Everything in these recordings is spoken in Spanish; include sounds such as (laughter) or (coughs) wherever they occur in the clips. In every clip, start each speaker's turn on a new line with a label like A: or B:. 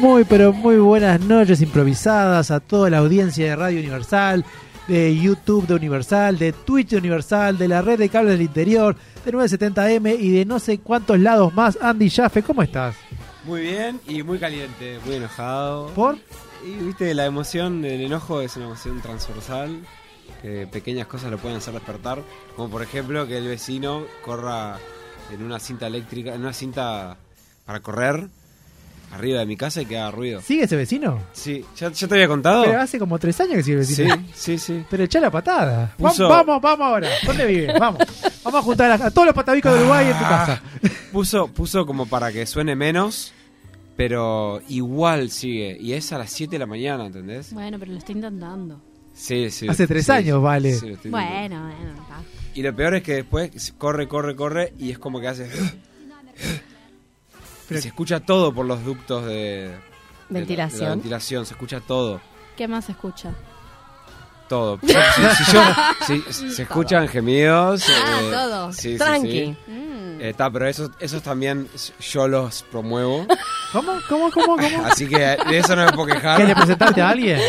A: Muy, pero muy buenas noches improvisadas a toda la audiencia de Radio Universal, de YouTube de Universal, de Twitch de Universal, de la red de cables del interior, de 970M y de no sé cuántos lados más. Andy Jaffe, ¿cómo estás?
B: Muy bien y muy caliente, muy enojado.
A: ¿Por?
B: Y viste, la emoción, el enojo es una emoción transversal, que pequeñas cosas lo pueden hacer despertar, como por ejemplo que el vecino corra en una cinta eléctrica, en una cinta para correr arriba de mi casa y que haga ruido.
A: ¿Sigue ese vecino?
B: Sí, ¿ya, ya te había contado?
A: Pero hace como tres años que sigue el
B: Oh. Sí,
A: vecino.
B: sí, sí.
A: Pero echa la patada.
B: Puso-
A: Vamos, vamos, vamos ahora. ¿Dónde vive? Vamos. Vamos a juntar a, a todos los patavicos de Uruguay en tu casa.
B: Ah, (laughs) Puso, puso como para que suene menos, pero igual sigue. Y es a las 7 de la mañana, ¿entendés?
C: Bueno, pero lo está intentando.
B: Sí, sí.
A: Hace tres
B: sí,
A: años, vale.
B: lo estoy intentando.
C: Bueno, bueno, papá.
B: Y lo peor es que después corre, corre, corre y es como que hace.
A: Pero-
B: Y se escucha todo por los ductos de. de la- de la
D: Ventilación.
B: ventilación, se escucha todo.
C: ¿Qué más se escucha?
B: Todo. Si- si- si yo- si- si- se escuchan gemidos.
C: Ah,
B: eh,
C: todo.
B: sí, sí,
D: Tranqui.
B: sí. Eh, Está, pero esos, esos también yo los promuevo.
A: ¿Cómo, cómo, cómo,
D: (laughs)
A: cómo?
B: Así que de eso no me puedo quejar.
A: ¿Que le presentaste a alguien?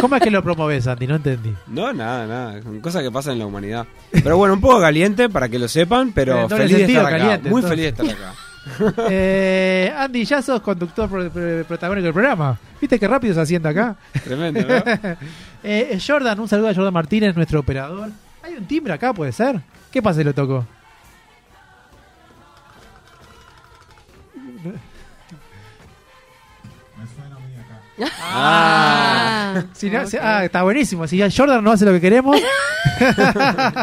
A: ¿Cómo es que lo promoves, Andy? No entendí.
B: No, nada, nada. Son cosas que pasan en la humanidad. Pero bueno, un poco caliente para que lo sepan,
A: En
B: pero
A: el doble
B: feliz de
A: sentido,
B: estar acá.
A: caliente,
B: Muy
A: entonces.
B: feliz de estar acá. (laughs)
A: Eh, Andy, ya sos conductor pro- pro- protagónico del programa. ¿Viste qué rápido se asienta acá?
B: Tremendo, ¿no?
A: (laughs) Eh, Jordan, un saludo a Jordan Martínez, nuestro operador. Hay un timbre acá, puede ser. ¿Qué pasa si lo tocó?
C: Ah,
A: (laughs) Si no- si- ah, está buenísimo. Si ya Jordan no hace lo que
D: (laughs)
A: queremos.
B: (laughs)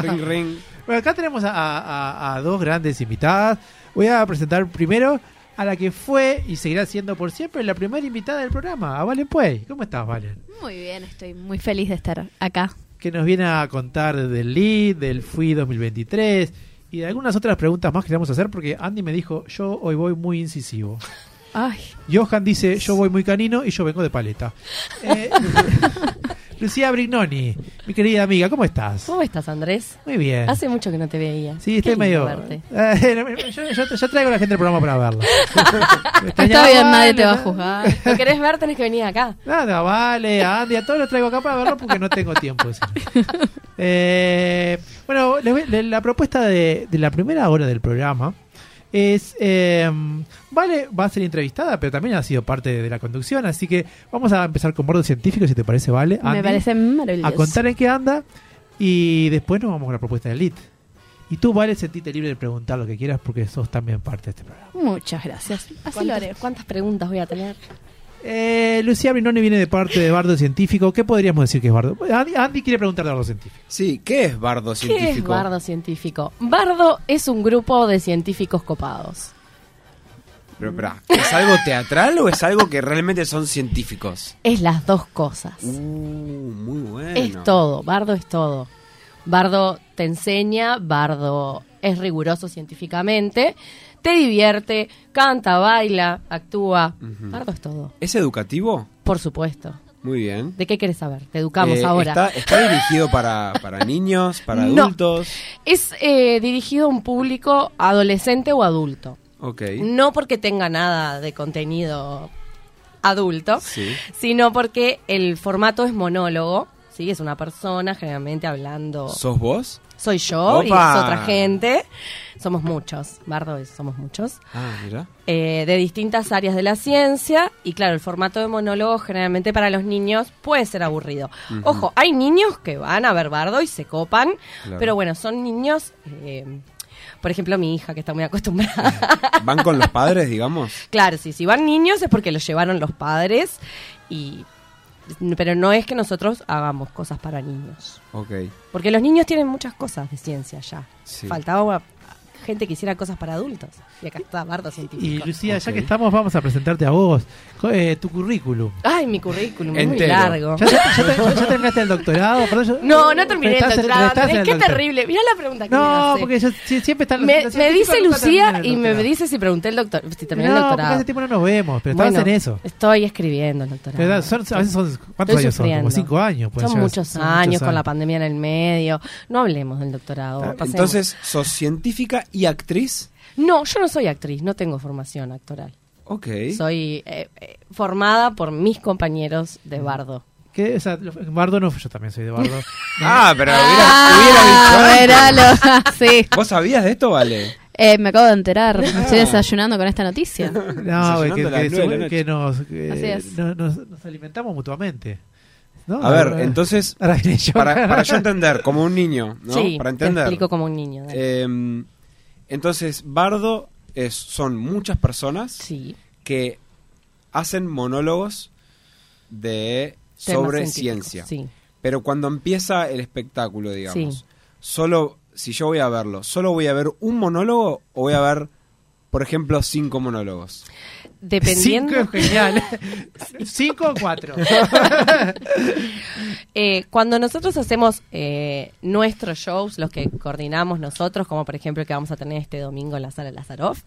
B: ring, ring.
A: Bueno, acá tenemos a, a- a dos grandes invitadas. Voy a presentar primero a la que fue y seguirá siendo por siempre la primera invitada del programa, a Valen Puey. ¿Cómo estás, Valen?
C: muy bien, estoy muy feliz de estar acá.
A: que nos viene a contar del lead, del FUI 2023 y de algunas otras preguntas más que le vamos a hacer porque Andy me dijo, yo hoy voy muy incisivo.
C: Ay,
A: Johan dice, yo voy muy canino y yo vengo de
C: (laughs)
A: paleta. Eh, (laughs) Lucía Brignoni, mi querida amiga, ¿cómo estás?
D: ¿Cómo estás, Andrés?
A: Muy bien.
D: Hace mucho que no te veía.
A: Sí,
D: Qué
A: estoy medio...
D: lindo verte.
A: Eh, yo, yo- yo traigo a la gente del programa para
C: (laughs)
A: verla. Me
C: está
A: extrañaba,
C: bien, nadie te va a
A: ¿no?
C: juzgar.
D: No querés ver, tenés que venir acá.
A: Nada, vale, a Andy, a todos los traigo acá para verlo porque no tengo tiempo. si no. Eh, bueno, le voy- le- la propuesta de, de la primera hora del programa es, eh, vale, va a ser entrevistada, pero también ha sido parte de, la conducción, así que vamos a empezar con bordo científico, si te parece, vale. Andy,
C: Me parece
A: A
C: maravilloso.
A: contar en qué anda y después nos vamos con la propuesta del lead. Y tú, vale, sentite libre de preguntar lo que quieras porque sos también parte de este programa.
C: Muchas gracias. Así lo
D: ¿Cuántas,
C: haré.
D: cuántas preguntas voy a tener?
A: Eh, Lucía Brinone viene de parte de Bardo Científico. ¿Qué podríamos decir que es Bardo? Andy, Andy quiere preguntar de Bardo Científico.
B: Sí, ¿qué es
D: ¿Qué
B: bardo
D: es
B: científico?
D: bardo científico? Bardo es un grupo de científicos copados.
B: Pero, espera, ¿es algo teatral o es algo que realmente son científicos?
D: Es las dos cosas.
B: Uh, muy bueno.
D: Es todo, Bardo es todo. Bardo te enseña, Bardo es riguroso científicamente, te divierte, canta, baila, actúa.
B: Ujú.
D: Bardo es todo,
B: ¿Es educativo?
D: por supuesto.
B: Muy bien.
D: ¿De qué quieres saber? Te educamos
B: Eh,
D: ahora.
B: Está, está dirigido para, para niños, para
D: No.
B: adultos?
D: (gasps) Es eh, dirigido a un público adolescente o adulto.
B: Ok.
D: No porque tenga nada de contenido adulto,
B: Sí.
D: sino porque el formato es monólogo. Sí, es una persona generalmente hablando.
B: ¿Sos vos?
D: Soy yo y es
B: Opa.
D: otra gente. Somos muchos, Bardo, es- somos muchos.
B: Ah, mira.
D: eh, de distintas áreas de la ciencia. Y claro, el formato de monólogo generalmente para los niños puede ser aburrido. Ojo, hay niños que van a ver Bardo y se copan,
B: Claro.
D: pero bueno, son niños... eh, por ejemplo, mi hija, que está muy acostumbrada. (laughs)
B: ¿Van con los padres, digamos?
D: claro, sí, si van niños es porque los llevaron los padres, y pero no es que nosotros hagamos cosas para niños.
B: Ok.
D: Porque los niños tienen muchas cosas de ciencia ya.
B: Sí.
D: Faltaba
E: gente que hiciera cosas para adultos. Y acá está Bardo
A: Y
E: Científico.
A: Lucía, ya
B: Ok.
A: que estamos, vamos a presentarte a vos. Co- eh, tu currículum.
D: Ay, mi currículum es muy
B: Entero.
D: largo.
A: ¿Ya, ya te- ya- ya terminaste el doctorado? Perdón, yo-
D: No, no terminé el
A: Estás en-
D: doctorado.
A: estás en
D: Andrés,
A: el
D: Qué
A: doctor-
D: terrible. Mirá la pregunta que me
A: No,
D: hace.
A: porque yo si- siempre están los-
D: me,
A: los
D: me
A: científicos
D: dice
A: nunca terminan
D: Lucía
A: el
D: y me
A: doctorado.
D: dice si pregunté el doctor, si terminé el
A: No, porque
D: doctorado.
A: hace tiempo no nos vemos, pero
D: Bueno,
A: estabas en eso.
D: Estoy escribiendo el doctorado.
A: Pero son- a veces son, ¿cuántos años son?
D: Estoy
A: Como
D: sufriendo.
A: cinco años. pueden
D: Son
A: llegar a
D: muchos
A: ser,
D: años con la pandemia en el medio. No hablemos del doctorado. pasemos.
B: Entonces, ¿sos científica y actriz?
D: no, yo no soy actriz, no tengo formación actoral.
B: Ok.
D: Soy eh, eh, formada por mis compañeros de bardo.
A: ¿Qué? O sea, lo- Bardo no, yo también soy de Bardo.
B: (laughs) Ah, pero hubiera, hubiera dicho
C: Ah, verá
B: antes.
D: (laughs)
C: lo- sí.
B: ¿Vos sabías de esto, Vale?
C: Eh, me acabo de
A: (laughs)
C: enterar. Me estoy desayunando con esta noticia.
A: No, que,
B: Desayunando a las
A: que-
B: nueve de la
A: que
B: noche.
A: nos, que
C: Así es.
A: no- nos, nos alimentamos mutuamente. ¿no?
B: A ver, entonces,
A: (laughs) Ahora viene yo.
B: para, para yo entender, como un niño, ¿no?
D: sí,
B: para
D: te
B: entender.
D: explico como un niño. dale.
B: Eh, entonces, bardo es, son muchas personas
D: sí,
B: que hacen monólogos de
D: temas
B: sobre
D: científicos,
B: ciencia.
D: Sí.
B: Pero cuando empieza el espectáculo, digamos,
D: Sí.
B: solo si yo voy a verlo, solo voy a ver un monólogo o voy a ver, por ejemplo, cinco monólogos.
D: Dependiendo.
A: Cinco es genial. (laughs) Cinco o cuatro.
D: (laughs) Eh, cuando nosotros hacemos eh, nuestros shows, los que coordinamos nosotros, como por ejemplo el que vamos a tener este domingo en la sala Lazaroff,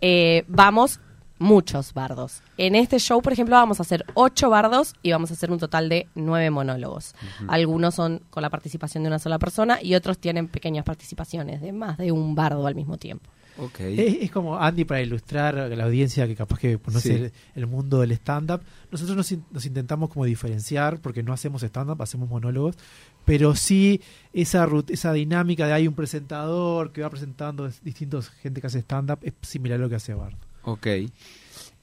D: eh, vamos muchos bardos. En este show, por ejemplo, vamos a hacer ocho bardos y vamos a hacer un total de nueve monólogos. Algunos son con la participación de una sola persona y otros tienen pequeñas participaciones de más de un bardo al mismo tiempo.
B: Ok.
A: Es, es como Andy para ilustrar a la audiencia que capaz que conoce
B: Sí.
A: el, el mundo del stand-up. Nosotros nos, in- nos intentamos como diferenciar porque no hacemos stand-up, hacemos monólogos, pero sí esa, rut- esa dinámica de hay un presentador que va presentando es- distintos gente que hace stand-up es similar a lo que hace Bardo.
B: Ok. Eh,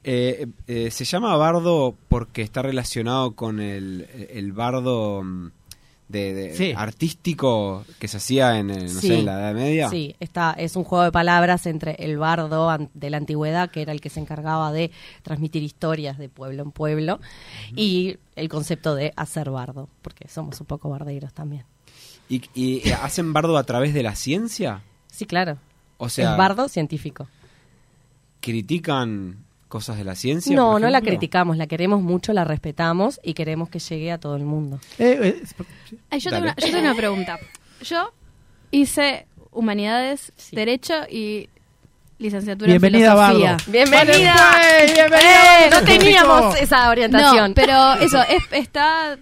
B: eh, se llama bardo porque está relacionado con el, el bardo mm, de, de-
A: Sí.
B: artístico que se hacía en, eh, no
D: Sí.
B: sé, en la Edad Media.
D: Sí, está, es un juego de palabras entre el bardo an- de la antigüedad, que era el que se encargaba de transmitir historias de pueblo en pueblo, y el concepto de hacer bardo, porque somos un poco barderos también.
B: Y, y, eh, hacen bardo a través de la ciencia.
D: Sí, claro.
B: O sea,
D: es bardo científico.
B: critican cosas de la ciencia.
D: No,
B: por
D: no la
B: ejemplo?
D: criticamos, la queremos mucho, la respetamos y queremos que llegue a todo el mundo.
A: Eh, eh,
C: Ay, yo, tengo
B: Dale.
C: una, yo tengo una pregunta. Yo hice humanidades,
D: Sí.
C: derecho y licenciatura
A: Bienvenida,
C: en filosofía.
A: Bardo.
D: ¡Bienvenida!
A: ¡Ey, bienvenida!
D: ¡Eh! No teníamos esa orientación.
C: No, pero eso, es- está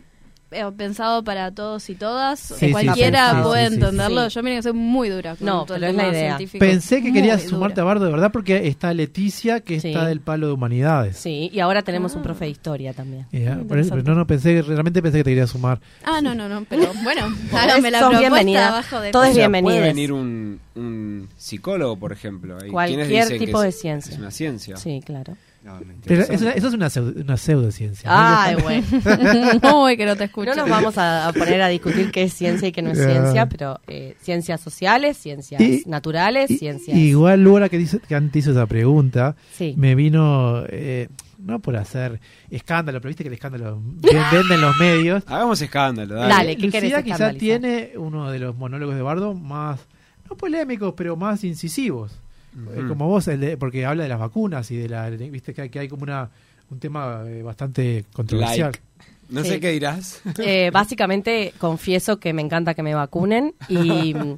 C: eh, pensado para todos y todas.
A: Sí,
C: Cualquiera
D: sí, sí,
C: puede
A: sí, sí, sí.
C: entenderlo.
D: Sí.
C: Yo miren que soy muy dura con
D: No,
C: todo el
D: pero es la
C: tema
D: idea.
C: científico.
A: pensé que
C: Muy
A: querías
C: dura.
A: sumarte a Bardo de verdad porque está Leticia que
D: Sí.
A: está del palo de humanidades.
D: Sí, y ahora tenemos
C: Ah.
D: un profe de historia también.
A: Eh, por eso, pero no, no pensé, realmente pensé que te querías sumar.
C: Ah, no, no, no, pero
D: (laughs)
C: bueno, claro,
D: Sos
C: me la propuesta
D: bienvenida.
C: abajo de
D: Todo es
B: O sea,
D: bienvenidas.
B: Puede venir un, un psicólogo, por ejemplo. Hay
D: Cualquier
B: quienes dicen que
D: tipo de
B: es-
D: ciencia.
B: Es una ciencia.
D: Sí, claro.
A: Pero es una- eso es una, pseudo- una pseudociencia. ¿no?
D: Ay, bueno.
A: (laughs)
C: Uy, que no te escucho.
D: No nos vamos a, a poner a discutir qué es ciencia y qué no es
A: Ah.
D: ciencia, pero eh, ciencias sociales, ciencias
A: Y-
D: naturales,
A: I-
D: ciencias.
A: Igual Laura que, dice, que antes hizo esa pregunta,
D: Sí.
A: me vino, eh, no por hacer escándalo, pero viste que el escándalo
D: (laughs)
A: ven- venden los medios.
B: Hagamos escándalo, dale.
D: Dale. ¿qué querés
A: Lucía quizás
D: escandalizar?
A: tiene uno de los monólogos de Bardo más, no polémicos, pero más incisivos. Eh,
B: Ujú.
A: Como vos, el de- porque habla de las vacunas y de la, viste que hay, que hay como una, un tema eh, bastante controversial.
B: Like. No
D: Sí.
B: sé qué dirás.
D: (laughs) Eh, básicamente confieso que me encanta que me vacunen
A: (laughs)
D: y mm,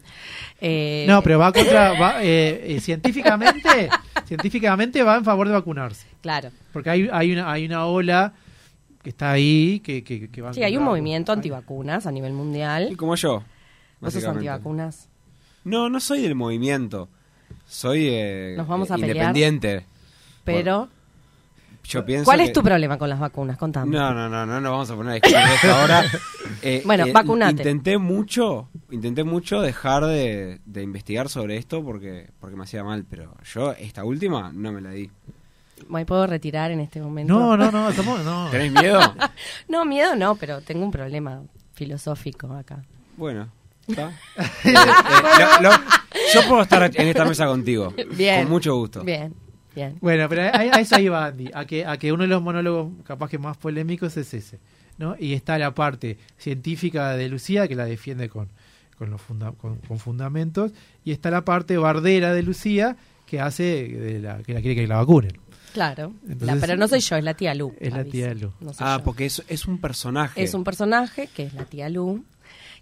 D: eh,
A: No, pero va contra.
D: (laughs)
A: va, eh, eh, científicamente, científicamente va en favor de vacunarse.
D: claro
A: Porque hay, hay, una, hay una ola que está ahí que, que, que va
D: sí hay un
A: contra-
D: movimiento
A: hay-
D: antivacunas a nivel
B: Y
D: mundial
B: como yo.
D: vos sos
B: básicamente.
D: antivacunas
B: No, no soy del movimiento. Soy eh,
D: Nos vamos a
B: eh,
D: pelear.
B: independiente.
D: pero
B: Yo pienso
D: ¿cuál es
B: que-
D: tu problema con las vacunas? contame
B: No, no, no, no nos vamos a poner a discutir de esto ahora. Eh,
D: (laughs) Bueno,
B: eh,
D: vacunate.
B: Intenté mucho, intenté mucho dejar de, de investigar sobre esto porque, porque me hacía mal, pero yo esta última no me la di.
D: ¿me puedo retirar en este momento?
A: No, no, no, estamos- no.
B: (laughs) ¿Tenés miedo?
D: (laughs) no miedo no pero tengo un problema filosófico acá
B: bueno, está. (laughs) Eh, eh, lo- lo- yo puedo estar
D: (laughs)
B: en esta mesa contigo.
D: bien
B: Con mucho gusto.
D: bien bien
A: Bueno, pero a, a eso iba Andy, a que, a que uno de los monólogos capaz que más polémicos es ese. ¿no? Y está la parte científica de Lucía que la defiende con, con con, los funda- con, con fundamentos, y está la parte bardera de Lucía que hace de la, que la quiere que la vacunen.
D: Claro.
A: Entonces-
D: La- pero no soy yo, es la tía Lu.
A: Es la
D: aviso.
A: tía Lu.
D: No soy
B: Ah,
D: yo.
B: porque es, es un personaje.
D: Es un personaje que es la tía Lu,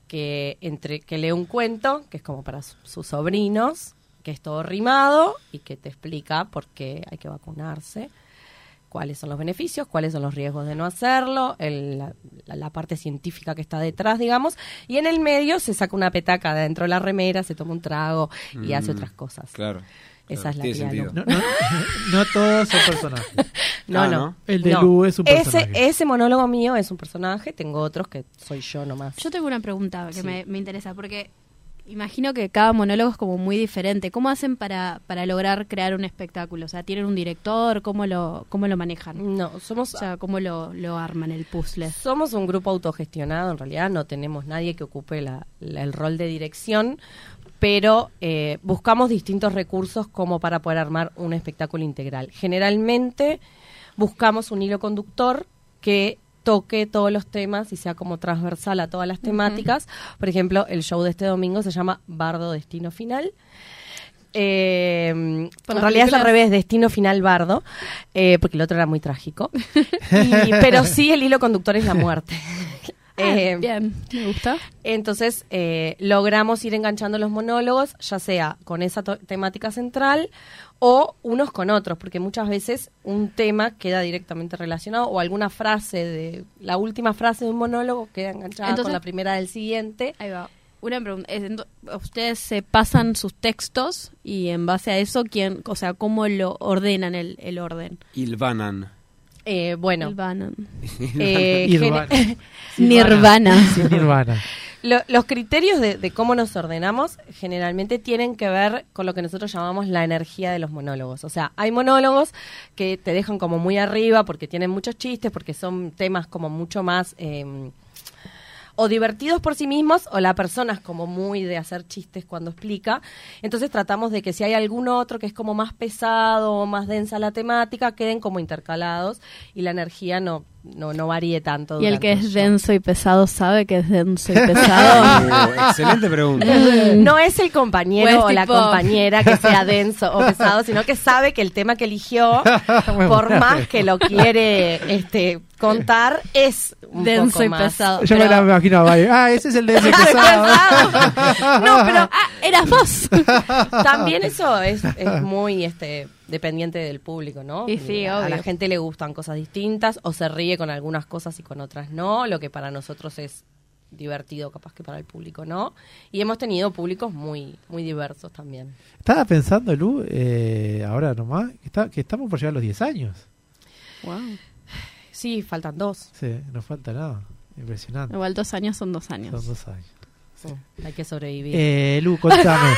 D: que, entre, que lee un cuento, que es como para su- sus sobrinos, que es todo rimado y que te explica por qué hay que vacunarse, cuáles son los beneficios, cuáles son los riesgos de no hacerlo, el- la, la- la parte científica que está detrás, digamos, y en el medio se saca una petaca de dentro de la remera, se toma un trago y
B: Mm,
D: hace otras cosas.
B: Claro.
D: Esa
B: claro,
D: es la
B: tiene
D: tía Lu.
B: sentido.
A: No, no, (laughs) no todos son personajes.
D: (laughs) No,
B: Ah,
D: no.
B: ¿no?
A: El de
D: No.
A: Lu es un
D: Ese,
A: personaje.
D: ese monólogo mío es un personaje, tengo otros que soy yo nomás.
C: Yo tengo una pregunta que me, me interesa, porque imagino que cada monólogo es como muy diferente. ¿Cómo hacen para, para lograr crear un espectáculo? O sea, ¿tienen un director? ¿Cómo lo, cómo lo manejan?
D: No, somos
C: O sea, ¿cómo lo, lo arman el puzzle?
D: Somos un grupo autogestionado, en realidad no tenemos nadie que ocupe la- la- el rol de dirección, pero eh, buscamos distintos recursos como para poder armar un espectáculo integral. Generalmente buscamos un hilo conductor que toque todos los temas y sea como transversal a todas las temáticas. Por ejemplo, el show de este domingo se llama Bardo Destino Final. Eh, en
C: Por las
D: realidad es al
C: películas.
D: revés, destino final bardo, eh, porque el otro era muy trágico. (laughs) Y-
C: (laughs)
D: pero sí el hilo conductor es la muerte. Eh,
C: Ah, bien, me gusta.
D: entonces eh, logramos ir enganchando los monólogos, ya sea con esa to- temática central o unos con otros, porque muchas veces un tema queda directamente relacionado o alguna frase de la última frase de un monólogo queda enganchada con
C: Entonces-
D: la primera del siguiente.
C: Ahí va. Una pregunta. es, ento- Ustedes se pasan sus textos y en base a eso, ¿quién, o sea, ¿cómo lo ordenan el, el orden?
B: Ilvanan. (laughs)
D: Eh, bueno,
C: El banan.
A: (laughs)
D: eh, (laughs)
A: Nirvana.
D: gene-
C: Nirvana.
A: Sí, Nirvana.
D: (laughs) Lo- los criterios de, de cómo nos ordenamos generalmente tienen que ver con lo que nosotros llamamos la energía de los monólogos. O sea, hay monólogos que te dejan como muy arriba porque tienen muchos chistes, porque son temas como mucho más... eh, o divertidos por sí mismos o la persona es como muy de hacer chistes cuando explica. Entonces tratamos de que si hay algún otro que es como más pesado o más densa la temática, queden como intercalados y la energía no, no, no varíe tanto.
C: Y el
D: durante
C: que es
D: show.
C: denso y pesado sabe que es denso y pesado.
B: Oh, excelente pregunta.
D: (laughs) No es el compañero
C: Pues,
D: o la
C: tipo-
D: compañera
C: (laughs)
D: que sea denso o pesado, sino que sabe que el tema que eligió,
A: (laughs)
D: por más que lo quiere este, contar, es un
C: denso
D: poco
C: y
D: más.
C: pesado.
A: Yo me
C: pero-
A: la imagino a Bayer. Ah, ese es el de
D: (laughs)
A: ese
D: pesado.
C: No, pero ah, eras (laughs) vos.
D: También eso es, es muy este, dependiente del público, ¿no?
C: Y sí,
D: a la
C: obvio.
D: gente le gustan cosas distintas o se ríe con algunas cosas y con otras no, lo que para nosotros es divertido, capaz que para el público no. Y hemos tenido públicos muy, muy diversos también.
A: Estaba pensando, Lu, eh, ahora nomás, que, está- que estamos por llegar a los 10 años.
D: (laughs) Sí, faltan dos.
A: Sí, no falta nada. Impresionante.
C: Igual dos años son dos
A: Son
C: años.
A: dos años.
D: Hay que sobrevivir.
A: Eh, Lu,
D: (laughs)
A: contame.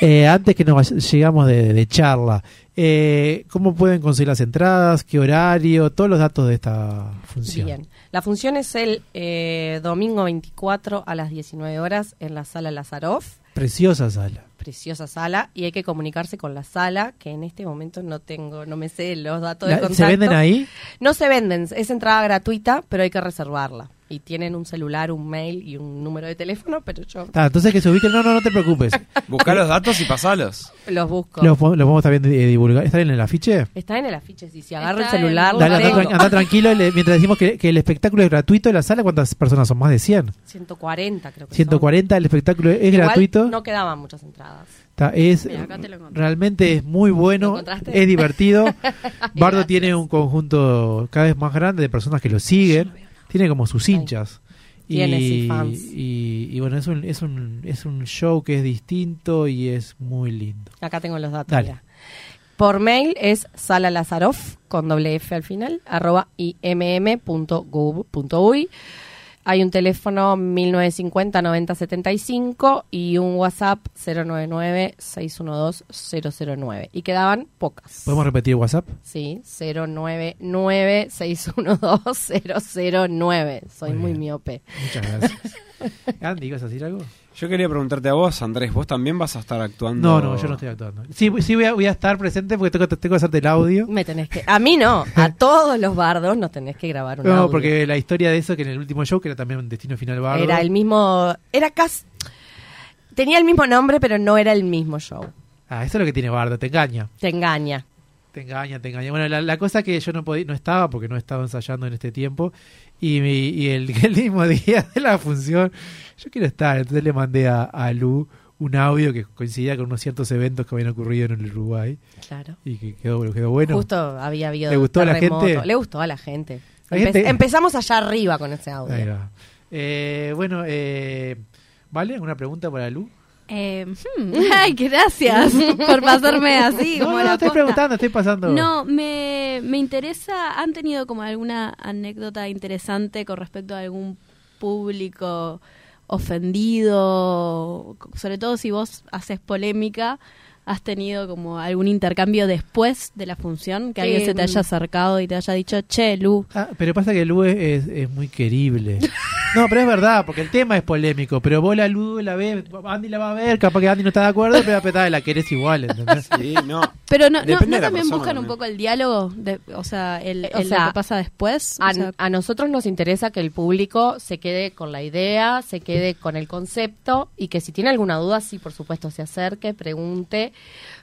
A: eh, antes que nos vaya- llegamos de, de charla, eh, ¿cómo pueden conseguir las entradas? ¿Qué horario? Todos los datos de esta función.
D: Bien. La función es el eh, domingo 24 a las 19 horas en la sala Lazaroff.
A: Preciosa sala.
D: Preciosa sala. Y hay que comunicarse con la sala, que en este momento no tengo, no me sé los datos
A: La-
D: de contacto.
A: ¿Se venden ahí?
D: No se venden. Es entrada gratuita, pero hay que reservarla. Y tienen un celular, un mail y un número de teléfono, pero yo
A: Ah, entonces que se ubiquen. No, no, no te
D: (laughs)
A: preocupes.
B: Buscá los datos y pasalos.
D: los busco.
A: Los, po- los vamos también eh, divulgar. ¿Están en el afiche?
D: Está en el afiche, sí. Si agarro
C: Está
D: el
C: en-
D: celular, lo
A: Dale, anda,
D: tengo.
A: tran- anda
D: (laughs)
A: tranquilo. le- mientras decimos que, que el espectáculo es gratuito en la sala, ¿cuántas personas son? Más de 100.
D: 140 creo que son.
A: 140, el espectáculo es
D: Igual
A: gratuito.
D: no quedaban muchas entradas.
A: Está- es,
C: Mira, acá te lo encontré.
A: realmente es muy
D: ¿Lo
A: bueno,
D: encontraste?
A: es
D: (laughs)
A: divertido. (laughs) Bardo
D: Gracias.
A: tiene un conjunto cada vez más grande de personas que lo siguen. Tiene como sus
D: Ay.
A: hinchas.
D: Tiene, sí,
A: Y,
D: fans.
A: y- y bueno, es un, es, un, es un show que es distinto y es muy lindo.
D: Acá tengo los datos.
A: Dale.
D: mira. Por mail es salalazaroff con doble F al final, arroba imm.gov.uy. Hay un teléfono 1950-9075 y un WhatsApp 099-612-009. Y quedaban pocas.
A: ¿Podemos repetir WhatsApp?
D: Sí, 099-612-009. Soy
A: Muy
D: muy,
A: bien.
D: miope.
A: Muchas gracias. Andy, ¿vas a decir algo?
B: Yo quería preguntarte a vos, Andrés, ¿vos también vas a estar
A: No,
B: actuando?
A: no, yo no estoy actuando. Sí, sí voy, a, voy a estar presente porque tengo, tengo que hacerte el audio.
D: (laughs) Me tenés que... A mí no, a todos los bardos nos tenés que grabar un
A: No,
D: audio.
A: porque la historia de eso que en el último show, que era también un destino final bardo.
D: Era el mismo. Era casi. tenía el mismo nombre, pero no era el mismo show.
A: Ah, eso es lo que tiene Bardo, te engaña.
D: Te engaña.
A: Te engaña, te engaña. Bueno, la, la cosa que yo no podía, no estaba porque no estaba ensayando en este tiempo. Y, mi- y el, (laughs) el mismo día de la función, yo quiero estar. Entonces le mandé a, a Lu un audio que coincidía con unos ciertos eventos que habían ocurrido en el Uruguay.
D: Claro.
A: Y que quedó, quedó bueno.
D: Justo había habido
A: ¿Le gustó a la
D: terremoto.
A: gente?
D: Le gustó a la gente.
A: La
D: Empe-
A: gente-
D: Empezamos allá arriba con ese audio.
A: Ahí va. Eh, bueno, eh, ¿vale? ¿Una pregunta para Lu?
C: Eh, (laughs) hmm, ay, gracias por pasarme así.
A: no,
C: como
A: no,
C: la
A: no, estoy
C: posta.
A: preguntando, estoy pasando.
C: No, me, me interesa, ¿han tenido como alguna anécdota interesante con respecto a algún público ofendido? Sobre todo si vos haces polémica, ¿has tenido como algún intercambio después de la función? Que
D: Sí,
C: alguien se te
D: mm.
C: haya acercado y te haya dicho, che, Lu.
A: Ah, pero pasa que Lu es, es- es muy querible. No, pero es verdad, porque el tema es polémico. Pero vos la Lu la ves, Andy la va a ver, capaz que Andy no está de acuerdo, pero apetá, la querés igual, ¿entendés?
B: Sí, no.
C: Pero no, no,
B: Depende
C: ¿no
B: de la
C: también
B: persona
C: buscan un
B: también.
C: poco el diálogo, de- o sea, el,
D: Eh, O
C: el-
D: sea,
C: lo que pasa después. O
D: A,
C: sea,
D: a nosotros nos interesa que el público se quede con la idea, se quede con el concepto y que si tiene alguna duda, sí, por supuesto, se acerque, pregunte.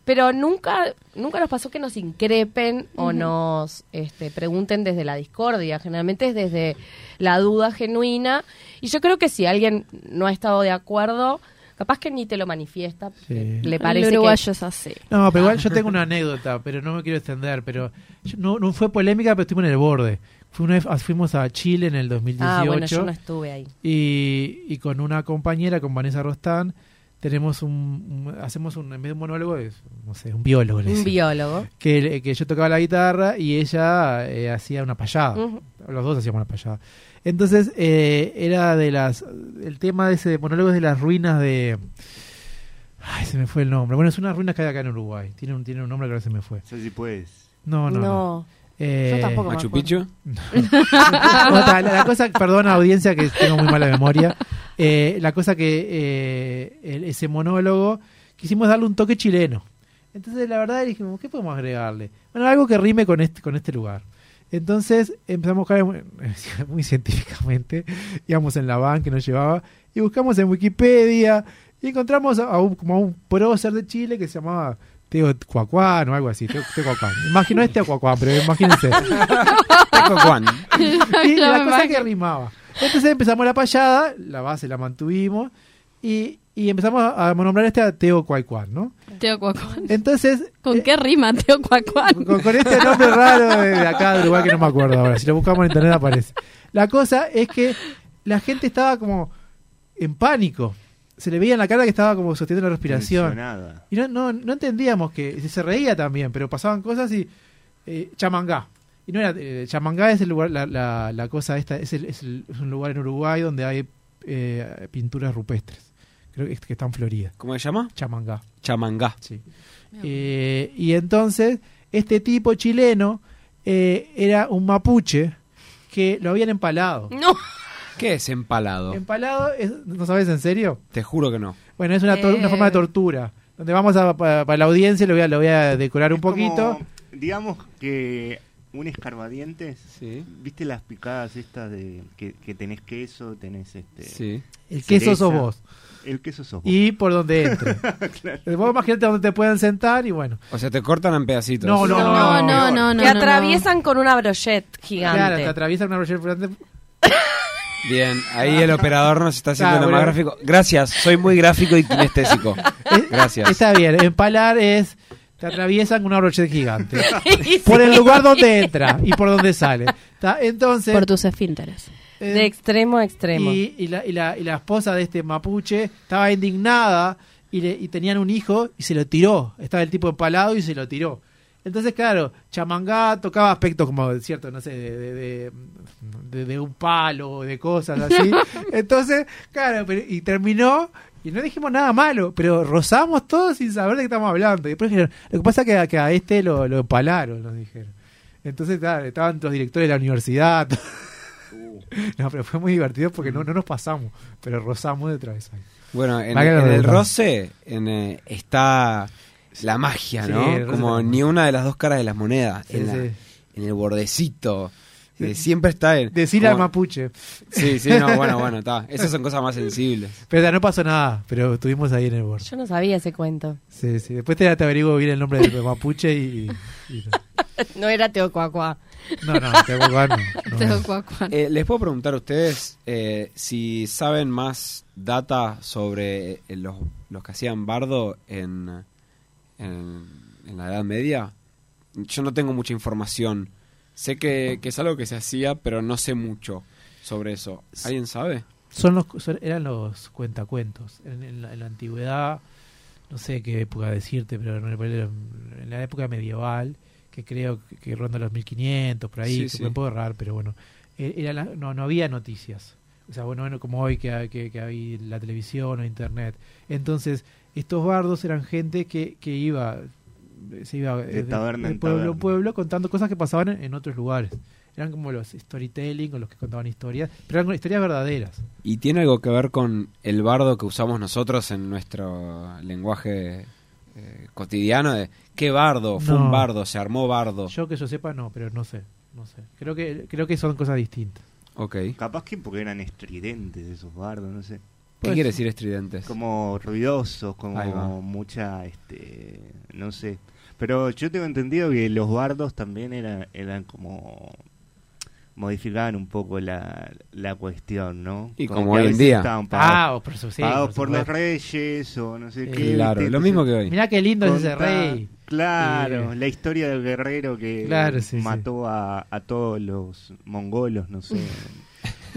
D: Pero nunca, nunca nos pasó que nos increpen o nos este, pregunten desde la discordia. Generalmente es desde la duda genuina. Y yo creo que si alguien no ha estado de acuerdo, capaz que ni te lo manifiesta. porque
A: Sí.
D: Le parece
C: el
D: que-
C: uruguayo es así.
A: No, pero igual yo tengo una anécdota, pero no me quiero extender. Pero yo- no, no fue polémica, pero estuvimos en el borde. Fue una vez- ah, fuimos a Chile en el 2018.
D: Ah, bueno, yo no estuve ahí.
A: y, y con una compañera, con Vanessa Rostán, tenemos un, un- hacemos un, en vez de un monólogo, es, no sé, un biólogo. le
D: Un
A: decimos.
D: biólogo.
A: eh, que, que yo tocaba la guitarra y ella eh, hacía una payada.
D: Ujú.
A: Los dos hacíamos una payada. Entonces, eh, era de las. El tema de ese monólogo es de las ruinas de. Ay, se me fue el nombre. Bueno, es una ruina que hay acá en Uruguay. Tiene un, tiene un nombre que ahora se me fue.
F: Sé si puedes.
A: No, no. no. Eh,
D: yo tampoco.
B: Machu
A: (laughs)
B: Picchu.
A: no, ta, la, la cosa, perdón audiencia que tengo muy mala memoria, Eh, la cosa que eh, el- ese monólogo quisimos darle un toque chileno. Entonces la verdad dijimos, ¿qué podemos agregarle? Bueno, algo que rime con este, con este lugar. Entonces empezamos a buscar en- (laughs) muy científicamente, íbamos en la van que nos llevaba y buscamos en Wikipedia y encontramos a, a un, como a un prócer de Chile que se llamaba Teo Cuacuán o algo así, Teo, Teo Cuacuán. Imagino este Cuacuán, pero imagínense.
B: Taco Juan.
D: (laughs)
A: Y
C: Claro,
A: la
C: me
A: cosa que
C: imagino.
A: rimaba. Entonces empezamos la payada, la base la mantuvimos y, y empezamos a, a nombrar este a Teo Cuaicuán, ¿no?
C: Teo Cuacuán.
A: Entonces, eh,
C: ¿Con qué rima, Teo Cuacuán?
A: con, con este nombre raro de, de acá de Uruguay que no me acuerdo ahora, si lo buscamos en internet aparece. La cosa es que la gente estaba como en pánico. Se le veía en la cara que estaba como sosteniendo la respiración.
F: Nada.
A: Y no, no, no entendíamos que se- se reía también, pero pasaban cosas y eh, chamangá. Y no era, eh, chamangá es el lugar, la, la, la cosa esta, es, el- es el- es un lugar en Uruguay donde hay eh, pinturas rupestres, creo que, que están floridas.
B: ¿Cómo se llama?
A: Chamangá,
B: Chamangá.
A: sí. Eh, y entonces, este tipo chileno eh, era un mapuche que lo habían empalado.
D: No.
B: ¿Qué es empalado?
A: ¿Empalado? es- ¿No sabes en serio?
B: Te juro que no.
A: Bueno, es una, tor- una
C: Eh.
A: forma de tortura. Donde vamos a, para, para la audiencia, lo voy a, lo voy a decorar un
F: Es como,
A: poquito.
F: (laughs) digamos que un escarbadientes.
B: Sí.
F: ¿Viste las picadas estas de que, que tenés queso, tenés este
B: Sí.
A: El queso sos
F: cereza.
A: vos.
F: el queso sos vos?
A: Y por donde entre. este. Vos imagínate donde te puedan sentar y bueno.
B: O sea, te cortan en pedacitos.
A: No, no,
C: No, no, no, no.
D: Te
C: no,
D: atraviesan con una brochette gigante.
A: Claro, te atraviesa una Roger Fernández.
B: Bien, ahí el operador nos está haciendo
A: Ah,
B: lo
A: bueno. Eh,
B: más gráfico. Gracias, soy muy gráfico
A: (laughs)
B: y kinestésico. Gracias.
A: Está bien, empalar es. Te atraviesan con una brocheta
D: (laughs)
A: gigante. por el lugar donde entra y por donde sale. ¿Está? Ah, Entonces.
C: Por tus esfínteres.
A: eh,
D: De extremo a extremo.
A: Y, y la, y la- y la esposa de este mapuche estaba indignada y, le- y tenían un hijo y se lo tiró. Estaba el tipo empalado y se lo tiró. Entonces, claro, Chamangá tocaba aspectos como, cierto, no sé, de, de- de- de- de un palo, de cosas
D: (laughs)
A: así. Entonces, claro, pero- y terminó y no dijimos nada malo, pero rozamos todos sin saber de qué estamos hablando. Y después dijeron, lo que pasa es que, a- que a este lo, lo empalaron, nos dijeron. Entonces, claro, estaban los directores de la universidad, (laughs) no, pero fue muy divertido porque no, no nos pasamos, pero rozamos de travesal.
B: Bueno, en,
A: Vaya la
B: en el
A: redundancia.
B: roce en, eh, está la magia,
A: Sí,
B: ¿no?
A: el roce
B: Como
A: también.
B: ni una de las dos caras de las monedas.
A: Sí,
B: en, la-
A: sí.
B: en el bordecito. Eh, siempre está en.
A: Decir al
B: como-
A: mapuche.
B: Sí, sí, no, bueno, bueno, está. Esas son cosas más sensibles.
A: Pero no pasó nada, pero estuvimos ahí en el borde.
D: Yo no sabía ese cuento.
A: Sí, sí. Después te, te averiguo bien el nombre del mapuche (laughs) y. y-
D: (laughs) No era Teocuacuá.
A: no, no,
D: (laughs)
A: no, te voy a- no, no.
C: Todo cuacuán.
B: Eh, Les puedo preguntar a ustedes eh, si saben más data sobre eh, los, los que hacían bardo en, en, en la Edad Media. Yo no tengo mucha información. Sé que, que es algo que se hacía, pero no sé mucho sobre eso. ¿Alguien sabe?
A: Son los, son- eran los cuentacuentos. En, en la, en la antigüedad, no sé qué época decirte, pero en, el- en la época medieval, que creo que, que ronda los 1500, por ahí,
B: Sí,
A: que
B: sí.
A: me puedo errar, pero bueno, eh, era la- no, no había noticias. O sea, bueno, bueno, como hoy que, hay- que, que hay la televisión o internet. Entonces, estos bardos eran gente que, que iba, se iba eh, de,
F: taberna
A: de
F: en
A: pueblo
F: taberna.
A: a pueblo contando cosas que pasaban en, en otros lugares. Eran como los storytelling o los que contaban historias, pero eran historias verdaderas.
B: ¿Y tiene algo que ver con el bardo que usamos nosotros en nuestro lenguaje eh, cotidiano? De, ¿Qué bardo? ¿Fue
A: No.
B: un bardo? ¿Se armó bardo?
A: Yo que yo sepa no, pero no sé, no sé. Creo que creo que son cosas distintas.
B: Ok. ¿Qué
F: Capaz que porque eran estridentes esos bardos, no sé.
B: quiere decir estridentes?
F: Como ruidosos,
B: Ahí va.
F: como mucha, este, no sé. Pero yo tengo entendido que los bardos también eran, eran como modificaban un poco la, la cuestión, ¿no?
B: Y
F: que
B: como
F: a
B: hoy en
F: veces
B: día.
F: estaban
A: Ah,
F: pagados,
A: por su sí,
F: pagados
A: por
F: por, los
A: supuesto.
F: reyes o no sé
A: Eh,
F: qué. este,
B: Claro,
F: ¿viste?
B: lo mismo que hoy.
A: Mirá qué lindo es ese
F: Contar-
A: rey.
F: Claro,
A: Eh.
F: la historia del guerrero que
A: Claro, sí,
F: mató A, a todos los mongolos, no sé.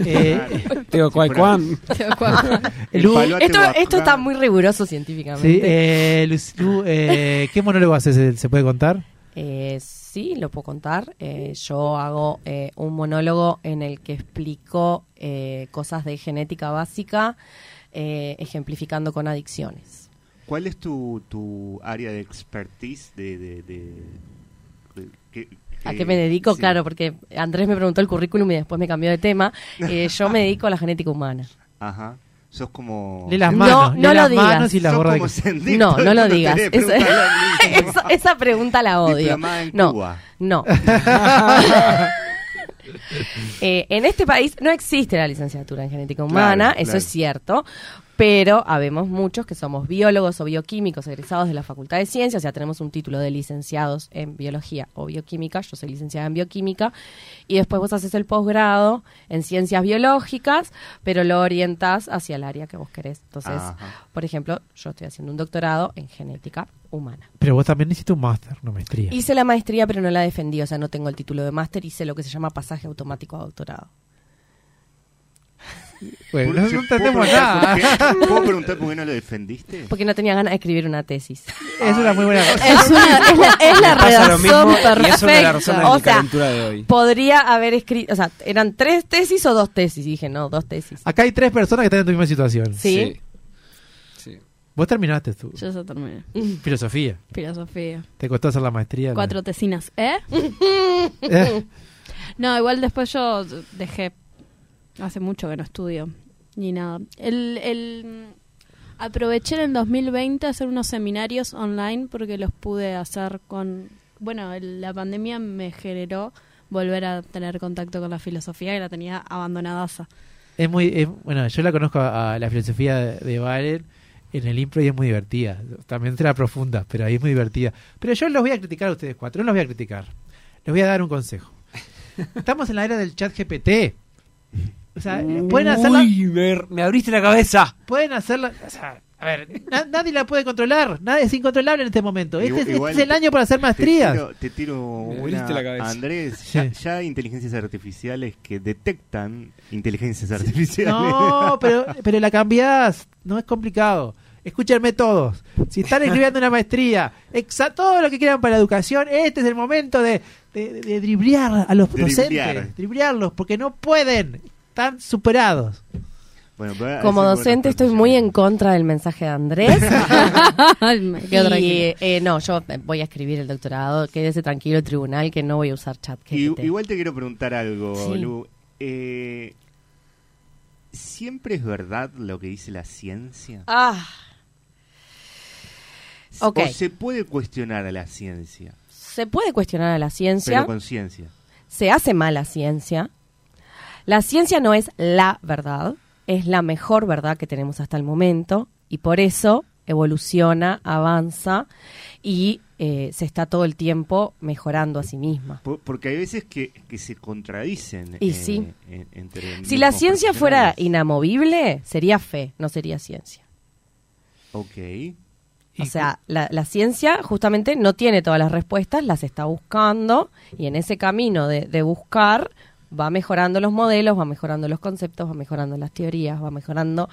A: Eh, (laughs)
B: Teo
D: (laughs)
B: Kwai Kwan.
C: Todo cuacuán.
F: (laughs) El
A: Lu-
F: palo- Yo te
D: Esto,
F: voy a
D: esto
F: jugar.
D: está muy riguroso
A: sí,
D: científicamente.
A: eh, Luz- Lu, eh, ¿qué monólogo haces? ¿Se- ¿Se puede contar?
D: Eh, sí, lo puedo contar. Eh, yo hago eh, un monólogo en el que explico eh, cosas de genética básica, eh, ejemplificando con adicciones.
F: ¿Cuál es tu, tu área de expertise de... de- de- de- que-
D: ¿A
F: que-
D: qué me dedico?
F: sí.
D: Claro, porque Andrés me preguntó el currículum y después me cambió de tema. Eh, yo me dedico a la genética humana.
F: Ajá. Sos como...
A: De las
D: No,
A: manos,
D: no
A: de
D: lo
A: las
D: digas.
A: manos y las
F: sos
A: bordas.
F: como
A: de-
F: Sendito, (laughs)
D: No, no lo
F: tenés
D: digas.
F: que
D: Eso- (laughs)
F: preguntarle al mismo.
D: Esa, esa pregunta la odio.
F: Diplomada en
D: no,
F: Cuba. (laughs)
D: no. Eh, en este país no existe la licenciatura en genética humana,
F: Claro,
D: eso
F: claro.
D: es cierto. Pero habemos muchos que somos biólogos o bioquímicos egresados de la Facultad de Ciencias, o sea, tenemos un título de licenciados en biología o bioquímica, yo soy licenciada en bioquímica, y después vos haces el posgrado en ciencias biológicas, pero lo orientás hacia el área que vos querés. Entonces,
F: Ajá.
D: por ejemplo, yo estoy haciendo un doctorado en genética humana.
A: Pero vos también hiciste un máster, no maestría.
D: Hice la maestría, pero no la defendí, o sea, no tengo el título de máster, hice lo que se llama pasaje automático a doctorado.
A: Bueno, no, no
F: ¿Puedo- puedo
A: entendemos
F: preguntar
A: nada. (laughs)
F: por qué- ¿Puedo preguntar por qué no lo defendiste?
D: Porque no tenía ganas de escribir una tesis.
A: Es una muy buena cosa.
D: Es, una- es la, es la
B: (laughs) Me pasa lo
D: redacción
B: mismo y es una de
D: perfecta.
B: las razones de mi
D: O sea,
B: calentura de hoy.
D: podría haber escrito, o sea, eran tres tesis o dos tesis. Y dije, no, dos tesis.
A: Acá hay tres personas que están en tu misma situación.
D: Sí.
B: Sí. Sí.
A: Vos terminaste tu
C: Yo ya terminé.
A: filosofía.
C: Filosofía.
A: Te costó hacer la maestría. ¿no?
C: Cuatro tesinas. ¿Eh?
A: (laughs) Eh,
C: No, igual después yo dejé. Hace mucho que no estudio. Ni nada. El, el- aproveché en el 2020 hacer unos seminarios online porque los pude hacer con. Bueno, el- la pandemia me generó volver a tener contacto con la filosofía que la tenía abandonadaza.
A: es muy. es- bueno, yo la conozco a, a la filosofía de, de Bayer en el impro y es muy divertida. También será profunda, pero ahí es muy divertida. Pero yo los voy a criticar a ustedes cuatro. No los voy a criticar. Les voy a dar un consejo. Estamos en la era del chat GPT. O sea, pueden hacerla.
B: Uy, me, me abriste la cabeza.
A: Pueden hacerla. o sea, a ver, na- nadie la puede controlar. Nadie es incontrolable en este momento. Este, es-
F: Igual-
A: este
F: igual
A: es el año para hacer
F: Te
A: maestrías.
F: tiro, te tiro
B: Me
F: una,
B: abriste la cabeza.
F: Andrés, ya,
A: Sí.
F: ya hay inteligencias artificiales que detectan inteligencias artificiales. (laughs)
A: No, pero, pero la cambiás. No es complicado. Escúchenme todos. Si están escribiendo una maestría, exa- todo lo que quieran para la educación, este es el momento de, de- de driblear a los
F: Driblear.
A: docentes. Driblearlos, porque no pueden. Están superados.
F: Bueno, pero-
D: Como
F: eso es
D: docente
F: Ah, bueno,
D: estoy
F: pero-
D: muy
A: (laughs)
D: en contra del mensaje de
B: (laughs)
D: Andrés.
A: Ah,
C: Me quedo tranquila.
D: y, eh, no, yo voy a escribir el doctorado. Quédese tranquilo el tribunal que no voy a usar chat.
F: Y-
D: GPT.
F: igual te quiero preguntar algo,
D: Sí.
F: Lu. Eh, ¿Siempre es verdad lo que dice la ciencia?
D: Ah. Ok.
F: ¿O se puede cuestionar a la ciencia?
D: Se puede cuestionar a la ciencia.
F: Pero con ciencia.
D: se hace mala ciencia. La ciencia no es la verdad, es la mejor verdad que tenemos hasta el momento y por eso evoluciona, avanza y eh, se está todo el tiempo mejorando a sí misma.
F: Por- porque hay veces que, que se contradicen. eh,
D: Y sí.
F: en- entre
D: Si la
F: mismos
D: ciencia fuera
F: profesionales.
D: inamovible, sería fe, no sería ciencia.
F: Ok.
D: O sea, la, la ciencia justamente no tiene todas las respuestas, las está buscando y en ese camino de, de buscar va mejorando los modelos, va mejorando los conceptos, va mejorando las teorías, va mejorando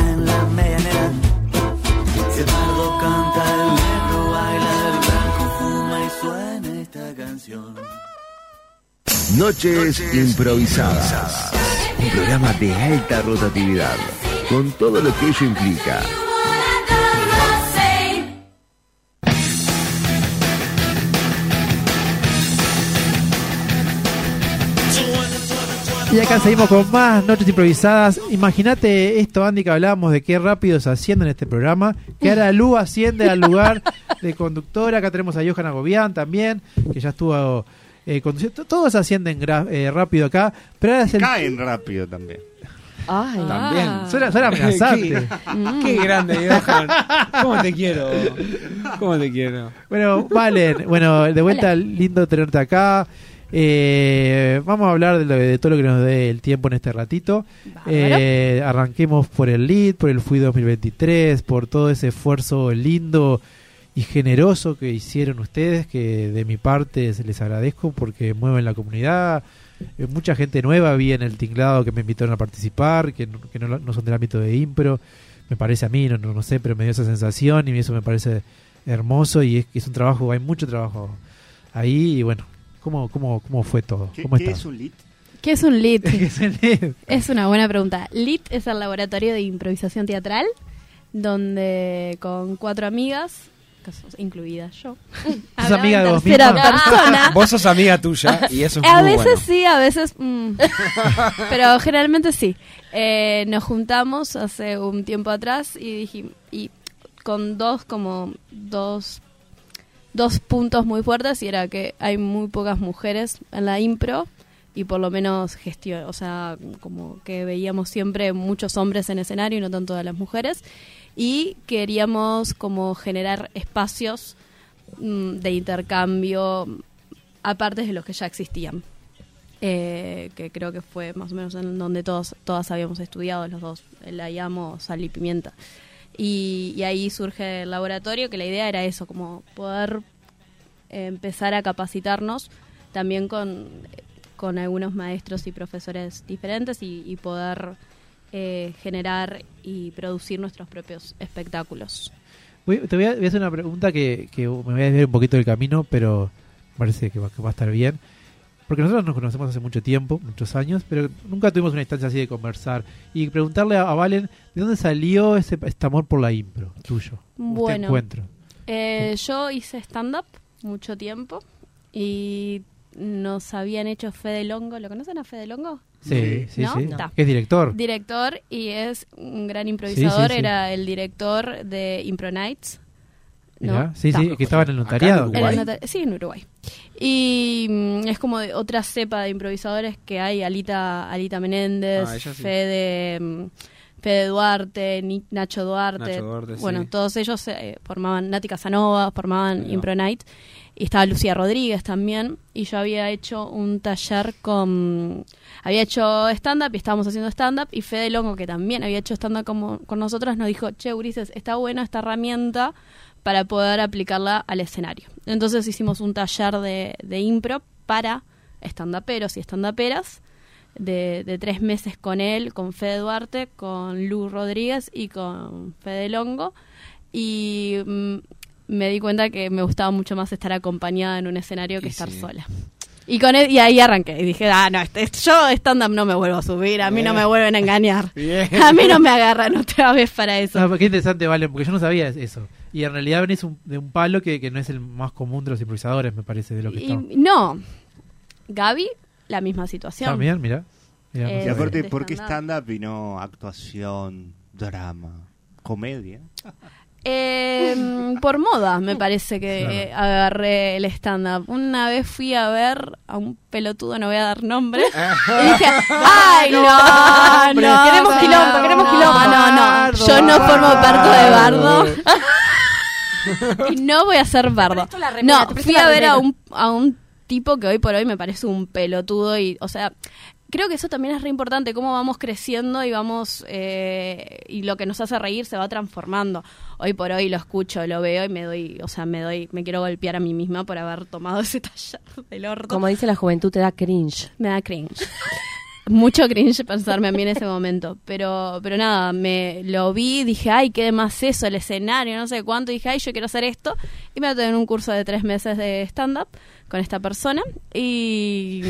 G: en la medianera. Si el bardo canta, el negro baila, el blanco fuma y suena esta canción.
H: Noches improvisadas. Un programa de alta rotatividad, con todo lo que ello implica.
A: Y acá seguimos con más noches improvisadas. Imagínate esto, Andy, que hablábamos de qué rápido se asciende en este programa. Que ahora Lu asciende al lugar de conductora. Acá tenemos a Johanna Gobián también, que ya estuvo eh, conduciendo. Todos ascienden gra- eh, rápido acá. Pero ahora es el.
F: Caen rápido también.
D: Ay,
F: También.
A: Suena, suena amenazante.
B: Qué grande, Johan. ¿Cómo te quiero? ¿Cómo te quiero?
A: Bueno, Valen, bueno, de vuelta, lindo tenerte acá. Eh, vamos a hablar de, lo- de todo lo que nos dé el tiempo en este ratito. Eh, arranquemos por el lead, por el FUI 2023, por todo ese esfuerzo lindo y generoso que hicieron ustedes, que de mi parte se les agradezco porque mueven la comunidad. Eh, mucha gente nueva vi en el tinglado que me invitaron a participar, que no, que no lo- no son del ámbito de impro. Me parece a mí, no, no, no sé, pero me dio esa sensación y eso me parece hermoso y es que es un trabajo, hay mucho trabajo ahí y bueno, ¿cómo, cómo, cómo fue todo?
F: ¿Qué,
A: ¿Cómo
F: qué
A: está?
F: es un lit?
C: (laughs) ¿Qué es un LIT?
A: Excelente.
C: Es una buena pregunta. LIT es el laboratorio de improvisación teatral, donde con cuatro amigas, que sos- incluida yo, hablaba
B: amiga
C: en
B: de vos
C: tercera
B: misma.
C: persona.
B: Vos sos amiga tuya y eso es
C: a
B: muy
C: veces
B: bueno.
C: sí, a veces...
B: (laughs)
C: mm. Pero generalmente sí. Eh, nos juntamos hace un tiempo atrás y dijimos... Y con dos como dos dos puntos muy fuertes y era que hay muy pocas mujeres en la impro y por lo menos gestión, o sea, como que veíamos siempre muchos hombres en escenario y no tanto de las mujeres y queríamos como generar espacios mm, de intercambio aparte de los que ya existían. Eh, que creo que fue más o menos en donde todos todas habíamos estudiado los dos, el Ayamo, Sal y Pimienta. Y, y ahí surge el laboratorio, que la idea era eso, como poder eh, empezar a capacitarnos también con, con algunos maestros y profesores diferentes y, y poder eh, generar y producir nuestros propios espectáculos.
A: Voy- te voy a, voy a hacer una pregunta que, que me voy a desviar un poquito del camino, pero me parece que va, que va a estar bien. Porque nosotros nos conocemos hace mucho tiempo, muchos años, pero nunca tuvimos una instancia así de conversar. Y preguntarle a, a Valen, ¿de dónde salió ese, este amor por la impro tuyo? Este
C: Bueno.
A: encuentro.
C: Eh, yo hice stand-up mucho tiempo y nos habían hecho Fede Longo. ¿Lo conocen a Fede Longo?
A: Sí, sí,
C: ¿No?
A: sí.
C: Ta.
A: Que es director.
C: Director y es un gran improvisador.
A: Sí, sí, sí.
C: Era el director de Impro Nights. ¿no?
A: Mirá, Sí,
C: Ta.
A: sí, que estaba en el notariado.
C: Era nota- sí, en Uruguay. Y mm, es como de otra cepa de improvisadores que hay, Alita, Alita Menéndez,
B: Ah, ella sí.
C: Fede, mm, Fede Duarte, Ni- Nacho Duarte.
B: Nacho Duarte,
C: bueno,
B: sí.
C: todos ellos eh, formaban, Nati Casanova, formaban
B: va.
C: Impro Night. Y estaba Lucía Rodríguez también. Y yo había hecho un taller con... Había hecho stand-up y estábamos haciendo stand-up. Y Fede Longo, que también había hecho stand-up como- con nosotras, nos dijo, che, Ulises, está buena esta herramienta para poder aplicarla al escenario. Entonces hicimos un taller de, de impro para estandaperos y estandaperas de, de tres meses con él, con Fede Duarte, con Lu Rodríguez y con Fede Longo. Y mm, me di cuenta que me gustaba mucho más estar acompañada en un escenario que
I: Y
C: estar
I: sí.
C: sola. Y, con él, y ahí arranqué y dije, ah, no, este, yo stand-up no me vuelvo a subir, a mí no
A: Bien.
C: me vuelven a engañar.
A: Bien.
C: (laughs) A mí
A: (laughs)
C: no me agarran otra vez para eso.
A: Ah, qué interesante, Valen, porque yo no sabía eso. Y en realidad venís un- de un palo que, que no es el más común de los improvisadores, me parece, de lo que
C: Y-
A: estamos.
C: no, Gaby, la misma situación.
A: También, mira. Mirá, no
C: Eh,
F: Y
A: sabía.
F: aparte,
C: de
F: ¿por qué
C: stand-up.
F: stand-up y no actuación, drama, comedia?
C: Eh, (laughs) por moda, me parece que
F: Claro.
C: eh, agarré el stand-up. Una vez fui a ver a un pelotudo, no voy a dar nombre, y dije, ¡ay, no! no,
D: Queremos
C: no,
D: quilombo,
C: no,
D: queremos
C: no,
D: quilombo".
C: No, no, yo no formo parte de Bardo. (laughs) Y no voy a ser bardo.
D: presto la remera,
C: No,
D: te presto
C: fui
D: la
C: a ver a
D: remera.
C: un, a un tipo que hoy por hoy me parece un pelotudo y, o sea, creo que eso también es re importante, cómo vamos creciendo y vamos, eh, y lo que nos hace reír se va transformando. Hoy por hoy lo escucho, lo veo y me doy, o sea, me doy, me quiero golpear a mí misma por haber tomado (laughs) ese taller del orto.
D: Como dice la juventud, te da cringe.
C: Me da cringe. (laughs) Mucho cringe pensarme a mí en ese momento. Pero, pero nada, me lo vi, dije, ay, qué más eso, el escenario, no sé cuánto. Dije, ay, yo quiero hacer esto. Y me en un curso de tres meses de stand-up con esta persona. Y.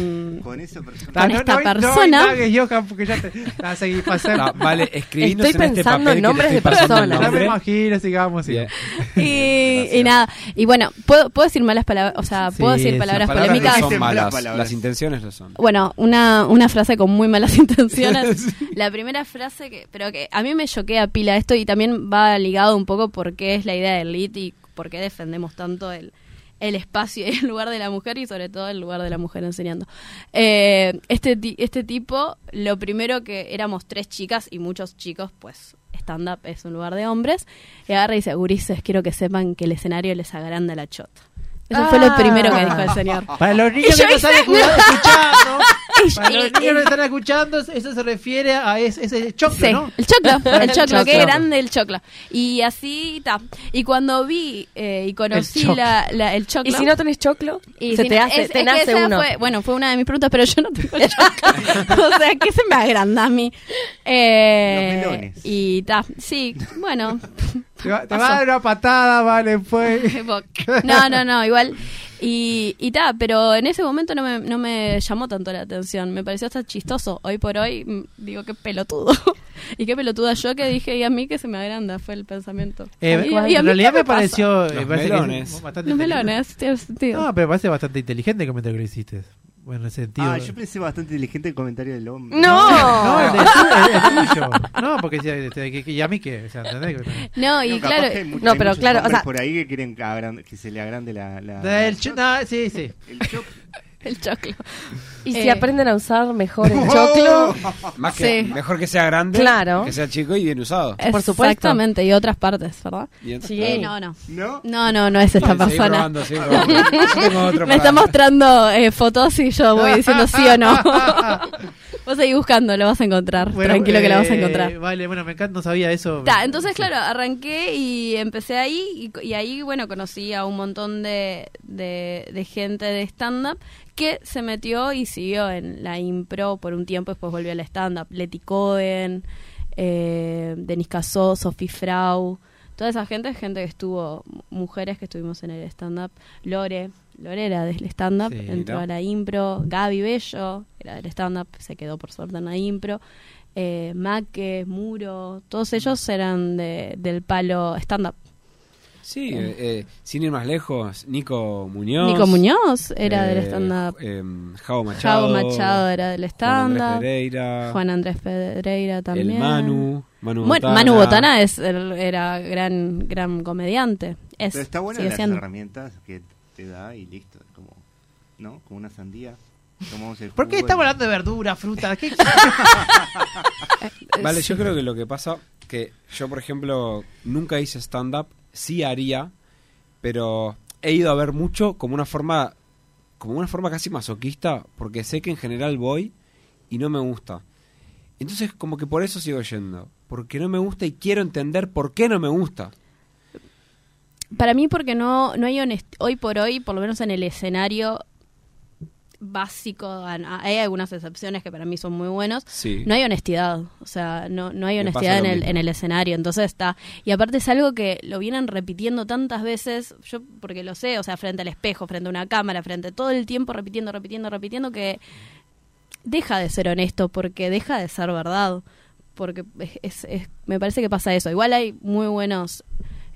F: Con esa persona.
C: Con esta
A: Ah, no,
C: persona.
A: No, indagues, Johan, porque ya te vas a seguir pasando.
B: No, Ah, vale, escribinos
C: Estoy
B: en este
C: pensando
B: papel
C: en
B: que te
C: nombres
B: estoy
C: de
B: pasando el
A: Ya
C: personas.
A: me
B: nombre.
A: imagino, sigamos. sigamos.
C: y, y nada. Y bueno, ¿puedo, puedo decir malas palabras? O sea, ¿puedo
B: Sí,
C: decir
B: sí,
C: palabras,
B: las no
C: polémicas?
B: son malas,
F: palabras.
B: las intenciones no son.
C: Bueno, una, una frase con muy
A: (laughs)
C: malas (laughs)
B: (laughs)
C: intenciones. La primera frase que, pero que a mí me choquea pila esto y también va ligado un poco por qué es la idea del lit y por qué defendemos tanto el, el espacio y (laughs) el lugar de la mujer y sobre todo el lugar de la mujer enseñando. Eh, este, ti- este tipo, lo primero que éramos tres chicas y muchos chicos, pues stand-up es un lugar de hombres, y agarra y dice, gurises, quiero que sepan que el escenario les agranda la chota. Eso fue lo
A: Ah.
C: primero que dijo el señor.
A: Para los
C: (laughs) Y
A: niños
C: yo
A: que no
C: hice-
A: están escuchando, para
C: Y-
A: los niños que no están escuchando, eso se refiere a ese, ese choclo,
C: Sí,
A: ¿no? (laughs)
C: el
J: (laughs)
C: choclo, el choclo, qué
A: choclo.
C: grande el choclo. Y así está. Y cuando vi eh, y conocí
D: El choclo.
C: la, la- el choclo.
D: Y si no tenés choclo,
C: y
D: se
C: si
D: te,
C: no-
D: hace,
C: es-
D: te
C: es que
D: nace
C: esa
D: uno.
C: fue- bueno, fue una de mis preguntas, pero yo no
D: (laughs)
C: tengo choclo. o sea, que se me agranda a mí? Eh,
F: Los melones.
C: y está, sí, bueno.
A: Te va, te va
C: Pasó.
A: a dar una patada, vale,
C: (laughs)
A: pues.
C: No, no, no, igual. Y, y ta, pero en ese momento no me, no me llamó tanto la atención. Me pareció hasta chistoso. Hoy por hoy, mm, digo, qué pelotudo. (laughs) y qué pelotuda yo que dije, y a mí que se me agranda, fue el pensamiento.
A: Eh,
C: Y- y a mí,
A: en realidad
C: ¿qué
A: me
C: pasa?
A: pareció. eh,
B: Los
A: parece que es
B: melones.
A: bastante
C: Los
A: inteligente.
C: melones, tiene sentido.
A: No, pero me parece bastante inteligente el comentario que le hiciste. Bueno, en el sentido.
F: Ah, yo pensé bastante inteligente el comentario del hombre.
D: No.
A: No, el, de- el- el tuyo. No, porque si- este, que- que- y a mí que. O sea, ¿entendés?
C: No, y
F: No, capaz
C: claro.
F: que hay muchos-
D: no,
F: hay
D: pero
F: muchos
D: claro, o
F: hombres
D: sea-
F: por ahí que quieren que, agrande- que se le agrande la. la-
A: Del cho- no, sí, sí. (laughs)
F: el choclo.
C: El choclo.
D: Y
C: Eh, Oh.
D: si aprenden a usar mejor
C: (laughs)
D: el (laughs) choclo,
B: Más que,
C: Sí.
B: Mejor que sea grande,
D: Claro.
B: que sea chico y bien usado.
D: por supuesto.
C: Exactamente, y otras partes, ¿verdad?
B: Y entonces,
D: Sí.
C: Eh,
B: claro.
C: No, no.
F: ¿No?
C: No, no, no es esta
B: Seguir
C: persona. (laughs)
B: probando, seguir probando. Yo tengo otro
C: Me está
B: para-
C: mostrando eh, fotos y yo voy diciendo sí o no.
B: (laughs)
C: Vos seguís buscando, lo vas a encontrar.
A: Bueno,
C: Tranquilo que lo vas a
A: eh,
C: encontrar.
A: Vale, bueno, me encanta, no sabía eso.
C: Ta, entonces, claro, arranqué y empecé ahí. Y, co- y ahí, bueno, conocí a un montón de, de- de gente de stand-up que se metió y siguió en la impro por un tiempo. Después volvió al stand-up. Leti Cohen, eh, Denis Casó, Sophie Frau. Toda esa gente, gente que estuvo, m- mujeres que estuvimos en el stand-up. Lore, Lore era del stand-up,
A: Sí,
C: entró
B: mirá.
C: a la impro. Gaby Bello era del stand-up, se quedó por suerte en la impro eh, Maque, Muro, todos ellos eran de, del palo stand-up.
B: Sí, eh, eh, sin ir más lejos, Nico Muñoz.
C: Nico Muñoz era
B: eh,
C: del stand-up.
B: em, Jao Machado.
C: Chavo Machado era del
B: Juan Andrés
C: stand-up.
B: Pereira,
C: Juan Andrés Pedreira también.
B: El Manu. Manu
C: Bueno,
B: Botana.
C: Manu Botana es, el- era gran gran comediante. Es,
F: Pero está buena
C: sigue
F: las
C: siendo.
F: herramientas que te da y listo. es Como, ¿No? Como una sandía. Tomamos el
A: ¿Por qué
F: jugo
A: estamos
F: y-
A: hablando de verduras, frutas? ¿Qué
B: Vale, yo creo que lo que pasa, que yo por ejemplo nunca hice stand-up, sí haría, pero he ido a ver mucho como una forma, como una forma casi masoquista, porque sé que en general voy y no me gusta. Entonces como que por eso sigo yendo, porque no me gusta y quiero entender por qué no me gusta.
C: Para mí porque no, no hay honest- hoy por hoy, por lo menos en el escenario básico, an- hay algunas excepciones que para mí son muy buenos,
B: Sí.
C: no hay honestidad, o sea, no, no hay
B: Me
C: honestidad
B: pasa
C: en
B: lo
C: el,
B: mismo.
C: en el escenario, entonces está. Y aparte es algo que lo vienen repitiendo tantas veces, yo porque lo sé, o sea, frente al espejo, frente a una cámara, frente todo el tiempo repitiendo, repitiendo, repitiendo, que deja de ser honesto porque deja de ser verdad, porque es, es- es- me parece que pasa eso. Igual hay muy buenos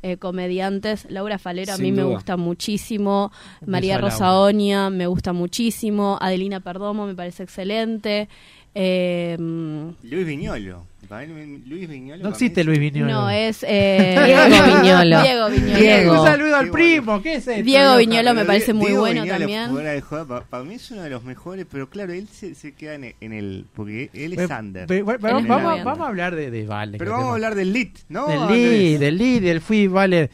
C: eh, comediantes, Laura Falero a
B: Sin
C: mí me
B: duda.
C: gusta Muchísimo,
A: beso
C: María
A: a Laura.
C: Rosa Oña me gusta muchísimo, Adelina Perdomo me parece excelente. eh,
F: Luis Viñolo. Para mí, Luis Viñolo.
A: No existe Luis Viñolo.
C: no, es
A: (laughs)
C: eh,
D: Diego Viñolo.
C: Diego Viñolo.
D: Diego.
A: Un saludo al
F: Diego.
A: primo, ¿qué es esto?
C: Diego
A: Dios?
C: Viñolo me parece muy bueno también.
F: para, mí es uno de los mejores, pero claro, él se, se queda en, en el. Porque él es
A: Pero-
F: Sander.
A: pero- pero- pero
C: Él es
A: vamos,
C: Sander.
A: vamos a hablar de, de Vale. que
F: Pero vamos a
A: tenemos-
F: hablar del Lit, ¿no?
A: Del Lee,
F: Andrés?
A: del Lee, del Fui, Vale.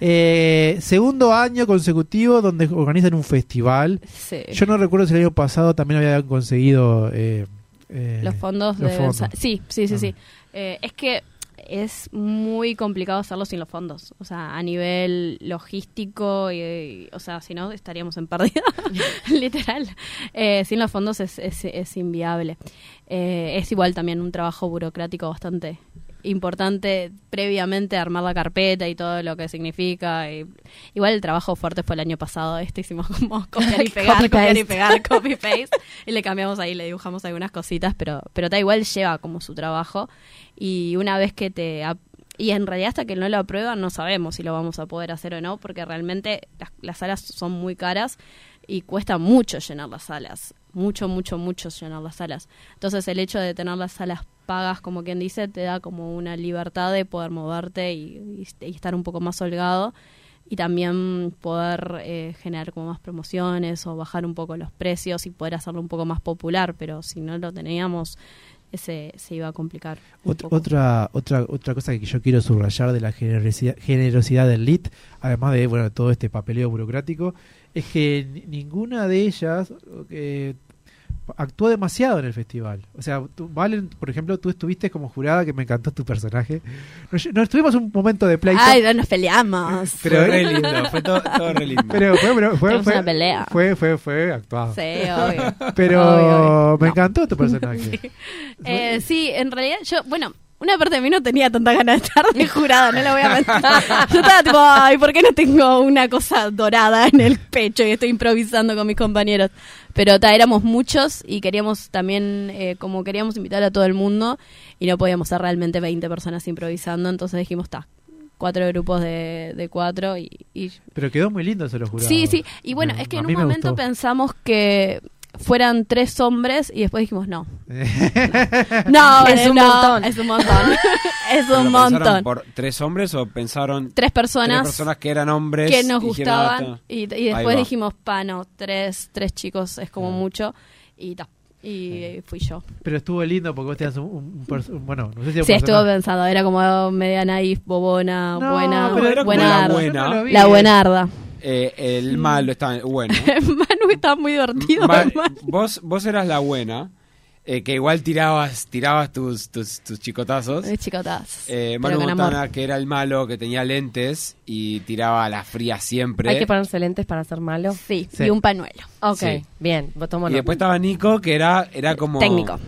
A: Eh, segundo año consecutivo donde organizan un festival.
C: Sí.
A: Yo no recuerdo si el año pasado también habían conseguido eh, eh,
C: los fondos
A: los
C: de
A: fondos. Ah.
C: Versa- Sí, sí, sí, sí. Eh, es que es muy complicado hacerlo sin los fondos, o sea, a nivel logístico, y, y- o sea, si no estaríamos en pérdida, literal. Eh, sin los fondos es, es, es inviable. Eh, es igual también un trabajo burocrático bastante importante previamente armar la carpeta y todo lo que significa. y- igual el trabajo fuerte fue el año pasado, este hicimos
D: (laughs)
C: como copiar y pegar,
D: Copy
C: copiar y
D: paste.
C: pegar,
D: (laughs)
C: copy paste y le cambiamos ahí, le dibujamos algunas cositas, pero pero da igual lleva como su trabajo y una vez que te ap- y en realidad hasta que no lo aprueban no sabemos si lo vamos a poder hacer o no, porque realmente las, las salas son muy caras y cuesta mucho llenar las salas, mucho, mucho, mucho llenar las salas. Entonces el hecho de tener las salas pagas, como quien dice, te da como una libertad de poder moverte y, y- y estar un poco más holgado y también poder eh, generar como más promociones o bajar un poco los precios y poder hacerlo un poco más popular, pero si no lo teníamos, ese se iba a complicar. un
A: Ot-
C: poco.
A: otra, otra, otra cosa que yo quiero subrayar de la generosidad, generosidad del LIT, además de bueno, todo este papeleo burocrático, es que ni- ninguna de ellas eh, actuó demasiado en el festival. O sea, tú, Valen, por ejemplo, tú estuviste como jurada, que me encantó tu personaje. Nos, nos tuvimos un momento de pleito.
C: Ay, no nos peleamos.
A: Pero-
B: Fue re lindo, fue todo, todo re lindo.
A: pero fue, pero fue,
C: Tuvimos
A: fue,
C: una pelea.
A: fue, fue, fue actuado.
C: Sí, obvio.
A: Pero
C: Obvio, obvio.
A: me
C: No.
A: encantó tu personaje.
C: (laughs) Eh, sí, en realidad yo, bueno, una parte de mí no tenía tanta ganas de estar de jurada, no la voy a mentir. Yo estaba tipo, ay, ¿por qué no tengo una cosa dorada en el pecho y estoy improvisando con mis compañeros? Pero ta, éramos muchos y queríamos también, eh, como queríamos invitar a todo el mundo y no podíamos ser realmente 20 personas improvisando, entonces dijimos, ta, cuatro grupos de, de cuatro y- y
A: Pero quedó muy lindo, se lo juro.
C: Sí, sí. Y bueno, es que en un momento pensamos que fueran tres hombres y después dijimos no. (laughs) No,
D: Es
C: eh,
D: un
C: no,
D: montón.
C: Es un (laughs) montón. es
B: ¿Pero
C: un
B: lo pensaron
C: montón.
B: ¿Por tres hombres o pensaron
C: Tres personas,
B: tres personas que eran hombres?
C: que nos
B: y dijeron, ah,
C: gustaban
B: está.
C: y, y
B: Ahí
C: después
B: va. Mm.
C: dijimos, pa, no, tres, tres chicos es como mucho y ta. Y eh, fui yo.
A: Pero estuvo lindo porque vos tenías un, un pers- un- bueno, no sé si
C: Sí,
A: un
C: estuvo
A: personaje.
C: pensado. Era como media naif, bobona,
A: No,
C: buena,
A: pero era como
C: buenarda.
B: la buena.
A: Yo no lo vi.
C: La buenarda.
B: Eh,
C: Mm.
B: el malo está bueno.
C: (laughs) Manu estaba muy divertido.
B: Ma-
C: Manu.
B: vos, vos eras la buena, eh, que igual tirabas, tirabas tus, tus, tus chicotazos.
C: Ay, chicotas.
B: Eh,
C: Pero
B: Manu
C: con amor.
B: Montana, que era el malo, que tenía lentes y tiraba a la fría siempre.
D: Hay que ponerse lentes para ser malo.
C: Sí,
A: Sí.
C: y un pañuelo.
D: Ok,
B: Sí.
D: bien, vos tomo
B: y
D: nota.
B: después estaba Nico, que era, era como...
C: Técnico.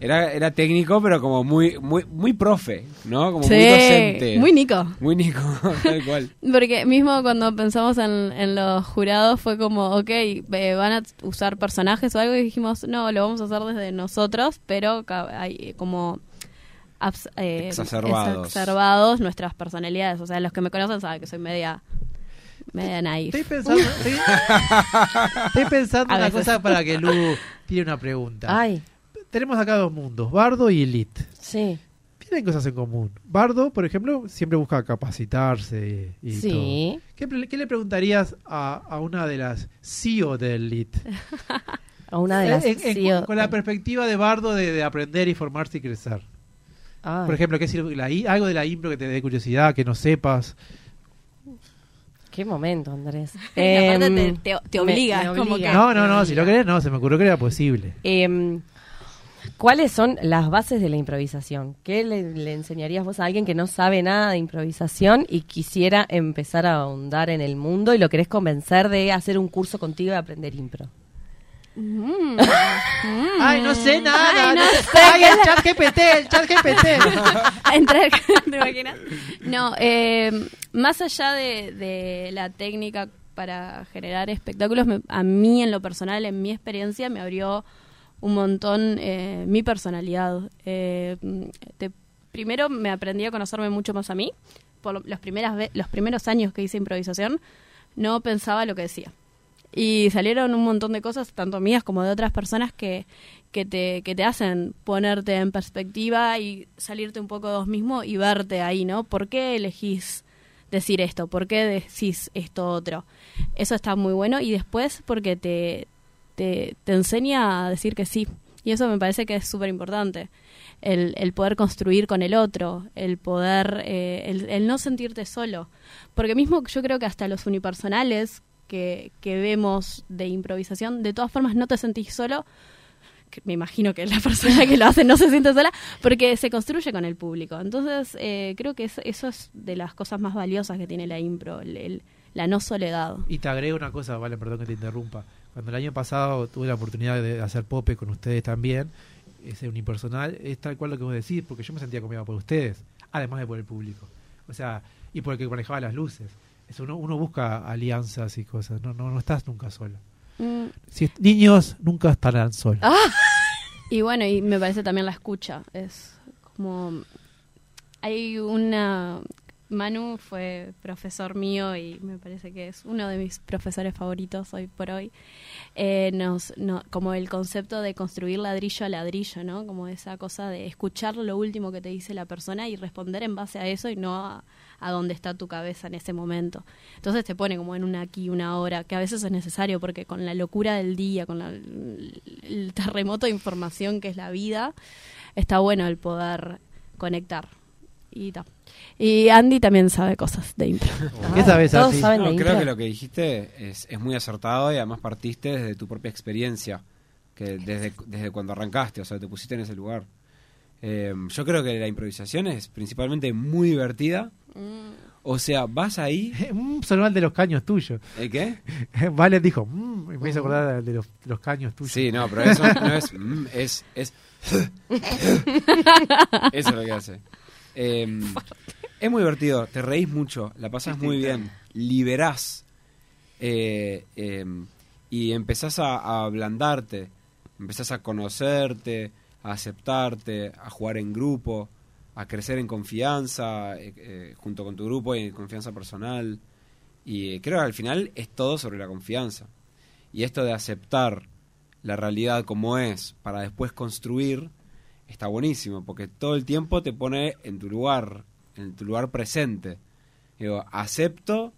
B: Era, era técnico, pero como muy, muy, muy profe, ¿no? Como
C: Sí,
B: muy docente.
C: muy Nico.
B: Muy Nico, (laughs) tal cual.
C: Porque mismo cuando pensamos en, en los jurados fue como, ok, eh, van a usar personajes o algo y dijimos, no, lo vamos a hacer desde nosotros, pero ca- hay eh, como abs- eh,
B: Exacerbados.
C: exacerbados nuestras personalidades. O sea, los que me conocen saben que soy media, media naif.
A: Estoy pensando, estoy, (laughs) estoy
D: (laughs)
A: pensando
C: A
A: una
C: veces.
A: cosa para que (laughs) Lu tire una pregunta.
D: Ay,
A: Tenemos acá dos mundos, Bardo y Elite.
D: sí.
A: Tienen cosas en común. Bardo, por ejemplo, siempre busca capacitarse y todo.
D: Sí.
A: ¿Qué, pre- qué le preguntarías a, a una de las CEO del Elite?
D: (laughs)
A: Eh,
D: A una de las
A: En- en-
C: E
D: CEO.
A: con la perspectiva de Bardo de, de aprender y formarse y crecer.
D: Ay.
A: Por ejemplo, ¿qué es la, i- algo de la impro que te dé curiosidad, que no sepas?
D: Qué momento, Andrés.
C: (laughs) Y aparte te-
D: Em,
C: te- te obliga, es como que-
A: No, no, no, si lo querés, no, se me ocurrió que era posible.
D: Em, ¿Cuáles son las bases de la improvisación? ¿Qué le, le enseñarías vos a alguien que no sabe nada de improvisación y quisiera empezar a ahondar en el mundo y lo querés convencer de hacer un curso contigo y aprender impro?
C: Mm.
A: Ay, no sé nada. (laughs)
C: Ay, no
A: no
C: sé.
A: Ay, el chat GPT, el chat GPT.
C: (laughs) a entrar, ¿te imaginas? No, eh, más allá de, de la técnica para generar espectáculos, me- a mí en lo personal, en mi experiencia, me abrió un montón eh, mi personalidad. Eh, te- primero me aprendí a conocerme mucho más a mí. Por lo- los, primeras ve- los primeros años que hice improvisación, no pensaba lo que decía. Y salieron un montón de cosas, tanto mías como de otras personas, que, que, te, que te hacen ponerte en perspectiva y salirte un poco de vos mismo y verte ahí, ¿no? ¿Por qué elegís decir esto? ¿Por qué decís esto otro? Eso está muy bueno y después porque te, te, te enseña a decir que sí, Y eso me parece que es súper importante. El, el poder construir con el otro, el poder, eh, el, el no sentirte solo. Porque mismo yo creo que hasta los unipersonales que, que vemos de improvisación, de todas formas no te sentís solo. que Me imagino que la (laughs) persona que lo hace no se siente sola porque se construye con el público. Entonces, eh, creo que es- eso es de las cosas más valiosas que tiene la impro, el- el- la no soledad.
A: Y te agrego una cosa, vale, perdón que te interrumpa. Cuando el año pasado tuve la oportunidad de hacer pope con ustedes también, ese unipersonal, es tal cual lo que vos decís, porque yo me sentía comido por ustedes, además de por el público. O sea, y porque manejaba las luces. Es uno, uno busca alianzas y cosas, no, no, no estás nunca solo.
C: Mm.
A: Si es- niños nunca estarán solos.
C: (laughs) Y bueno, y me parece también la escucha. Es como. Hay una. Manu fue profesor mío y me parece que es uno de mis profesores favoritos hoy por hoy. Eh, nos, no- como el concepto de construir ladrillo a ladrillo, ¿no? Como esa cosa de escuchar lo último que te dice la persona y responder en base a eso y no a, a dónde está tu cabeza en ese momento. Entonces te pone como en una aquí, una hora, que a veces es necesario porque con la locura del día, con la- el terremoto de información que es la vida, está bueno el poder conectar. Y, ta. y Andy también sabe cosas de impro.
B: No, creo que lo que dijiste es, es muy acertado y además partiste desde tu propia experiencia, que desde, desde cuando arrancaste, o sea, te pusiste en ese lugar. Eh, yo creo que la improvisación es principalmente muy divertida. O sea, vas ahí.
A: Mm, sonó el de los caños tuyos. (laughs)
B: ¿Eh, qué?
A: Vale dijo, mm, y me hizo acordar de los, de los caños tuyos.
B: Sí, no, pero eso no es. mm, es, es eso es lo que hace. Eh, es muy divertido, te reís mucho, la pasás muy bien, liberás eh, eh, y empezás a, a ablandarte, empezás a conocerte, a aceptarte, a jugar en grupo, a crecer en confianza eh, eh, junto con tu grupo y en confianza personal. Y eh, creo que al final es todo sobre la confianza. Y esto de aceptar la realidad como es para después construir está buenísimo porque todo el tiempo te pone en tu lugar, en tu lugar presente. Digo, acepto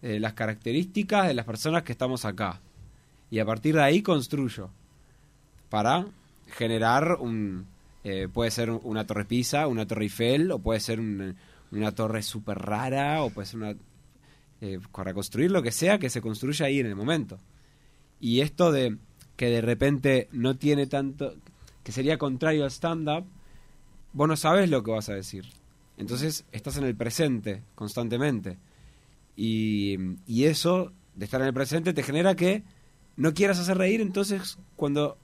B: eh, las características de las personas que estamos acá y a partir de ahí construyo para generar un eh, puede ser una torre Pisa, una torre Eiffel o puede ser un- una torre súper rara o puede ser una eh, para construir lo que sea que se construya ahí en el momento. Y esto de que de repente no tiene tanto, que sería contrario al stand-up, vos no sabes lo que vas a decir. Entonces estás en el presente constantemente. Y, y eso de estar en el presente te genera que no quieras hacer reír, entonces cuando,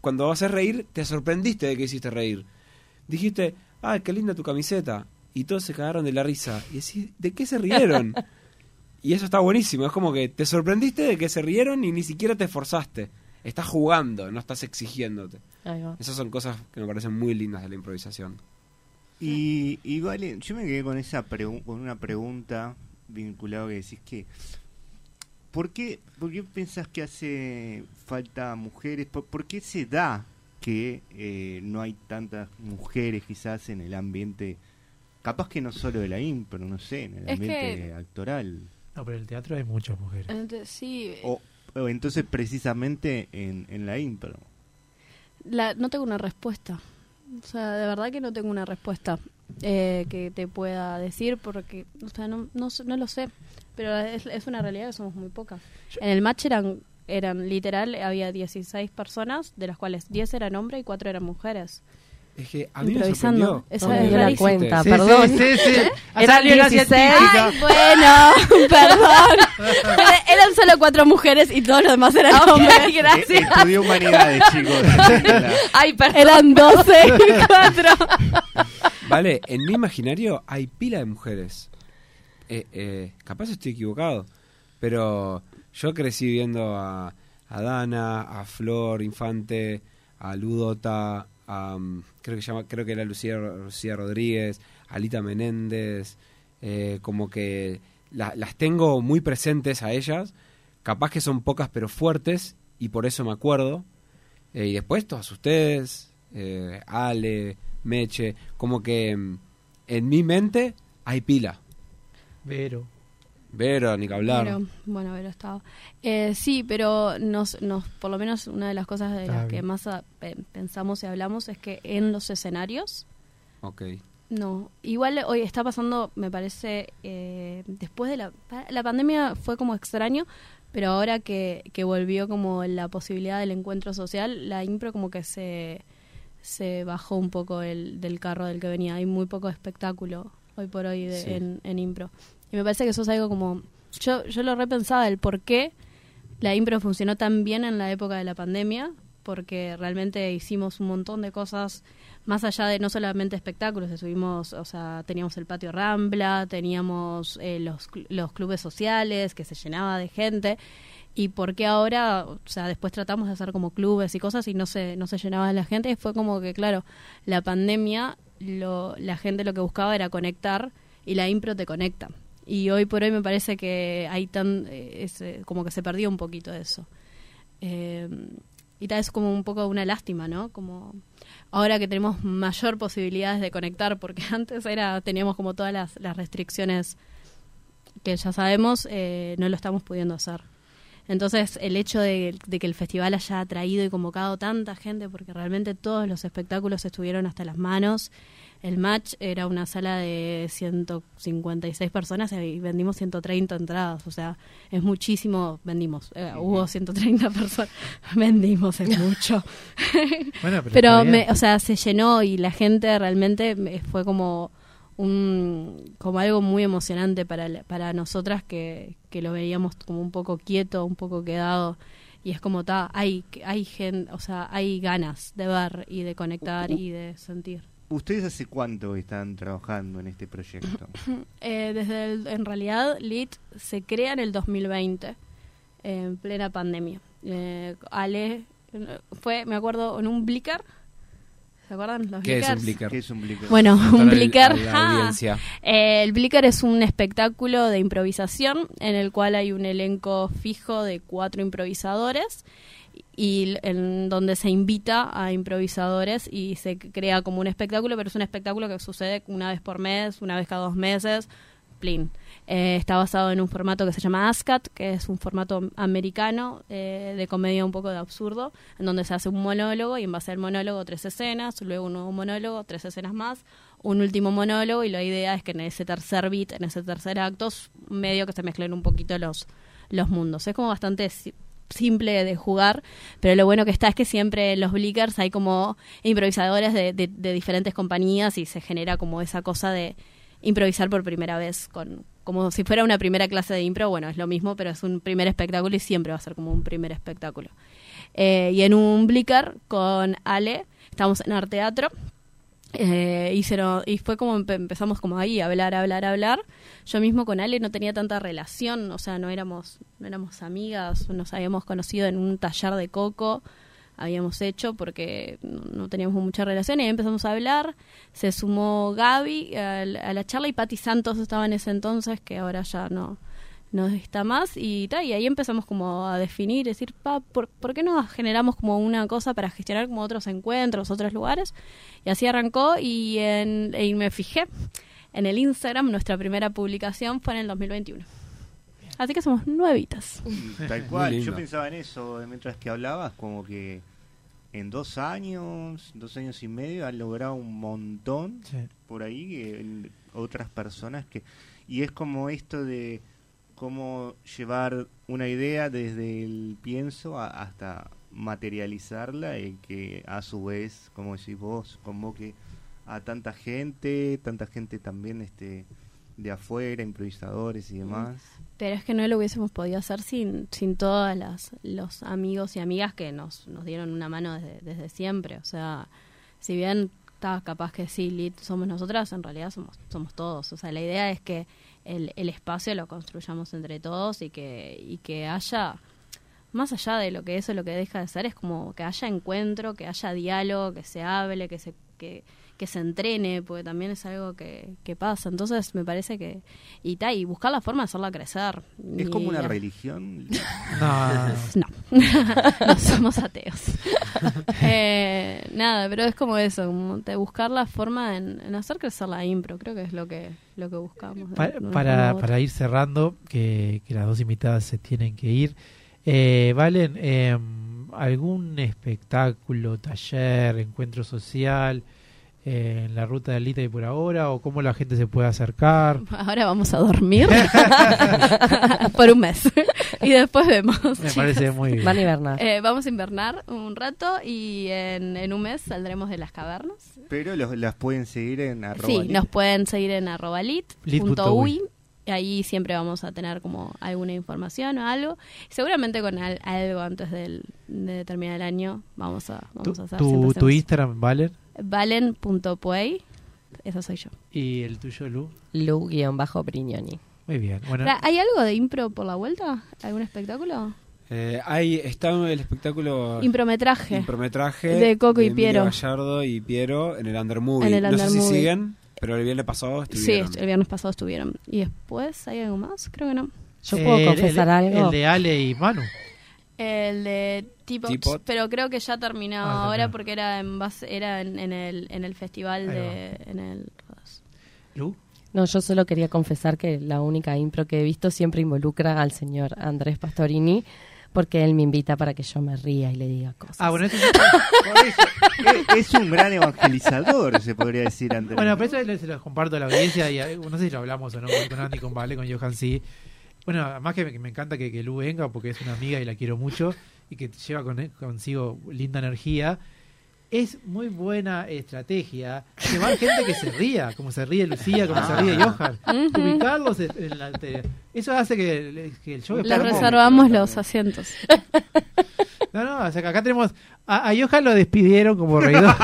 B: cuando haces reír te sorprendiste de que hiciste reír. Dijiste, ah, qué linda tu camiseta. Y todos se cagaron de la risa. Y decís, ¿de qué se rieron? Y eso está buenísimo. Es como que te sorprendiste de que se rieron y ni siquiera te esforzaste. Estás jugando, no estás exigiéndote.
D: Ahí va. (laughs)
B: Esas son cosas que me parecen muy lindas de la improvisación.
F: Y, y vale, yo me quedé con esa pregu- con una pregunta vinculada que decís que ¿por qué, por qué pensás que hace falta mujeres? ¿Por, por qué se da que eh, no hay tantas mujeres quizás en el ambiente, capaz que no solo de la impro, no sé, en el
C: Es
F: ambiente
C: que-
F: actoral?
A: No, pero en el teatro hay muchas mujeres.
C: Ente- Sí,
F: O, o entonces precisamente en, en la impro.
C: la- no tengo una respuesta. O sea, de verdad que no tengo una respuesta eh, que te pueda decir porque, o sea, no, no, sé- no lo sé. Pero es, es una realidad que somos muy pocas. En el match eran, eran literal, había 16 personas, de las cuales 10 eran hombres y 4 eran mujeres.
B: Es que a mí me
C: Improvisando.
B: sorprendió.
C: Esa
B: Cuando
C: es
B: lo
C: la
B: dijiste.
D: cuenta, Sí, perdón. sí, sí,
C: (laughs)
D: sí.
C: Era
D: Salió una
C: 16.
D: científica.
C: Ay, bueno, (laughs) perdón. eran solo cuatro mujeres y todos los demás eran
D: Ok,
C: hombres. (laughs)
D: gracias.
F: Eh, Estudié humanidades, chicos.
D: Ay, perdón.
C: Eran 12
B: (laughs)
C: y 4.
B: Vale, en mi imaginario hay pila de mujeres. Eh, eh, capaz estoy equivocado, pero yo crecí viendo a, a Dana, a Flor Infante, a Ludota, a, mm, creo que llama, creo que era Lucía, Lucía Rodríguez, a Alita Menéndez, eh, como que la- las tengo muy presentes a ellas. Capaz que son pocas pero fuertes y por eso me acuerdo. Eh, y después todas ustedes, eh, Ale, Meche, como que mm, en mi mente hay pila.
A: Pero.
B: Vero, ni que hablar.
C: Pero, bueno, pero estaba. Eh, sí, pero nos, nos, por lo menos una de las cosas de
B: Está
C: las que
B: bien.
C: más ah, pe- pensamos y hablamos es que en los escenarios,
B: Ok.
C: no. Igual hoy está pasando, me parece, eh, después de la, pa- la pandemia fue como extraño, pero ahora que, que volvió como la posibilidad del encuentro social, la impro como que se, se bajó un poco el, del carro del que venía. Hay muy poco espectáculo hoy por hoy de-
I: Sí.
C: en, en impro. Y me parece que eso es algo como... Yo, yo lo repensaba, el por qué la impro funcionó tan bien en la época de la pandemia, porque realmente hicimos un montón de cosas más allá de no solamente espectáculos, estuvimos, o sea, teníamos el patio Rambla, teníamos eh, los, cl- los clubes sociales que se llenaba de gente y por qué ahora, o sea, después tratamos de hacer como clubes y cosas y no se no se llenaba la gente, y fue como que claro, la pandemia lo, la gente lo que buscaba era conectar y la impro te conecta. Y hoy por hoy me parece que hay tan eh, ese- como que se perdió un poquito eso. Eh, y tal es como un poco una lástima, ¿no? Como ahora que tenemos mayor posibilidades de conectar, porque (laughs) antes era teníamos como todas las, las restricciones que ya sabemos, eh, no lo estamos pudiendo hacer. Entonces, el hecho de, de que el festival haya atraído y convocado tanta gente, porque realmente todos los espectáculos estuvieron hasta las manos. El match era una sala de 156 personas y vendimos 130 entradas. O sea, es muchísimo. Vendimos. eh, hubo 130 personas. (laughs) vendimos, es mucho.
A: Bueno, pero
C: pero,
A: está bien.
C: me- o sea, se llenó y la gente realmente me- fue como un como algo muy emocionante para, la- para nosotras que, que lo veíamos como un poco quieto, un poco quedado y es como ta, hay hay gen, o sea, hay ganas de ver y de conectar y de sentir.
F: ¿Ustedes hace cuánto están trabajando en
C: (coughs)
F: este proyecto?
C: Eh, desde el- en realidad Lit se crea en el 2020 en plena pandemia. Eh, Ale eh, fue, me acuerdo, en un blicker. ¿Se acuerdan los
B: ¿Qué es un
C: blickers?
B: blicker?
F: ¿Qué es un blicker?
C: Bueno,
B: Contar
C: un
B: al-
C: blicker. (laughs)
B: a la
C: ah,
B: audiencia.
C: eh, el blicker es un espectáculo de improvisación en el cual hay un elenco fijo de cuatro improvisadores y l- en donde se invita a improvisadores y se c- crea como un espectáculo, pero es un espectáculo que sucede una vez por mes, una vez cada dos meses, plin. Eh, está basado en un formato que se llama ASCAT, que es un formato americano eh, de comedia un poco de absurdo, en donde se hace un monólogo y en base al monólogo tres escenas, luego un nuevo monólogo, tres escenas más, un último monólogo y la idea es que en ese tercer beat, en ese tercer acto, s- medio que se mezclen un poquito los, los mundos. Es como bastante si- simple de jugar, pero lo bueno que está es que siempre en los blickers hay como improvisadores de, de- de diferentes compañías y se genera como esa cosa de improvisar por primera vez con como si fuera una primera clase de impro, bueno, es lo mismo, pero es un primer espectáculo y siempre va a ser como un primer espectáculo. Eh, y en un blicker con Ale, estamos en Arteatro, eh, y, se no- y fue como empe- empezamos como ahí, a hablar, a hablar, a hablar. Yo mismo con Ale no tenía tanta relación, o sea, no éramos, no éramos amigas, nos habíamos conocido en un taller de coco, habíamos hecho porque no, no teníamos mucha relación y ahí empezamos a hablar. Se sumó Gaby al- a, la charla y Patti Santos estaba en ese entonces, que ahora ya no, no está más y, ta, y ahí empezamos como a definir, decir, pa, ¿por, ¿por qué no generamos como una cosa para gestionar como otros encuentros, otros lugares? Y así arrancó y, en, y me fijé en el Instagram, nuestra primera publicación fue en el 2021. Así que somos nuevitas.
F: Tal
B: Muy
F: cual, yo
B: lindo.
F: pensaba en eso eh, mientras que hablabas, como que en dos años, dos años y medio han logrado un montón
A: Sí.
F: por ahí que el- otras personas que... Y es como esto de cómo llevar una idea desde el pienso a- hasta materializarla y que a su vez, como decís vos, convoque a tanta gente, tanta gente también este de afuera, improvisadores y demás.
C: Pero es que no lo hubiésemos podido hacer sin, sin todos los amigos y amigas que nos, nos dieron una mano desde, desde siempre. O sea, si bien está capaz que sí, Lit, somos nosotras, en realidad somos, somos todos. O sea, la idea es que el, el espacio lo construyamos entre todos y que, y que haya, más allá de lo que eso lo que deja de ser, es como que haya encuentro, que haya diálogo, que se hable, que se... Que, que se entrene, porque también es algo que, que pasa. Entonces me parece que... Y, ta, y buscar la forma de hacerla crecer.
F: Es como
C: Y
F: una
C: la-
F: (laughs) religión.
A: (laughs) No.
C: No. (laughs) no somos ateos. (laughs) Eh, nada, pero es como eso, como de buscar la forma en, en hacer crecer la impro, creo que es lo que lo que buscamos.
A: Pa-
C: de alguna forma
A: para,
C: u otra.
A: para ir cerrando, que, que las dos invitadas se tienen que ir. Eh, Valen, eh, ¿algún espectáculo, taller, encuentro social eh, en la ruta del y por ahora? ¿O cómo la gente se puede acercar?
C: Ahora vamos
A: (laughs)
C: a dormir (laughs) por un mes y después vemos.
A: Me parece muy bien. Van a hibernar.
C: Eh, vamos a invernar un rato y en, en un mes saldremos de las cavernas.
F: Pero los- las pueden seguir en arroba.
C: sí,
F: lit.
C: nos pueden seguir en arroba
F: Lit.uy.
C: lit.uy. y Ahí siempre vamos a tener como alguna información o algo. Seguramente con al- algo antes del, de terminar el año vamos a,
A: Tu,
C: vamos a hacer.
A: tu,
C: siempre
A: tu
C: hacemos.
A: Instagram, Valen,
C: Valen.puey, eso soy yo.
A: y el tuyo, Lu.
D: Lu-Brignoni.
A: Muy bien. Bueno,
C: Ra- ¿Hay algo de impro por la vuelta? ¿Algún espectáculo?
B: Eh, ahí está el espectáculo.
C: Imprometraje.
B: Imprometraje
C: De Coco y
B: Emilio
C: Piero.
B: Gallardo y Piero en el Undermovie.
C: En el
B: no sé si
C: Undermovie.
B: siguen, pero el viernes pasado
C: Sí,
B: estuvieron.
C: est- el viernes pasado estuvieron. ¿Y después hay algo más? Creo que no.
D: Yo puedo
A: Eh, el-
D: confesar
A: el-
D: algo.
A: El de Ale y Manu.
C: El de Tipot,
A: Tipot.
C: pero creo que ya terminó
A: Ah, terminó.
C: ahora porque era en base, era en, en el, en el festival
D: Ahí
C: de... En el,
D: No, yo solo quería confesar que la única impro que he visto siempre involucra al señor Andrés Pastorini, porque él me invita para que yo me ría y le diga cosas.
A: Ah, bueno, eso
D: (laughs)
F: Es- Es un gran evangelizador, se podría decir antes.
A: Bueno, pero eso se los comparto a la audiencia y a- no sé si lo hablamos o no con Andy, con Vale, con Johan, sí. Bueno, además que me, que me encanta que, que Lu venga porque es una amiga y la quiero mucho y que lleva con- consigo linda energía. Es muy buena estrategia llevar gente que se ría, como se ríe Lucía, como se ríe Johan.
C: Ujú.
A: Ubicarlos en- en la tele. Eso hace que, que el show
C: Les
A: hermoso.
C: reservamos los asientos.
A: No, no, o sea, que acá tenemos. A, a Johan lo despidieron como reidor.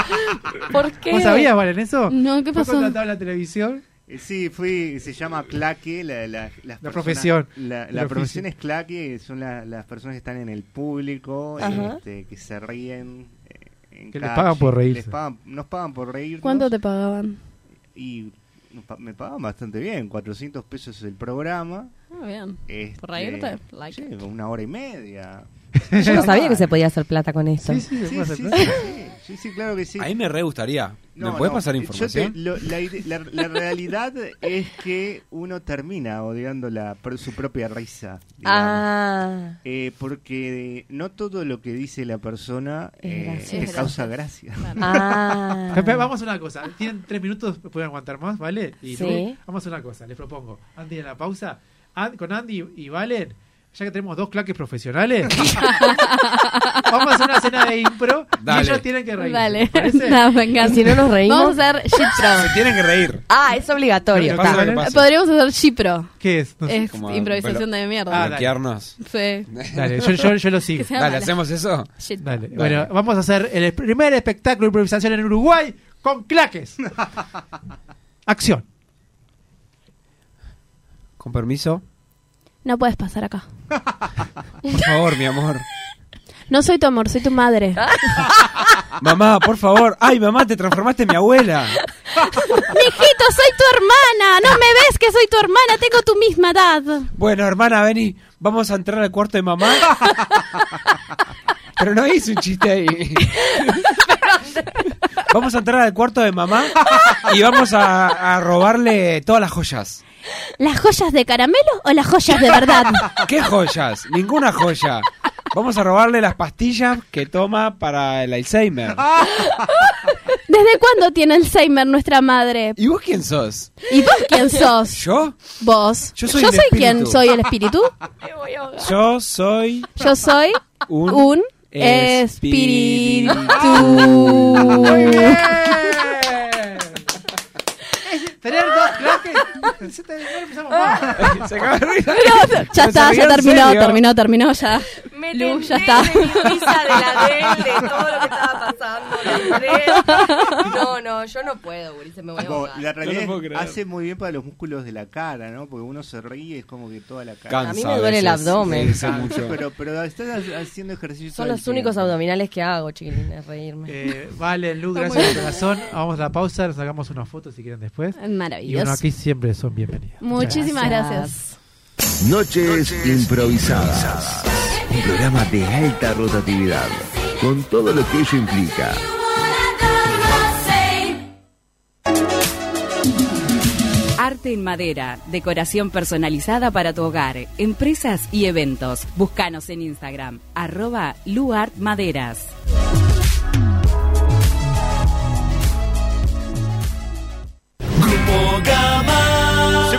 C: ¿Por qué?
A: ¿Vos sabías, Valen, eso?
C: No, ¿qué
A: Fue
C: pasó?
A: contratado en la televisión?
F: Eh, Sí, fui, se llama claque, la, la- las personas-
A: profesión.
F: La,
A: El
F: la
A: oficio.
F: profesión es claque, son la- las personas que están en el público,
C: Ajá.
F: este, que se ríen. eh, en
A: Que les
F: calle,
A: pagan por
F: les
A: reírse.
F: pagan- nos pagan por
C: (laughs)
F: reír.
C: ¿Cuánto te pagaban?
F: Y nos pa- me pagaban bastante bien, 400 pesos el programa.
C: Ah, bien.
F: este,
C: ¿Por reírte? Like
F: sí, una hora y media.
D: Yo no sabía que se podía hacer plata con esto.
F: Sí, sí, sí, sí, sí, claro que sí.
B: A mí me re gustaría.
F: No,
B: ¿Me puedes
F: no,
B: pasar
F: yo
B: información?
F: te- lo- la, ide- la- la realidad es que uno termina odiando la, pro- su propia risa. digamos.
D: Ah.
F: Eh, porque no todo lo que dice la persona
D: Es
F: eh,
D: gracioso.
F: te causa gracia.
D: Ah.
A: Pepe, vamos a una cosa. Tienen tres minutos, pueden aguantar más, ¿vale? Y
D: Sí.
A: luego- vamos a una cosa, les propongo. Antes de la pausa, An- con Andy y Valen, ya que tenemos dos claques
C: (laughs)
A: profesionales, vamos a hacer una cena de impro
B: Dale.
A: y ellos tienen que reír.
C: (laughs) Dale.
A: parece?
C: No, me encanta.
D: ¿Y si no nos reímos?
C: Vamos a (laughs) hacer shitpro.
B: Se tienen que reír.
D: Ah, es obligatorio.
B: Pasa lo que pasa.
C: Podríamos hacer shitpro.
A: ¿Qué es? No sé.
C: Es
B: Como
C: improvisación
B: velo-
C: de mierda.
B: Bloquearnos.
C: Sí.
A: Dale, yo, yo,
C: (laughs)
A: yo lo sigo.
C: Que sea
B: Dale,
C: mala.
B: ¿hacemos eso?
C: Shit.
A: Dale. Bueno, vamos a hacer el primer espectáculo de improvisación en Uruguay con
B: (laughs)
A: claques. Acción.
B: Con permiso.
C: No puedes pasar acá.
B: Por favor, mi amor.
C: No soy tu amor, soy tu madre.
B: Mamá, por favor. Ay, mamá, te transformaste en mi abuela.
C: (laughs) Mijito, soy tu hermana. No me ves que soy tu hermana. Tengo tu misma edad.
B: Bueno, hermana, vení. Vamos a entrar al cuarto de mamá. Pero no hice un chiste ahí. Vamos a entrar al cuarto de mamá y vamos a, a robarle todas las joyas.
C: ¿Las joyas de caramelo o las joyas de verdad?
B: ¿Qué joyas? Ninguna joya. Vamos a robarle las pastillas que toma para el
C: (laughs)
B: Alzheimer.
C: ¿Desde cuándo tiene Alzheimer nuestra madre?
B: ¿Y vos quién sos?
C: ¿Y vos quién sos?
B: ¿Yo?
C: Vos.
B: Yo soy el
C: quien
B: espíritu.
C: soy el espíritu.
B: Yo soy
C: Yo soy
B: un,
C: un
B: espíritu.
C: espíritu.
A: Tener dos claques. Ya te- no empezamos más.
B: (laughs) Se acaba
K: (laughs)
B: de reír.
C: Ya
B: ¿Se
C: está,
B: ríe
C: ya
B: en
C: terminó,
B: serio?
C: terminó, terminó ya.
D: Me
C: Lu, ya
D: tenté
C: está.
D: de mi risa de la del, de todo lo que estaba pasando. la del. No, no, yo no puedo, gurisa, me voy a
F: Como,
D: ahogar.
F: la realidad
B: No lo puedo
F: es-
B: creer.
F: hace muy bien para los músculos de la cara, ¿no? Porque uno se ríe, es como que toda la cara.
B: Cansa
D: A mí me duele el
B: a veces.
D: abdomen.
B: Sí, sí, mucho.
F: Pero, pero estás ha- haciendo ejercicio.
D: Son
F: todo el
D: los únicos
F: tiempo.
D: abdominales que hago, chiquilines, reírme.
A: Eh, vale, Lu, gracias de corazón. Vamos a la pausa, nos sacamos unas fotos si quieren después. Y bueno,
C: Maravilloso.
A: aquí siempre son bienvenidos.
C: Muchísimas gracias.
H: Noches improvisadas. Un programa de alta rotatividad, con todo lo que ello implica.
L: Arte arte en madera, decoración personalizada para tu hogar, empresas y eventos. Búscanos en Instagram, arroba luartmaderas.
G: ¡Se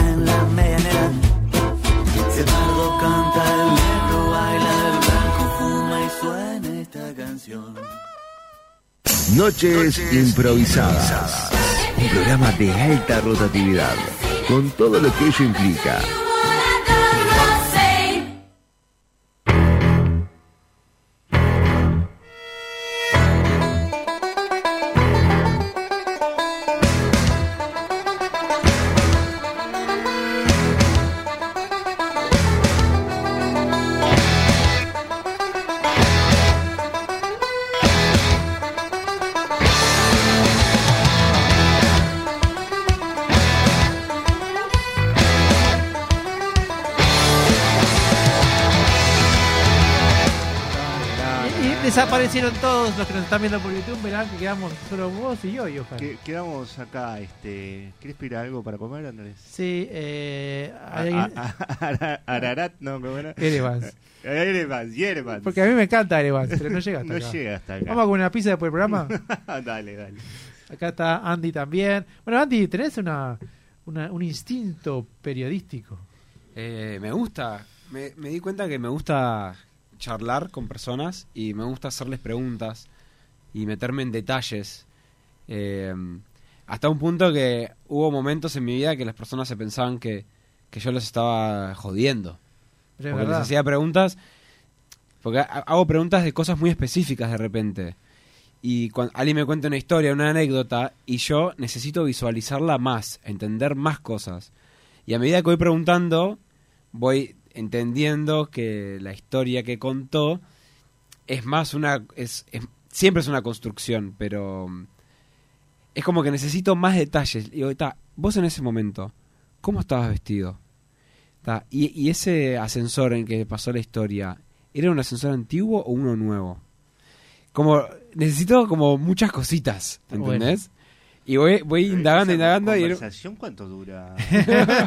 G: en la medianera. Si el pardo canta, el negro baila, el blanco fuma y suena esta canción.
H: Noches improvisadas. Un programa de alta rotatividad, con todo lo que ello implica.
A: Y, y desaparecieron todos los que nos están viendo por YouTube. Verán que quedamos solo vos y yo, y ojalá.
F: Que- quedamos acá, este. ¿Querés pedir algo para comer, Andrés? Ah,
A: Sí, eh,
F: A-
A: hay-
F: a- a- ara- Ararat, no, ¿cómo era? (laughs)
A: Erevans.
F: Erevans, Yerevans.
A: porque a mí me encanta Erevans, pero no llega hasta
F: (laughs) No
A: acá.
F: llega hasta acá.
A: Vamos con una pizza después del
F: (laughs)
A: programa.
F: Ah, dale, dale.
A: Acá está Andy también. Bueno, Andy, tenés una, una- un instinto periodístico.
B: Eh, me gusta. Me, me di cuenta que me gusta charlar con personas y me gusta hacerles preguntas y meterme en detalles. Eh, hasta un punto que hubo momentos en mi vida que las personas se pensaban que, que yo los estaba jodiendo.
A: Pero es
B: porque les
A: verdad.
B: hacía preguntas. Porque ha- hago preguntas de cosas muy específicas de repente. Y cuando alguien me cuenta una historia, una anécdota, y yo necesito visualizarla más, entender más cosas. Y a medida que voy preguntando, voy entendiendo que la historia que contó es más una. Es, es- siempre es una construcción, pero. mm, Es como que necesito más detalles. Y digo, "Ta, vos en ese momento, ¿cómo estabas vestido? Ta, y, y ese ascensor en que pasó la historia, ¿era un ascensor antiguo o uno nuevo? Como, necesito como muchas cositas,
A: Bueno.
B: ¿entendés? Y voy, voy indagando,
F: Esa
B: indagando. Y
F: conversación cuánto dura?
B: (laughs)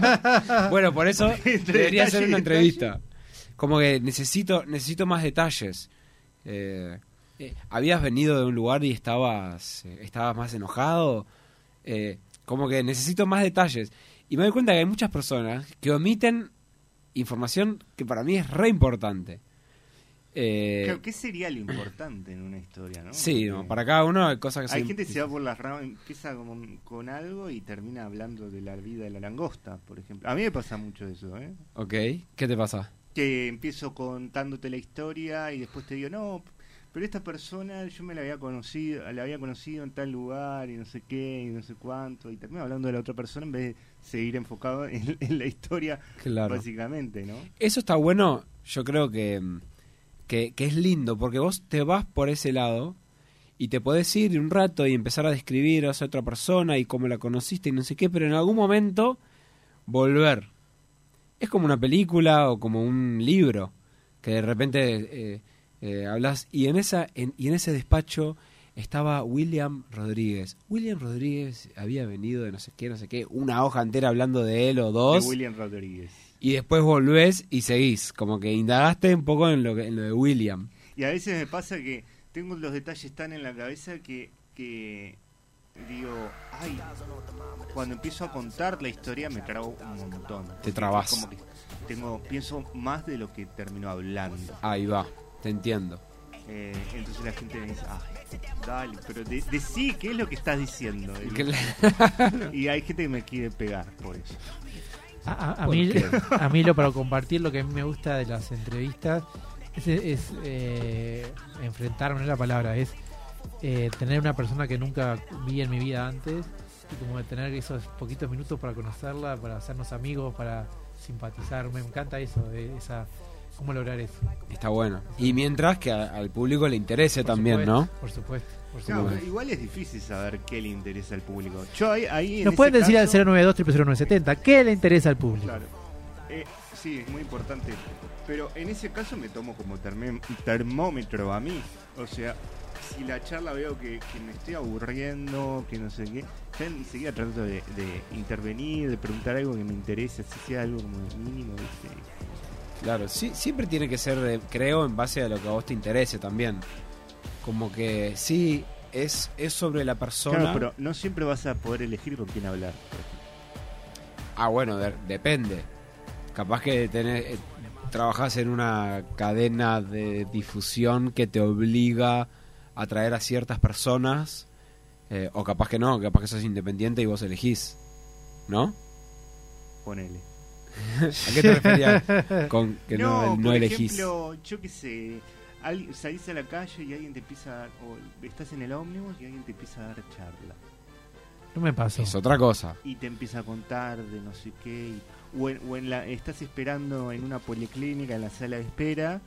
B: bueno,
F: (laughs)
B: por eso
F: Entre
B: debería
F: detalle
B: ser
F: y
B: una
F: detalle.
B: entrevista. Como que necesito, necesito más detalles. Eh, eh, ¿Habías venido de un lugar y estabas, eh, estabas más enojado? Eh, como que necesito más detalles. Y me doy cuenta que hay muchas personas que omiten información que para mí es re importante. Eh,
F: Claro, ¿Qué sería lo importante en una historia, no?
B: Sí, no,
F: Porque
B: para cada uno hay cosas que
F: Hay
B: son-
F: gente que se va por las ramas, empieza como con algo y termina hablando de la vida de la langosta, por ejemplo. A mí me pasa mucho eso, ¿eh?
B: Ok, ¿qué te pasa?
F: que empiezo contándote la historia y después te digo, no, pero esta persona yo me la había conocido, la había conocido en tal lugar y no sé qué y no sé cuánto, y termino hablando de la otra persona en vez de seguir enfocado en, en la historia,
B: Claro.
F: básicamente, ¿no?
B: Eso está bueno, yo creo que, mm, que, que es lindo, porque vos te vas por ese lado y te podés ir un rato y empezar a describir a esa otra persona y cómo la conociste y no sé qué, pero en algún momento volver. Es como una película o como un libro que de repente eh, eh, hablas y en esa en- y en ese despacho estaba William Rodríguez. William Rodríguez había venido de no sé qué, no sé qué, una hoja entera hablando de él o dos.
F: De William Rodríguez.
B: Y después volvés y seguís, como que indagaste un poco en lo, que- en lo de William.
F: Y a veces me pasa que tengo los detalles tan en la cabeza que, que digo, ay, cuando empiezo a contar la historia me trago un montón.
B: Te trabas.
F: Como que tengo, pienso más de lo que termino hablando.
B: Ahí va, te entiendo.
F: Eh, entonces la gente me dice, ay, dale, pero de, decí qué es lo que estás
A: (laughs)
F: diciendo.
B: Claro.
F: y hay gente que me quiere pegar por eso.
A: A, a- a
F: ¿Por
A: mí,
F: qué?
A: (laughs) a mí lo para compartir, lo que a mí me gusta de las entrevistas es, es, eh, enfrentarme, no es la palabra, es eh, tener una persona que nunca vi en mi vida antes y como de tener esos poquitos minutos para conocerla, para hacernos amigos, para simpatizar. Me encanta eso, de esa, cómo lograr eso.
B: Está bueno. Y mientras que a- al público le interese
A: Por
B: también,
A: supuesto,
B: ¿no?
A: Por supuesto, por
F: No,
A: supuesto.
F: igual es difícil saber qué le interesa al público. Yo ahí, ahí en
A: Nos
F: ese
A: pueden decir
F: caso-
A: al 092 0970 qué le interesa al público.
F: Claro. Eh, sí, es muy importante. Pero en ese caso me tomo como terme- termómetro a mí. O sea, si la charla veo que, que me estoy aburriendo, que no sé qué, ya enseguida trato de, de intervenir, de preguntar algo que me interese, así sea algo como mínimo, ¿viste?
B: Claro, sí, siempre tiene que ser, eh, creo, en base a lo que a vos te interese también. Como que sí, es, es sobre la persona.
F: Claro, pero no siempre vas a poder elegir con quién hablar. por ejemplo.
B: Ah, bueno, de- depende. Capaz que tenés, eh, trabajás en una cadena de difusión que te obliga a traer a ciertas personas. eh, o capaz que no, capaz que sos independiente y vos elegís. ¿No?
F: Ponele.
B: (laughs) ¿A qué te referías con
F: (laughs)
B: que no, no
F: por
B: elegís?
F: ejemplo, yo qué sé, alguien- salís a la calle y alguien te empieza a dar- o estás en el ómnibus y alguien te empieza a dar charla.
A: No me pasó.
B: Es otra cosa.
F: y te empieza a contar de no sé qué. y- o en- o en la, estás esperando en una policlínica, en la sala de espera,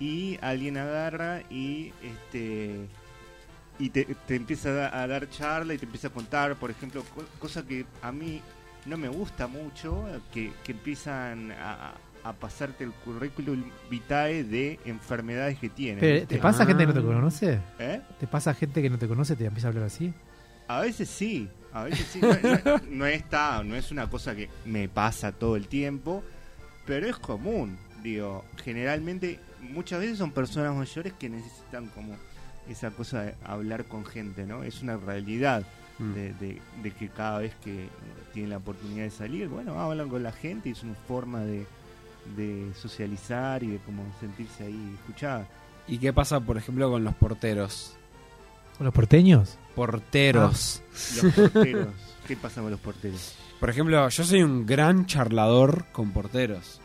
F: y alguien agarra y este y te, te empieza a, da- a dar charla y te empieza a contar, por ejemplo, co- cosa que a mí no me gusta mucho, que, que empiezan a, a pasarte el currículum vitae de enfermedades que tienen.
A: Pero,
F: ¿viste?
A: ¿Te pasa gente que
B: Ah.
A: no te conoce?
F: ¿Eh?
A: ¿Te pasa gente que no te conoce te empieza a hablar así?
F: A veces sí, a veces sí. No, no- no está, no es una cosa que me pasa todo el tiempo, pero es común. Digo, generalmente muchas veces son personas mayores que necesitan como esa cosa de hablar con gente, ¿no? Es una realidad
B: Mm.
F: de, de- de que cada vez que tienen la oportunidad de salir, bueno, hablan con la gente y es una forma de, de socializar y de como sentirse ahí escuchada.
B: ¿Y qué pasa, por ejemplo, con los porteros?
A: ¿Con los porteños?
B: Porteros.
F: Los
A: Ah.
F: porteros. ¿Qué pasa con los porteros?
B: Por ejemplo, yo soy un gran charlador con porteros.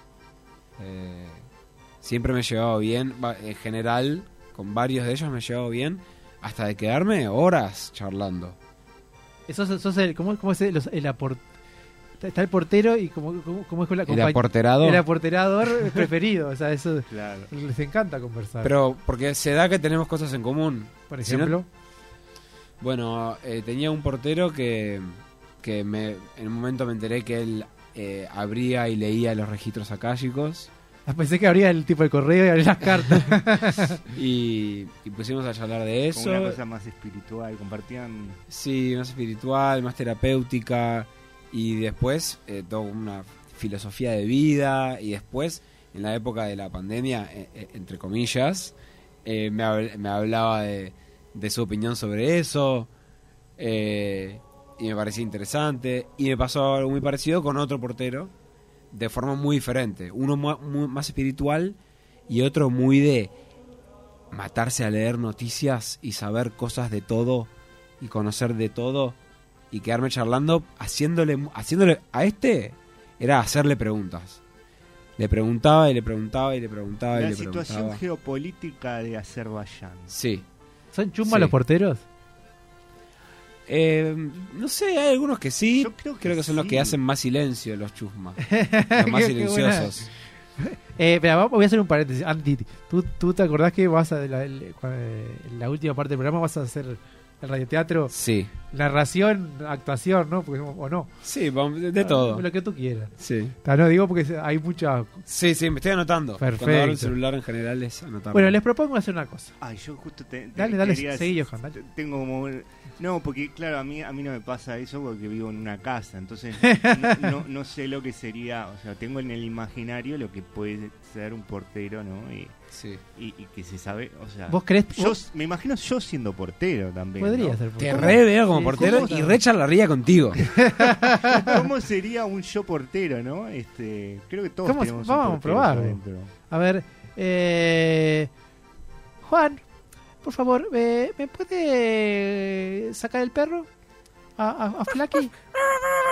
B: Eh, siempre me he llevado bien, va- en general, con varios de ellos me he llevado bien, hasta de quedarme horas charlando.
A: Sos, sos el, ¿Cómo, cómo es el, los- el apor- está- Está el portero y como, como, como es con la
B: El
A: compañ-
B: aporterador.
A: El aporterador preferido. O sea, eso
F: Claro.
A: (laughs) les encanta conversar.
B: Pero porque se da que tenemos cosas en común.
A: Por
B: Si no-
A: ejemplo.
B: bueno, eh, tenía un portero que, que me, en un momento me enteré que él eh, abría y leía los
A: (laughs)
B: registros akáshicos.
A: Ah, Pensé que abría el tipo de correo y abría las
B: (laughs)
A: cartas.
B: y, y pusimos a charlar de eso.
F: Como una cosa más espiritual, compartían
B: Sí, más espiritual, más terapéutica. Y después, eh, toda una filosofía de vida. Y después, en la época de la pandemia, eh, eh, entre comillas, eh, me, habl- me hablaba de, de su opinión sobre eso. eh, y me parecía interesante. Y me pasó algo muy parecido con otro portero, de forma muy diferente. Uno mu- muy- más espiritual y otro muy de matarse a leer noticias y saber cosas de todo y conocer de todo y quedarme charlando haciéndole haciéndole a este era hacerle preguntas. Le preguntaba y le preguntaba y le preguntaba y
F: la
B: Ah, le
F: situación
B: preguntaba.
F: geopolítica de Azerbaiyán.
B: Sí.
A: ¿Son chumba
B: Sí.
A: los porteros?
B: Eh, no sé, hay algunos que sí. creo que, son los
F: sí.
J: (laughs)
B: que hacen más silencio los chusmas. los más
A: (laughs) Qué- qué buena.
B: silenciosos.
J: Eh, espera, vamos- voy a hacer un paréntesis. Andy, ¿tú, tú te acordás que vas a. La, el- cua- eh, la última parte del programa vas a hacer el radioteatro?
A: Sí.
J: Narración, actuación, ¿no? Porque- o no.
A: Sí, vamos, de, de todo.
J: Ah, Lo que tú quieras.
A: Sí.
J: Ta, No digo porque hay muchas.
A: Sí, sí, me estoy anotando. Cuando abro el
J: Perfecto.
A: celular en general es anotar.
J: Bueno, les propongo hacer una cosa.
F: Ay, yo justo te, te-
J: Dale, dale,
F: quería-
J: seguí, Johan, dale.
F: Tengo como un- no, porque claro, a mí a mí no me pasa eso porque vivo en una casa,
J: (laughs)
F: entonces no, no- no sé lo que sería, o sea, tengo en el imaginario lo que puede ser un portero, ¿no? Y, y, y que se sabe, o sea,
J: ¿Vos crees-
F: yo
J: vos-
F: me imagino yo siendo portero también.
J: Podría
F: ¿no?
J: ser
A: Te re veo como
F: Sí,
A: portero
F: ¿cómo-
A: y re charlaría
J: (laughs)
A: contigo.
F: ¿Cómo sería un yo portero, no? Este, creo que todos
J: ¿Cómo se-
F: tenemos un
J: vamos a
F: portero
J: probar.
F: adentro.
J: A ver, eh, Juan, por favor, eh, ¿me puede sacar el perro a, a, a Flaky?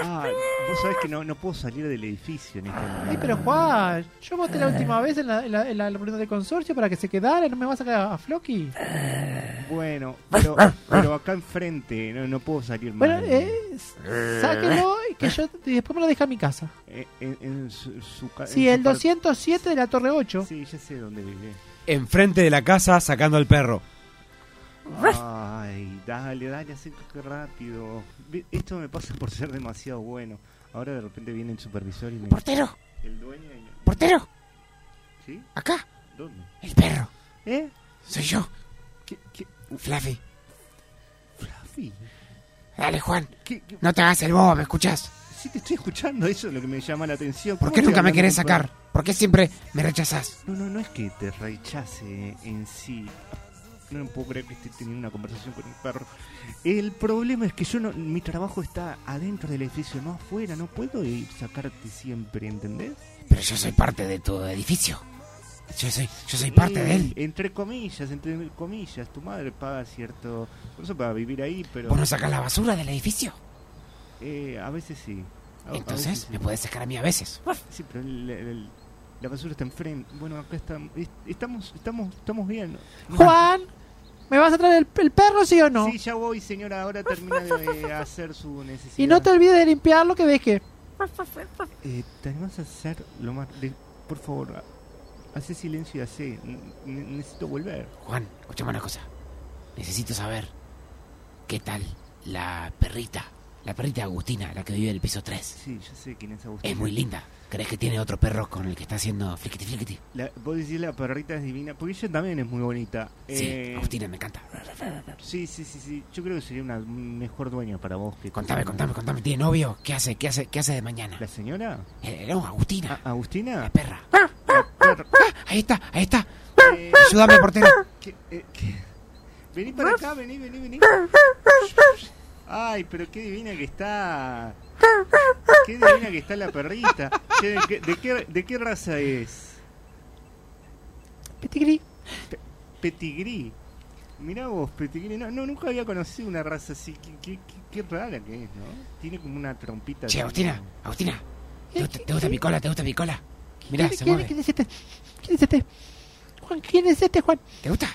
F: Ah, vos sabés que no, no puedo salir del edificio en este momento.
J: Ay, pero Juan, yo voté la última vez en la, en la, en la reunión de consorcio para que se quedara, ¿no me vas a sacar a, a Floki?
F: Bueno, pero, pero acá enfrente no, no puedo salir más.
J: Bueno, eh, s- sáquelo y que yo y después me lo deja en mi casa.
F: Eh, en, en su, su ca-
J: Sí,
F: en su
J: el
F: par-
J: 207 de la Torre 8.
F: Sí, ya sé dónde vive.
A: Enfrente de la casa sacando al perro.
F: Ay, dale, dale, así que rápido. Ve, Esto me pasa por ser demasiado bueno. Ahora de repente viene el supervisor y me...
B: Portero.
F: El dueño y-
B: Portero,
F: ¿Sí?
B: acá,
F: ¿Dónde?
B: el perro.
F: ¿Eh?
B: Soy yo,
F: ¿Qué, qué?
B: Fluffy.
F: Fluffy.
B: Dale, Juan.
F: ¿Qué- qué-
B: No te hagas el bobo, ¿me escuchás?
F: Sí, te estoy escuchando, eso es lo que me llama la atención.
B: ¿Por
F: ¿Cómo
B: qué
F: estoy
B: nunca me
F: hablando
B: querés
F: con par-
B: sacar? ¿Por qué siempre me rechazás?
F: No, no, no es que te rechace en sí. No me puedo creer que esté teniendo una conversación con un perro. El problema es que yo no, mi trabajo está adentro del edificio, no afuera. No puedo ir sacarte siempre, ¿entendés?
B: Pero yo soy parte de tu edificio. Yo soy, yo soy parte de él.
F: Eh, Entre comillas, entre comillas. Tu madre paga cierto... Por eso para vivir ahí, pero...
B: ¿Vos no sacás la basura del edificio?
F: Eh, a veces sí. A- a veces
B: Entonces
F: sí. Ah,
B: me podés sacar a mí a veces.
F: Sí, pero el- el- la basura está enfrente. Bueno, acá está, es- estamos, estamos, estamos bien.
J: Juan, ¿me vas a traer el, el perro, sí o no?
F: Sí, ya voy, señora. Ahora termina de hacer su necesidad.
J: y no te olvides de limpiarlo que ves que...
F: Eh, ¿Te animas a hacer lo más... de- Por favor, ha- hace silencio y hace... ne- ne- Necesito volver.
B: Juan, escuchame una cosa. Necesito saber qué tal la perrita, la perrita Agustina, la que vive en el piso 3.
F: Sí, ya sé quién es Agustín.
B: Es muy linda. ¿Crees que tiene otro perro con el que está haciendo fliquiti fliquiti?
F: La, vos decís la perrita es divina, porque ella también es muy bonita.
B: Sí,
F: Eh,
B: Agustina, me encanta.
F: Sí, sí, sí, sí. Yo creo que sería una mejor dueña para vos. Que
B: Contame, contame, contame. ¿Tiene novio? ¿Qué hace? ¿Qué hace? ¿Qué hace de mañana?
F: ¿La señora? Ah,
B: Eh, no, Agustina,
J: Ah.
F: ¿Agustina?
B: la perra. Ah,
F: Per-
B: Ahí está, ahí está.
F: eh,
J: Ah,
B: Ayúdame, portero.
F: ¿Qué- eh, qué? Vení para acá, vení, vení, vení. Ay, pero qué divina que está. Qué divina que está la perrita. Che, ¿De qué, de qué- de qué raza es?
J: Petigrí.
F: Petigrí. Mirá vos, Petigrí. No, no, nunca había conocido una raza así. Qué, qué- qué- qué rara que es, ¿no? Tiene como una trompita.
B: Che,
F: así,
B: Agustina,
F: ¿no?
B: Agustina. ¿Te gusta, te gusta mi cola? ¿Te gusta mi cola? Mirá,
J: ¿Quién-
B: se
J: quién-
B: mueve.
J: ¿Quién es este? ¿Quién es este? Juan, ¿quién es este, Juan?
B: ¿Te gusta?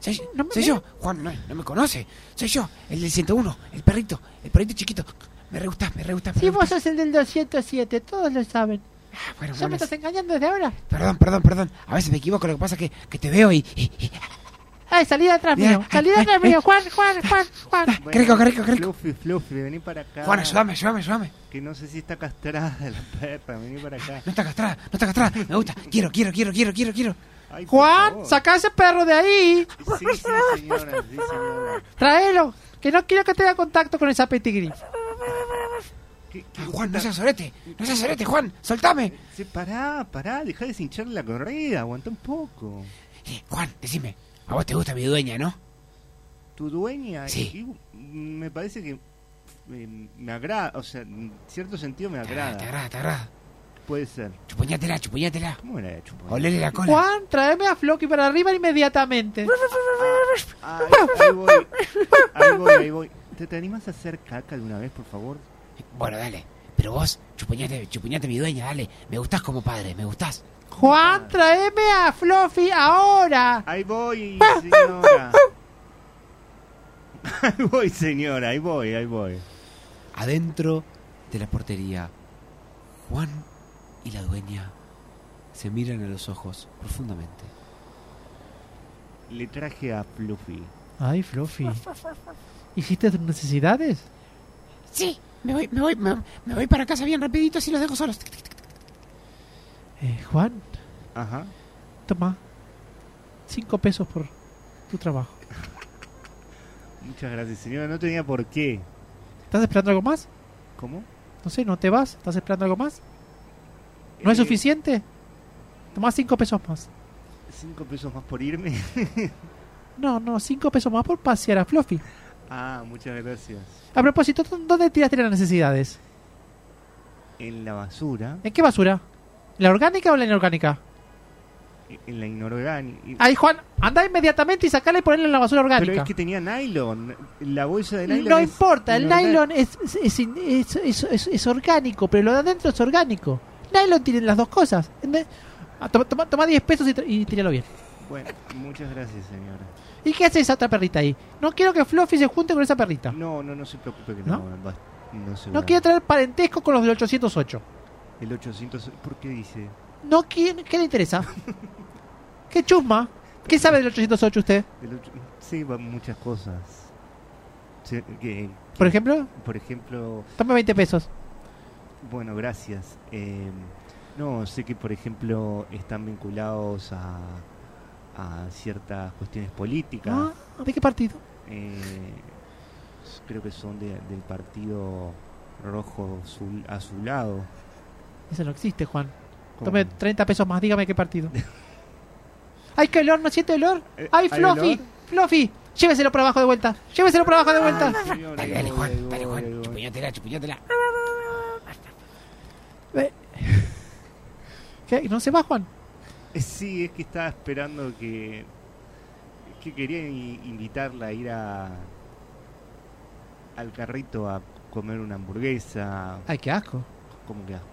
B: Soy,
J: No me-
B: soy yo, Juan, no, no me conoce. Soy yo, el del 101, el perrito, el perrito chiquito. Me re gustás, me re gustás. me
J: Sí,
B: re
J: vos
B: gustás.
J: sos el del 207, todos lo saben.
B: Ah, bueno,
J: ¿Ya
B: bueno,
J: me
B: es-
J: estás engañando desde ahora?
B: Perdón, perdón, perdón. A veces me equivoco, lo que pasa es que, que te veo y... y- y-
J: Ay, salí de atrás
B: Mira,
J: mío, salí de
B: ay,
J: atrás
B: ay,
J: mío, Juan, Juan, Juan, Juan.
F: Bueno,
B: qué rico, qué rico, qué rico.
F: Fluffy, Fluffy, vení para acá.
B: Juan, ayúdame, ayúdame, ayúdame.
F: Que no sé si está castrada la perra, vení para acá.
B: No está castrada, no está castrada. Me gusta. Quiero, quiero, quiero, quiero, quiero, quiero.
F: Ay, por
J: Juan,
F: favor.
J: saca ese perro de ahí,
F: Sí, sí, señora, sí, señora.
J: tráelo, que no quiero que tenga contacto con esa petigrí.
F: ¿Qué- qué
B: Ah, Juan, no seas sorete. No seas sorete, Juan. Soltame.
F: Sí, pará, pará, dejá de cinchar la correa, aguantá un poco.
B: Eh, Juan, decime. A vos te gusta mi dueña, ¿no?
F: Tu dueña,
B: Sí.
F: y- uh, me parece que eh, me agrada, o sea, en cierto sentido me
B: Te agrada, te
F: agrada.
B: agrada, te agrada.
F: Puede ser.
B: Chupuñatela, chupuñatela.
F: ¿Cómo era la chupada?
B: Olele la cola.
J: Juan, tráeme a Floki para arriba inmediatamente.
F: Ay, ahí voy, ahí voy, ahí voy. ¿Te, te animas a hacer caca de una vez, por favor?
B: Bueno, dale. Pero vos, chupuñate, chupuñate mi dueña, dale. Me gustás como padre, me gustás.
J: Juan, tráeme a Fluffy ahora.
F: Ah. Ahí voy, señora. (laughs) Ahí voy, señora, ahí voy, ahí voy.
B: Adentro de la portería, Juan y la dueña se miran a los ojos profundamente.
F: Le traje a Fluffy.
A: Ay, Fluffy. ¿Hiciste tus necesidades?
I: Sí, me voy, me voy, me, me voy para casa bien rapidito si los dejo solos.
A: Eh, Juan,
F: Ajá.
A: toma. Cinco pesos por tu trabajo.
F: Muchas gracias, señora. No tenía por qué.
A: ¿Estás esperando algo más?
F: ¿Cómo?
A: No sé, ¿no te vas? ¿Estás esperando algo más? ¿No es suficiente? Tomás cinco pesos más.
F: ¿Cinco pesos más por irme?
A: (laughs) No, no, cinco pesos más por pasear a Fluffy.
F: ah, muchas gracias.
A: A propósito, ¿dó- ¿dónde tiraste las necesidades?
F: En la basura,
A: ¿En qué basura? ¿La orgánica o la inorgánica?
F: e-, en la inorgánica.
A: Ay, Juan, anda inmediatamente y sacala y ponela en la basura Ah, orgánica.
F: Pero es que tenía nylon. La bolsa de nylon.
A: No
F: es
A: importa, el
F: inorgánica.
A: nylon es, es, es in- es- es- es- es orgánico, pero lo de adentro es orgánico. Nylon tiene las dos cosas. ¿entendés? Ah, Toma, toma, toma 10 pesos y, tra- y tíralo bien.
F: Bueno, muchas gracias, señora.
A: ¿Y qué hace esa otra perrita ahí? No quiero que Fluffy se junte con esa perrita.
F: No, no, no se preocupe que no. va- No, se
A: No
F: va.
A: quiero tener parentesco con los del 808.
F: El 800. ¿Por qué dice?
A: No, qui- ¿Qué le
F: (laughs)
A: interesa? ¿Qué chusma? ¿Qué sabe del 808 usted?
F: El ocho- Sí, van muchas cosas. Sí, que-
A: ¿Por ejemplo?
F: Por ejemplo.
A: Tome 20 pesos.
F: Bueno, gracias. Eh, no, sé que por ejemplo están vinculados a, a ciertas cuestiones políticas.
A: Ah, ¿De qué partido?
F: Eh, creo que son de- del partido rojo azul, azulado.
A: Eso no existe, Juan.
F: ¿Cómo?
A: Tome 30 pesos más, dígame qué partido. ¡Ay, qué olor! ¿No siente olor? ¡Ay,
F: Eh, ¿hay
A: Fluffy!
F: olor?
A: ¡Fluffy! Lléveselo para abajo de vuelta. Lléveselo para abajo de vuelta.
I: Dale, dale, Juan, dale, Juan. Chupuñatela, chupuñatela.
A: Eh, ¿Qué? ¿No se va, Juan?
F: Eh, Sí, es que estaba esperando que. que quería i- invitarla a ir a. al carrito a comer una hamburguesa.
A: ¡Ay, qué asco!
F: ¿Cómo que asco?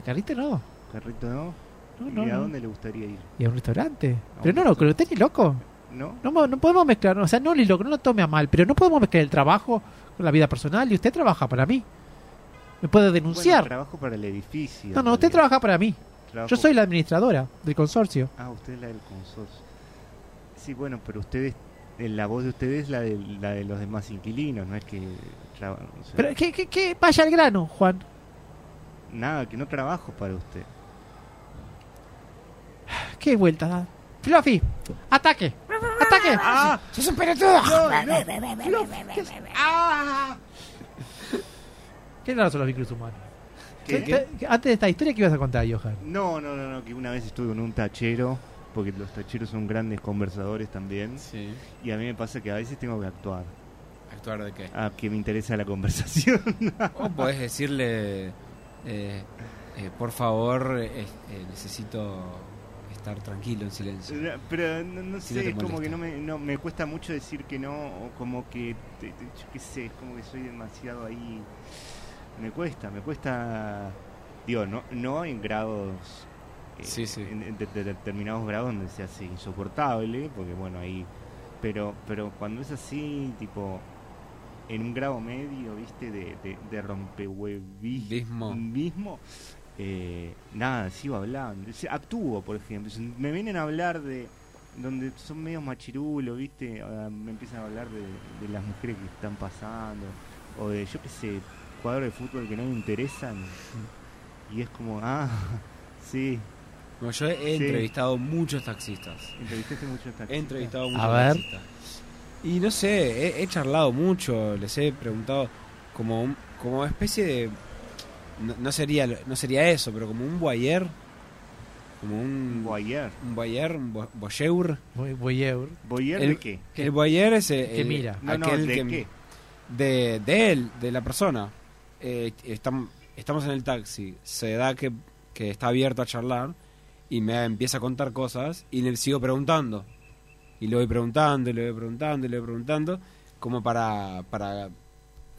A: ¿A Carlita no?
F: ¿Carrito no?
A: No, no,
F: ¿Y a
A: no.
F: dónde le gustaría ir?
A: ¿Y a un restaurante? Pero no, no, con usted ni loco.
F: ¿No?
A: No, mo- no podemos mezclar, o sea, no, Lilo, no lo tome a mal, pero no podemos mezclar el trabajo con la vida personal y usted trabaja para mí. Me puede
F: Bueno,
A: denunciar.
F: trabajo para el edificio.
A: no, no,
F: en
A: usted
F: realidad.
A: trabaja para mí.
F: Trabajo-
A: Yo soy la administradora del consorcio.
F: Ah, usted es la del consorcio. Sí, bueno, pero ustedes. eh, La voz de ustedes es la de, la de los demás inquilinos, no es que. traba- o sea,
A: Pero, ¿qué, qué, qué? Vaya al grano, Juan.
F: Nada, que no trabajo para usted.
A: ¿Qué vuelta da? Fluffy, ataque. ¡Ataque!
F: ¡Ah!
I: ¡Sos un pelotudo!
A: Ah. ¿Qué raros son los vínculos humanos?
F: ¿Qué?
A: ¿Qué- qué- Antes de esta historia, ¿qué ibas a contar, Johan?
F: No, no, no, no, que una vez estuve con un tachero, porque los tacheros son grandes conversadores también.
B: Sí.
F: Y a mí me pasa que a veces tengo que actuar,
B: ¿Actuar de qué? Oh,
F: a que me interesa la conversación. (laughs)
B: O podés decirle, eh, eh, por favor, eh, eh, necesito estar tranquilo en silencio.
F: Pero no, no
B: Si
F: sé,
B: no te
F: es como
B: molesta.
F: que no me, no, me cuesta mucho decir que no, o como que, te- te- yo qué sé, es como que soy demasiado ahí. Me cuesta, me cuesta. Digo, no, no en grados. eh,
B: Sí, sí.
F: En, en de- de- determinados grados donde se hace insoportable, porque bueno, ahí. Pero, pero cuando es así, tipo. En un grado medio, viste, de, de, de rompehuevismo. Mismo. Eh, nada, sigo hablando. O sea, Actúo, por ejemplo. Si Me vienen a hablar de. Donde son medios machirulos, ¿viste? Ah, me empiezan a hablar de, de las mujeres que están pasando. O de, yo qué sé, cuadros de fútbol que no me interesan. Y es como, ah, (laughs) sí.
B: Bueno, yo he
F: Sí.
B: entrevistado muchos taxistas.
F: Entrevistaste mucho
B: He entrevistado muchos
A: A ver.
B: taxistas. Y no sé, he, he charlado mucho, les he preguntado como un- como especie de no, no sería lo- no sería eso, pero como un voyeur, como un
F: Boyer.
B: un voyeur, un vo- voyeur.
A: Voy, voy Eur.
F: ¿Boyer de
B: El-
F: qué?
B: El voyeur es eh, el,
A: Que mira.
F: No, no,
B: aquel
F: ¿de
B: que-
F: qué?
B: De, de él, de la persona. Eh, estam- estamos en el taxi, se da que, que está abierto a charlar y me empieza a contar cosas y le sigo preguntando. Y le voy preguntando, y le voy preguntando, y le voy preguntando, como para, para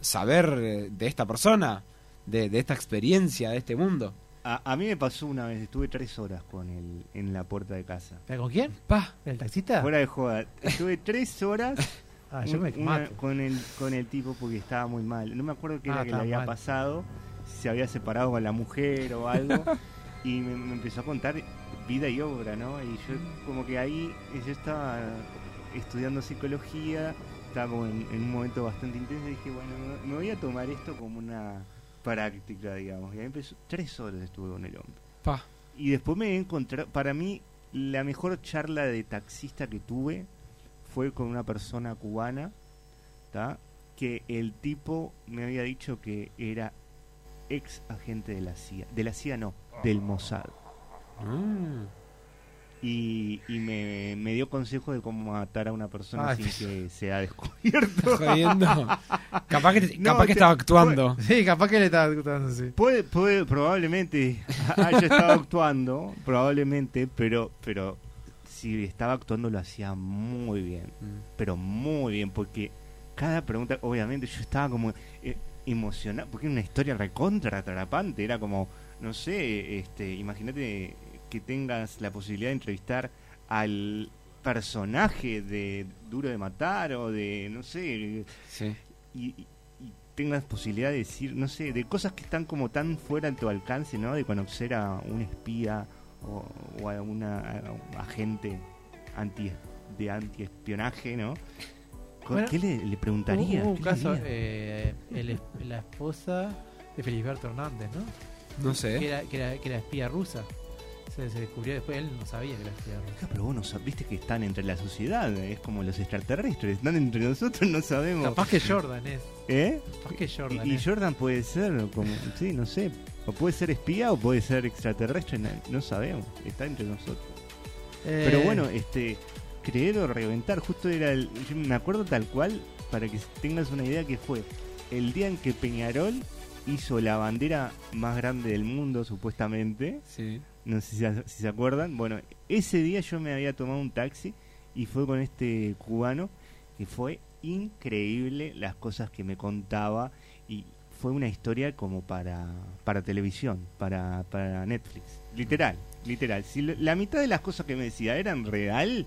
B: saber eh, de esta persona, de, de esta experiencia, de este mundo.
F: A, a mí me pasó una vez, estuve tres horas con él en la puerta de casa.
A: ¿Pero con quién?
B: Pa,
A: ¿El taxista?
F: Fuera de joda, estuve tres horas
A: (laughs) ah, yo me
F: un- una-
A: mato.
F: con, el, con el tipo porque estaba muy mal. No me acuerdo qué
A: Ah,
F: era que
A: estaba
F: le había
A: mal. (laughs)
F: pasado, si se había separado con la mujer o algo. y me, me empezó a contar vida y obra, ¿no? Y yo como que ahí yo estaba estudiando psicología, estaba como en, en un momento bastante intenso y dije, bueno, me- me voy a tomar esto como una práctica, digamos. Y ahí empezó, tres horas estuve con el hombre.
B: Pa.
F: Y después me encontré, para mí, la mejor charla de taxista que tuve fue con una persona cubana, ¿tá? que el tipo me había dicho que era ex agente de la CIA. De la CIA no, del Mossad. Ah. Y, y me, me dio consejo de cómo matar a una persona
B: Ay, (laughs)
F: sin que sea descubierto.
B: Estás Ah, (laughs) jodiendo. Capaz que te- capaz que
F: (laughs)
B: estaba actuando.
A: Sí, capaz que le estaba actuando, sí.
F: Puede, puede, probablemente (laughs) haya estado actuando, probablemente, pero, pero si estaba actuando lo hacía muy bien,
B: Mm.
F: pero muy bien, porque cada pregunta, obviamente yo estaba como eh, emocionado, porque era una historia recontra atrapante, era como, no sé, este, imagínate que tengas la posibilidad de entrevistar al personaje de Duro de Matar o de, no sé, y, y- y tengas posibilidad de decir, no sé, de cosas que están como tan fuera de tu alcance, ¿no? De conocer a un espía o, o a, una, a un agente anti, de antiespionaje, ¿no? Co-
A: Bueno,
F: ¿Qué le, le preguntaría?
A: Hubo un
F: ¿Qué le
A: caso,
F: diría?
A: eh, el es- la esposa de Felisberto Hernández, ¿no?
B: No sé.
A: Que era, que era, que era espía rusa. Se, se descubrió después, él no sabía que era espía rusa.
F: Ah, Pero vos no sab- viste que están entre la sociedad, es como los extraterrestres, están entre nosotros, no sabemos.
A: Capaz que Jordan es.
F: ¿Eh?
A: Capaz que Jordan
F: Y, y
A: es.
F: Jordan puede ser, como, sí, no sé, o puede ser espía o puede ser extraterrestre, no, no sabemos, está entre nosotros.
A: Eh.
F: Pero bueno, este, creer o reventar, justo era el, yo me acuerdo tal cual, para que tengas una idea que fue el día en que Peñarol hizo la bandera más grande del mundo, supuestamente. No sé si, se- si se acuerdan. Bueno, ese día yo me había tomado un taxi y fue con este cubano que fue increíble las cosas que me contaba y fue una historia como para, para televisión, para, para Netflix. Literal, literal. Si lo- la mitad de las cosas que me decía eran real,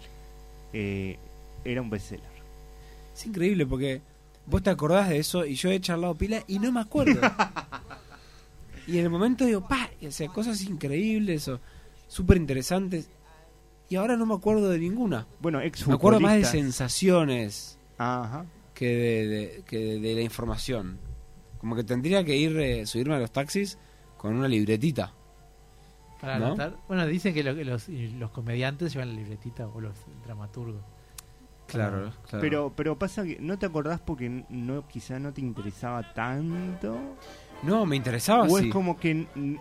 F: eh, era un bestseller.
B: Es increíble porque vos te acordás de eso y yo he charlado pila y no me acuerdo. y en el momento digo, pa, y, o sea, cosas increíbles o súper interesantes. Y ahora no me acuerdo de ninguna.
F: Bueno,
B: Me acuerdo más de
F: exfutbolistas.
B: sensaciones
F: Ajá.
B: que de, de- que de, de la información. Como que tendría que ir, eh, subirme a los taxis con una libretita.
A: Para
B: ¿no?
A: anotar. Bueno, dicen que lo- que los, y los comediantes llevan la libretita o los dramaturgos.
B: Claro, claro.
F: Pero, pero pasa que no te acordás porque n- no, quizá no te interesaba tanto.
B: No, me interesaba,
F: O
B: sí.
F: es como que. n- n-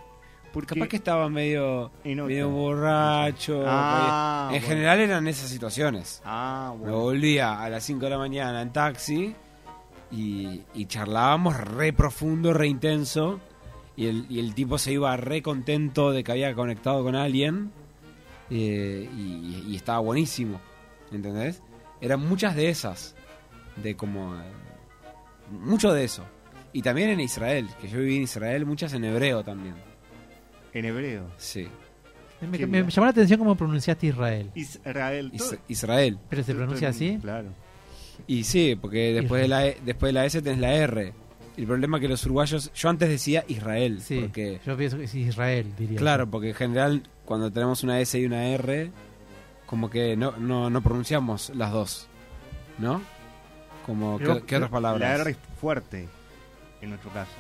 F: Porque
B: Capaz que estaba medio,
F: otra.
B: medio borracho.
F: Ah,
B: medio- en
F: bueno.
B: general eran esas situaciones.
F: Ah,
B: Me volvía a las 5 de la mañana en taxi y, y charlábamos re profundo, re intenso. Y el, y el tipo se iba re contento de que había conectado con alguien. eh, y, y estaba buenísimo. ¿Entendés? Eran muchas de esas. De como. eh, mucho de eso. Y también en Israel, que yo viví en Israel, muchas en hebreo también.
F: ¿En hebreo?
B: Sí.
A: Me,
F: Qué
A: me-
F: bien.
A: me llamó la atención cómo pronunciaste Israel.
F: Israel. todo-
B: Is- Israel.
A: ¿Pero se pronuncia así?
F: Claro.
B: Y sí, porque después de, la E- después de la S tenés la R. El problema es que los uruguayos, yo antes decía Israel, porque
A: Yo pienso que es Israel, diría.
B: claro, porque en general cuando tenemos una S y una R, como que no, no, no pronunciamos las dos, ¿no? Como ¿qué,
A: Pero-
B: qué otras palabras?
F: La R es fuerte, en nuestro caso.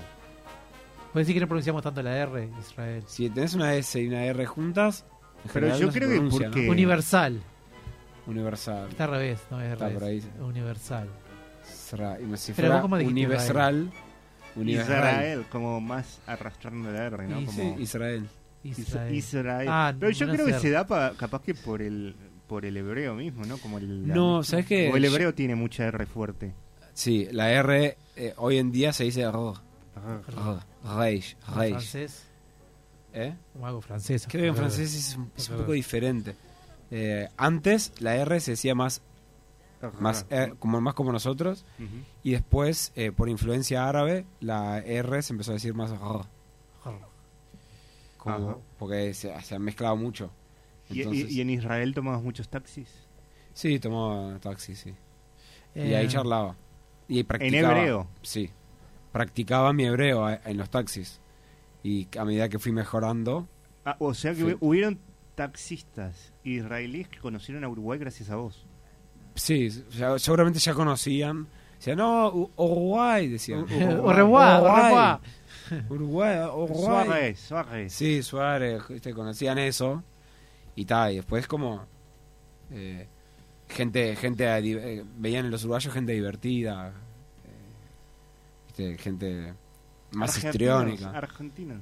A: Puedes decir que no pronunciamos tanto la R, Israel.
B: Si tenés una S y una R juntas, en
A: Pero
B: general
A: yo
B: no se
A: creo que
B: pronuncia,
A: porque-
B: ¿no?
A: Universal.
B: Universal.
A: Está al revés, no es al
B: Está
A: revés.
B: por ahí.
A: Universal.
B: Sra- y si
A: Pero
B: fuera
A: vos cómo dijiste
B: universal, universal.
F: Israel, como más arrastrando la R, ¿no?
B: Y sí,
F: Como-
B: Israel.
F: Is-
A: Israel.
F: Israel.
A: Ah,
F: Pero yo
A: no
F: creo
A: sé.
F: que se da pa- capaz que por el por el hebreo mismo, ¿no? Como el,
B: No, ¿sabes qué?
F: O el hebreo tiene mucha R fuerte.
B: Sí, la R eh, hoy en día se dice ro. Ro. Reish.
A: Como
B: Reish.
A: francés.
B: ¿Eh?
A: Como algo francés.
B: Creo que en
A: Algo-
B: francés es un, es un
A: algo-
B: poco diferente. Eh, antes la R se decía más, más, eh, como, más como nosotros.
F: Ujú.
B: Y después, eh, por influencia árabe, la R se empezó a decir más ro. Como-
F: Ajá.
B: porque se, se han mezclado mucho.
F: ¿Y- y-
B: Entonces-
F: ¿Y, en Israel tomamos muchos taxis?
B: Sí, tomó taxi, sí. Y
F: Eh.
B: ahí charlaba. Y practicaba.
F: hebreo?
B: Sí. eh, Practicaba mi hebreo a- en los taxis. Y a medida que fui mejorando,
F: Ah, o sea que
B: Sí.
F: hubieron taxistas israelíes que conocieron a Uruguay gracias a vos.
B: Sí, ya- seguramente ya conocían. Decían, no, U- Uruguay, decían.
A: U- Au revoir, au revoir.
B: Uruguay, Uruguay.
F: Suárez, Suárez.
B: Sí, Suárez, viste, conocían eso. Y tal, y después como... eh, gente, gente, a- eh, veían en los uruguayos gente divertida. eh, viste, gente más
F: Argentinos,
B: histriónica.
F: Argentinos.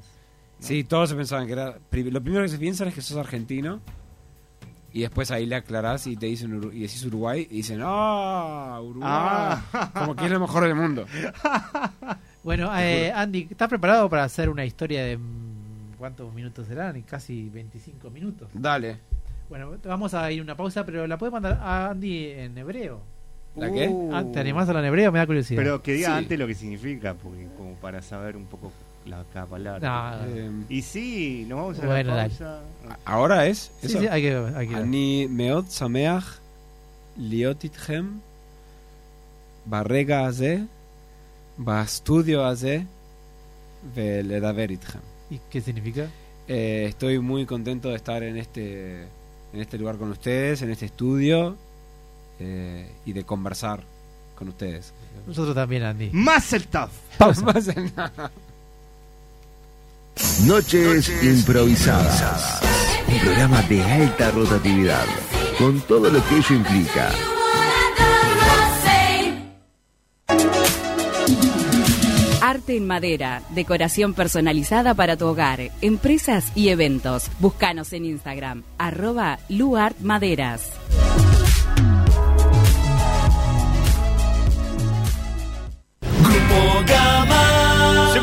B: Sí, todos se pensaban que era. pri- Lo primero que se piensan es que sos argentino. Y después ahí le aclarás y te dicen Uru- y decís Uruguay y dicen ¡Ah! Uruguay.
A: Ah.
B: Como que es lo mejor del mundo.
A: Bueno, eh, Andy, ¿estás preparado para hacer una historia de mm, cuántos minutos serán? Casi 25 minutos.
B: Dale.
A: Bueno, vamos a ir a una pausa, pero la puedes mandar a Andy en hebreo.
F: ¿La qué? Uh.
A: Ah, ¿Te animás a la en hebreo? Me da curiosidad.
F: Pero que diga
A: Sí.
F: antes lo que significa, porque como para saber un poco la, cada palabra.
A: No.
B: Eh,
F: Y sí, nos vamos a
A: Bueno,
F: la
A: dale.
F: pausa.
B: Ahora es.
A: Sí, sí, hay que ver, hay que ver.
B: Ani meot sameach liotitchem barrega haze bastudio haze veledaver itchem.
A: ¿Y qué significa?
B: Eh, estoy muy contento de estar en este, en este lugar con ustedes, en este estudio eh, y de conversar con ustedes.
A: Nosotros también, Andy.
F: Más el TAF. (laughs)
A: Pausa.
B: Más el TAF.
H: Noches improvisadas. Un programa de alta rotatividad, con todo lo que ello implica.
L: Arte en madera, decoración personalizada para tu hogar, empresas y eventos. Búscanos en Instagram, arroba luartmaderas.
G: ¡Se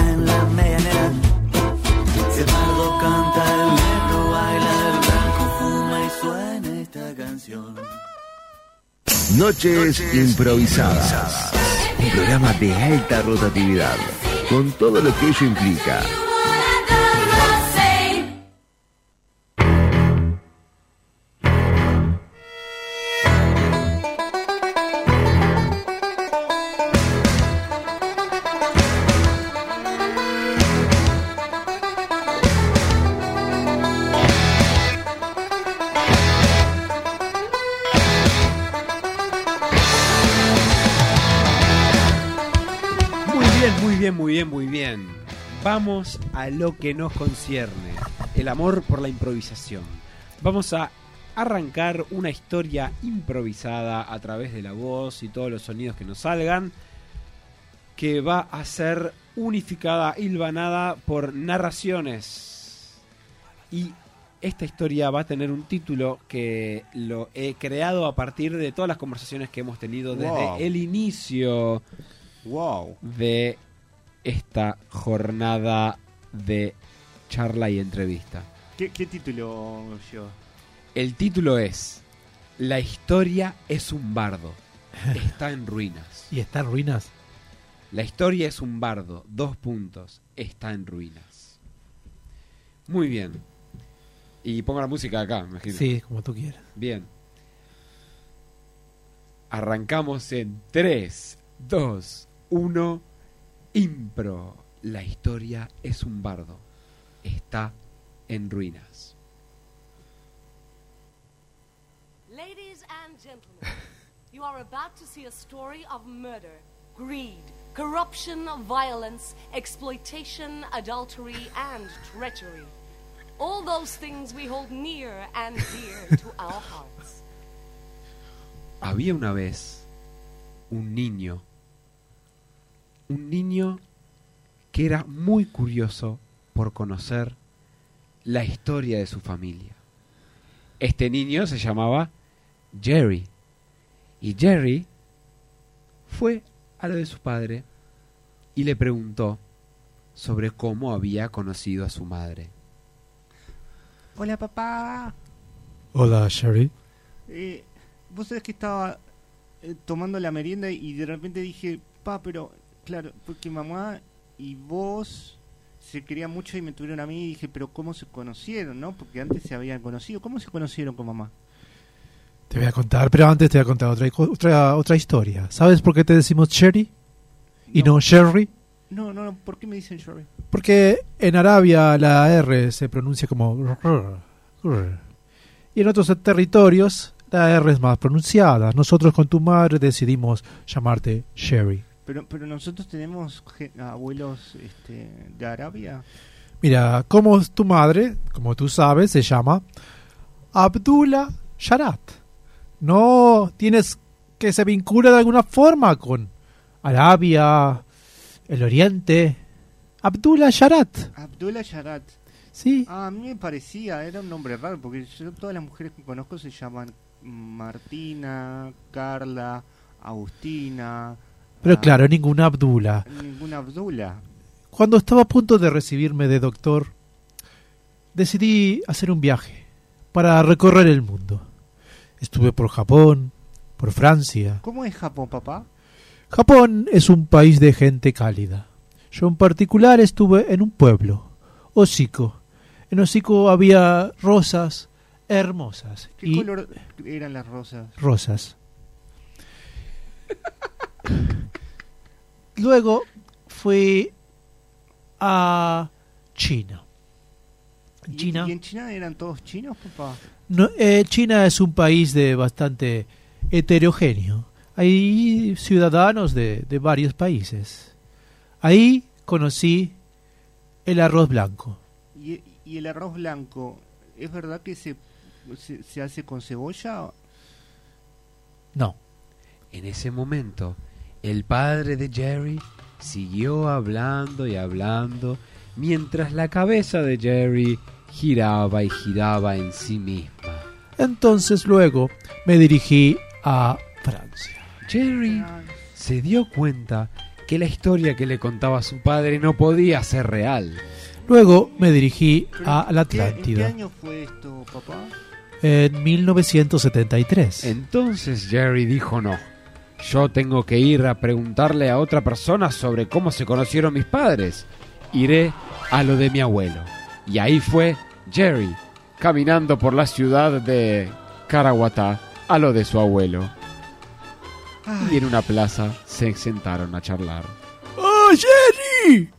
G: en la medianera. Si el pardo canta, el negro baila, el blanco fuma y suena esta canción.
H: Noches improvisadas. Un programa de alta rotatividad, con todo lo que ello implica.
B: Muy bien, muy bien, muy bien, muy bien. Vamos a lo que nos concierne, el amor por la improvisación. Vamos a arrancar una historia improvisada a través de la voz y todos los sonidos que nos salgan, que va a ser unificada, hilvanada por narraciones. Y esta historia va a tener un título que lo he Eh, creado a partir de todas las conversaciones que hemos tenido desde
F: Wow.
B: el inicio
F: Wow.
B: de esta jornada de charla y entrevista.
F: ¿Qué, qué título yo?
B: El título es
F: (laughs)
B: La historia es un bardo. Está en ruinas.
A: ¿Y está en ruinas?
B: La historia es un bardo, dos puntos, está en ruinas. Muy bien. Y ponga la música acá, me imagino.
A: Sí, como tú quieras.
B: Bien. Arrancamos en 3, 2, 1, impro. La historia es un bardo, está en ruinas.
M: Ladies and gentlemen, you are about to see a story of murder, greed, corruption, violence, exploitation, adultery, and treachery. All those things we hold near and dear to our hearts.
B: Había una vez un niño, un niño que era muy curioso por conocer la historia de su familia. Este niño se llamaba Jerry y Jerry fue a lo de su padre y le preguntó sobre cómo había conocido a su madre.
F: Hola, papá.
A: Hola, Sherry.
F: Eh, Vos sabés que estaba eh, tomando la merienda y de repente dije, pa, pero claro, porque mamá y vos se querían mucho y me tuvieron a mí y dije, pero ¿cómo se conocieron, no? Porque antes se habían conocido. ¿Cómo se conocieron con mamá?
A: Te voy a contar, pero antes te voy a contar otra, co- otra, otra historia. ¿Sabes por qué te decimos Sherry y no Sherry?
F: No, no, no, ¿por qué me dicen Jerry?
A: Porque en Arabia la R se pronuncia como rrr, rrr. y en otros territorios la R es más pronunciada. Nosotros con tu madre decidimos llamarte Sherry.
F: Pero, pero nosotros tenemos gen- abuelos este, de Arabia.
A: Mira, como es tu madre, como tú sabes, se llama Abdullah Sharat. No tienes que se vincula de alguna forma con Arabia, el Oriente. Abdullah Sharat.
F: Abdullah Sharat.
A: Sí.
F: A mí me parecía, era un nombre raro, porque yo todas las mujeres que conozco se llaman Martina, Carla, Agustina,
A: Pero claro, ninguna Abdullah.
F: ninguna Abdullah.
A: Cuando estaba a punto de recibirme de doctor, decidí hacer un viaje para recorrer el mundo. Estuve por Japón, por Francia.
F: ¿Cómo es Japón, papá?
A: Japón es un país de gente cálida. Yo en particular estuve en un pueblo, Osiko. En Osiko había rosas hermosas.
F: ¿Qué
A: y
F: color eran las rosas?
A: rosas. Luego fui a China.
F: ¿Y-
A: China.
F: ¿Y, en China eran todos chinos, papá?
A: No, eh, China es un país de bastante heterogéneo. Hay ciudadanos de, de varios países. Ahí conocí el arroz blanco.
F: ¿Y, y el arroz blanco, es verdad que se, se, se hace con cebolla?
A: No.
B: En ese momento, el padre de Jerry siguió hablando y hablando mientras la cabeza de Jerry giraba y giraba en sí misma.
A: Entonces luego me dirigí a Francia.
B: Jerry se dio cuenta que la historia que le contaba su padre no podía ser real.
A: Luego me dirigí a Ah, la
F: ¿Qué- ¿En qué
A: Atlántida
F: año fue esto, papá?
A: en 1973.
B: Entonces Jerry dijo no. Yo tengo que ir a preguntarle a otra persona sobre cómo se conocieron mis padres. Iré a lo de mi abuelo. Y ahí fue Jerry, caminando por la ciudad de Caraguatá a lo de su abuelo. Y en una plaza se sentaron a charlar.
J: ¡Oh, Jerry!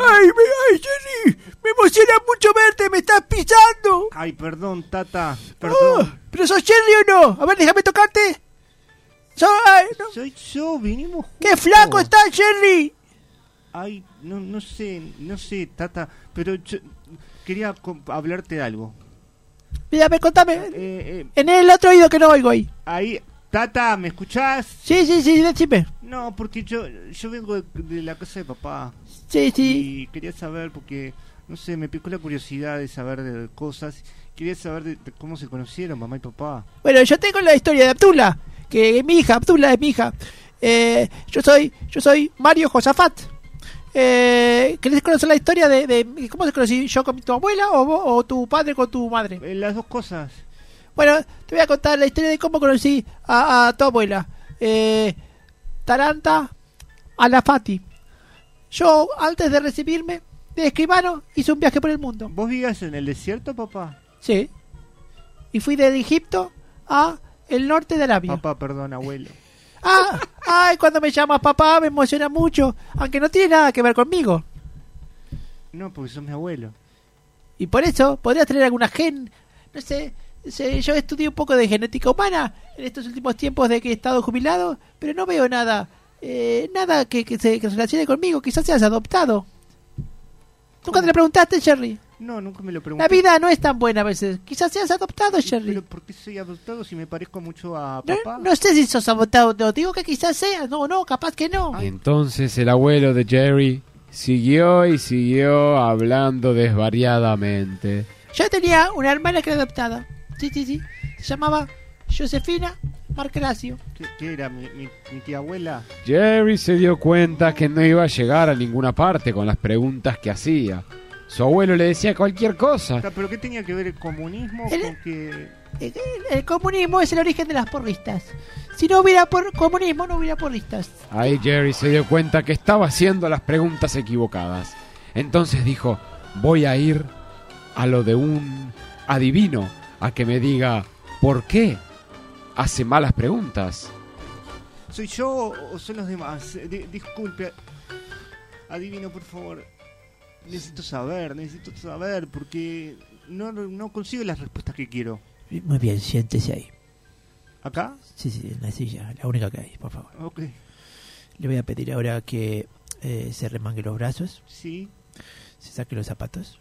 J: ¡Ay, me, ay, Jerry! ¡Me emociona mucho verte! ¡Me estás pisando!
F: Ay, perdón, tata.
J: Perdón. ¿Pero sos Jerry o no? A ver, déjame tocarte. So- ay, no.
F: Soy yo, vinimos
J: ¡Qué flaco estás, Jerry!
F: Ay, no, no sé, no sé, tata, pero yo quería com- hablarte de algo.
J: Mira, a ver, contame.
F: Eh,
J: en el otro oído que no oigo ahí.
F: Ahí, Ah, tata, ¿me escuchás?
J: Sí, sí, sí, decime.
F: No, porque yo yo vengo de, de la casa de papá.
J: Sí, sí.
F: Y quería saber, porque, no sé, me picó la curiosidad de saber de cosas. Quería saber de, de cómo se conocieron mamá y papá.
J: Bueno, yo tengo la historia de Abdullah, que es mi hija, Abdullah es mi hija. Eh, yo soy yo soy Mario Josafat. Eh, ¿Querés conocer la historia de, de cómo se conocí yo con tu abuela o, vos- o tu padre con tu madre?
F: Eh, las dos cosas.
J: Bueno, te voy a contar la historia de cómo conocí a, a tu abuela. Eh, Taranta Alafati.
N: Yo, antes de recibirme de escribano, hice un viaje por el mundo.
F: ¿Vos vivías en el desierto, papá?
N: Sí. Y fui del Egipto a el norte de Arabia.
F: Papá, perdón, abuelo.
N: (laughs) Ah, ay, cuando me llamas papá me emociona mucho, aunque no tiene nada que ver conmigo.
F: No, porque sos mi abuelo.
N: Y por eso podrías tener alguna gen, no sé, sé, yo estudié un poco de genética humana en estos últimos tiempos de que he estado jubilado, pero no veo nada, eh, nada que, que se que se relacione conmigo, quizás seas adoptado. Nunca te lo preguntaste, Sherry.
F: No, nunca me lo pregunté.
N: La vida no es tan buena a veces. Quizás seas adoptado, Sherry.
F: ¿Pero por qué soy adoptado si me parezco mucho a
N: No,
F: papá?
N: ¿Eh? no sé si sos adoptado, no, digo que quizás seas, no, no, capaz que no.
B: Entonces el abuelo de Jerry siguió y siguió hablando desvariadamente.
N: Yo tenía una hermana que era adoptada. Sí, sí, sí. Se llamaba Josefina Marcelacio.
F: ¿Qué, qué era? Mi, mi- mi tía abuela?
B: Jerry se dio cuenta que no iba a llegar a ninguna parte con las preguntas que hacía. Su abuelo le decía cualquier cosa.
F: Ah, ¿Pero qué tenía que ver el comunismo con que...
N: El, Eh, el comunismo es el origen de las porristas. Si no hubiera por comunismo, no hubiera porristas.
B: Ahí Jerry se dio cuenta que estaba haciendo las preguntas equivocadas. Entonces dijo, voy a ir a lo de un adivino, a que me diga, ¿por qué hace malas preguntas?
F: ¿Soy yo o o son los demás? Eh, di- disculpe. Adivino, por favor. Necesito saber, necesito saber, porque no, no consigo las respuestas que quiero.
J: Muy bien, siéntese ahí.
F: ¿Acá?
J: Sí, sí, en la silla, la única que hay, por favor.
F: Ok.
J: Le voy a pedir ahora que eh, se remangue los brazos,
F: Sí,
J: se saque los zapatos.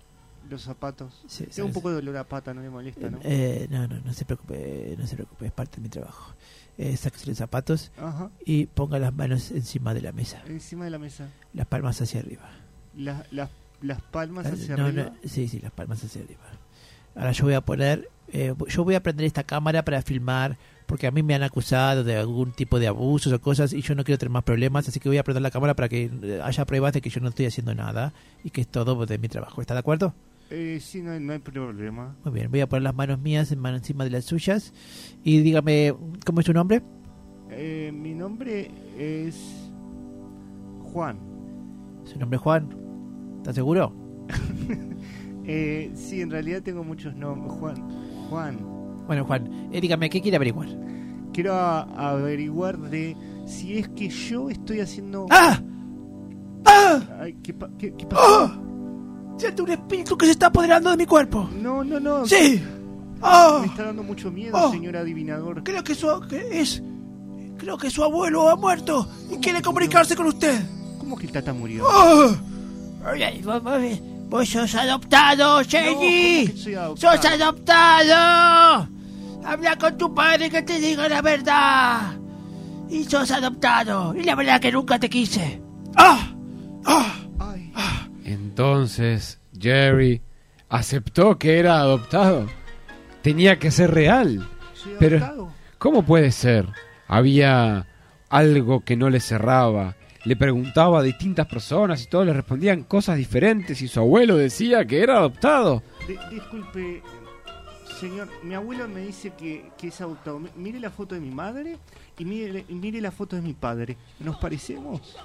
F: los zapatos.
J: Sí, sí,
F: Tengo un
J: sí.
F: poco de dolor a pata, no me molesta, ¿no?
J: Eh, no, no, no se preocupe, no se preocupe, es parte de mi trabajo. Eh, sáquese los zapatos
F: Ajá.
J: y ponga las manos encima de la mesa,
F: Encima de la mesa.
J: las palmas hacia arriba.
F: Las, las, las palmas
J: Ah,
F: hacia
J: no,
F: arriba.
J: no, sí, sí, las palmas hacia arriba. Ahora yo voy a poner, eh, yo voy a prender esta cámara para filmar, porque a mí me han acusado de algún tipo de abusos o cosas y yo no quiero tener más problemas, así que voy a prender la cámara para que eh, haya pruebas de que yo no estoy haciendo nada y que es todo de mi trabajo. ¿Está de acuerdo?
F: Eh, sí, no hay, no hay problema.
J: Muy bien, voy a poner las manos mías en- encima de las suyas y dígame, ¿cómo es su nombre?
F: Eh, mi nombre es Juan.
J: Su nombre es Juan. ¿Estás seguro?
F: Eh, sí, en realidad tengo muchos nombres. Juan. Juan.
J: Bueno, Juan, eh, dígame, ¿qué quiere averiguar?
F: Quiero a- averiguar de si es que yo estoy haciendo...
J: ¡Ah! ¡Ah!
F: Ay, ¿qué, pa- qué- qué
J: ¡Oh! Siento un espíritu que se está apoderando de mi cuerpo.
F: No, no, no.
J: Sí. Ah.
F: Me está dando mucho miedo,
J: Oh.
F: señor adivinador.
J: Creo que su que es creo que su abuelo ha muerto y quiere comunicarse con usted.
F: ¿Cómo que el tata murió?
J: ¡Oh! Oye, vos, vos- vos sos adoptado, Sherry.
F: soy
J: sos adoptado. Habla con tu padre que te diga la verdad. Y sos adoptado. Y la verdad que nunca te quise. ¡Ah! ¡Ah!
B: Entonces Jerry aceptó que era adoptado. Tenía que ser real. Pero, ¿cómo puede ser? Había algo que no le cerraba. Le preguntaba a distintas personas y todos le respondían cosas diferentes y su abuelo decía que era adoptado.
F: Di- disculpe, señor, mi abuelo me dice que, que es adoptado. Mi- Mire la foto de mi madre y mire, y mire la foto de mi padre. ¿Nos parecemos?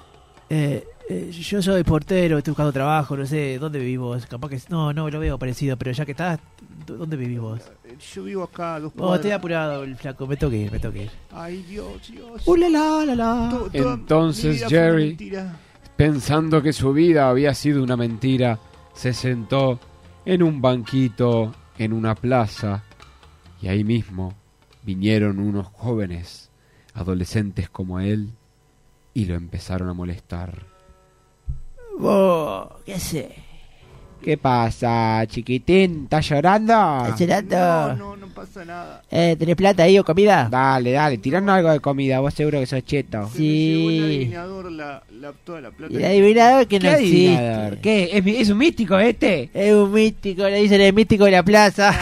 J: Eh, eh, yo soy portero, estoy buscando trabajo, no sé, ¿dónde vivís vos? Capaz que... No, no, lo veo parecido, pero ya que estás, ¿dó- ¿dónde vivís vos?
F: Eh, Yo vivo acá a dos
J: Oh, estoy
F: cuadras.
J: apurado, el flaco, me toque, me toque.
F: Ay, Dios, Dios.
J: Uh, la, la, la, la.
F: To- toda mi
B: Entonces
F: vida fue una
B: Jerry,
F: mentira.
B: pensando que su vida había sido una mentira, se sentó en un banquito en una plaza y ahí mismo vinieron unos jóvenes, adolescentes como él, y lo empezaron a molestar.
J: Vos, qué sé.
G: ¿Qué pasa, chiquitín? ¿Estás llorando?
J: ¿Estás llorando?
F: No, no pasa nada.
J: Eh, ¿Tenés plata ahí o comida?
G: Dale, dale, tirando algo de comida, vos seguro que sos cheto.
F: El
J: Sí.
F: adivinador, la, la, toda la plata.
J: El adivinador que no
G: ¿Qué
J: existe.
G: adivinador? ¿Qué? ¿Es, mi- es un místico este?
J: Es un mítico, le dicen el mítico de la (laughs) plaza.
F: (laughs)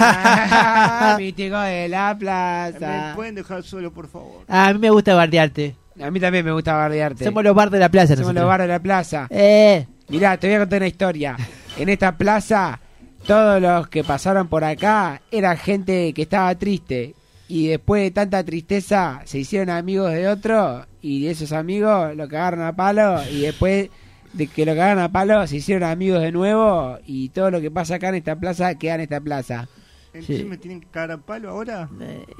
G: Ah, mítico de la plaza.
F: ¿Me pueden dejar solo, por favor?
J: A mí me gusta bardearte.
G: A mí también me gusta bardearte.
J: Somos los bar de la plaza,
G: Somos
J: nosotros.
G: los bar de la plaza.
J: Eh,
G: Mirá, te voy a contar una historia. En esta plaza, todos los que pasaron por acá eran gente que estaba triste. Y después de tanta tristeza, se hicieron amigos de otro. Y de esos amigos lo cagaron a palo. Y después
O: de que lo cagaron a palos, se hicieron amigos de nuevo y todo lo que pasa acá en esta plaza queda en esta plaza.
F: ¿Entonces me tienen que cagar a palo ahora?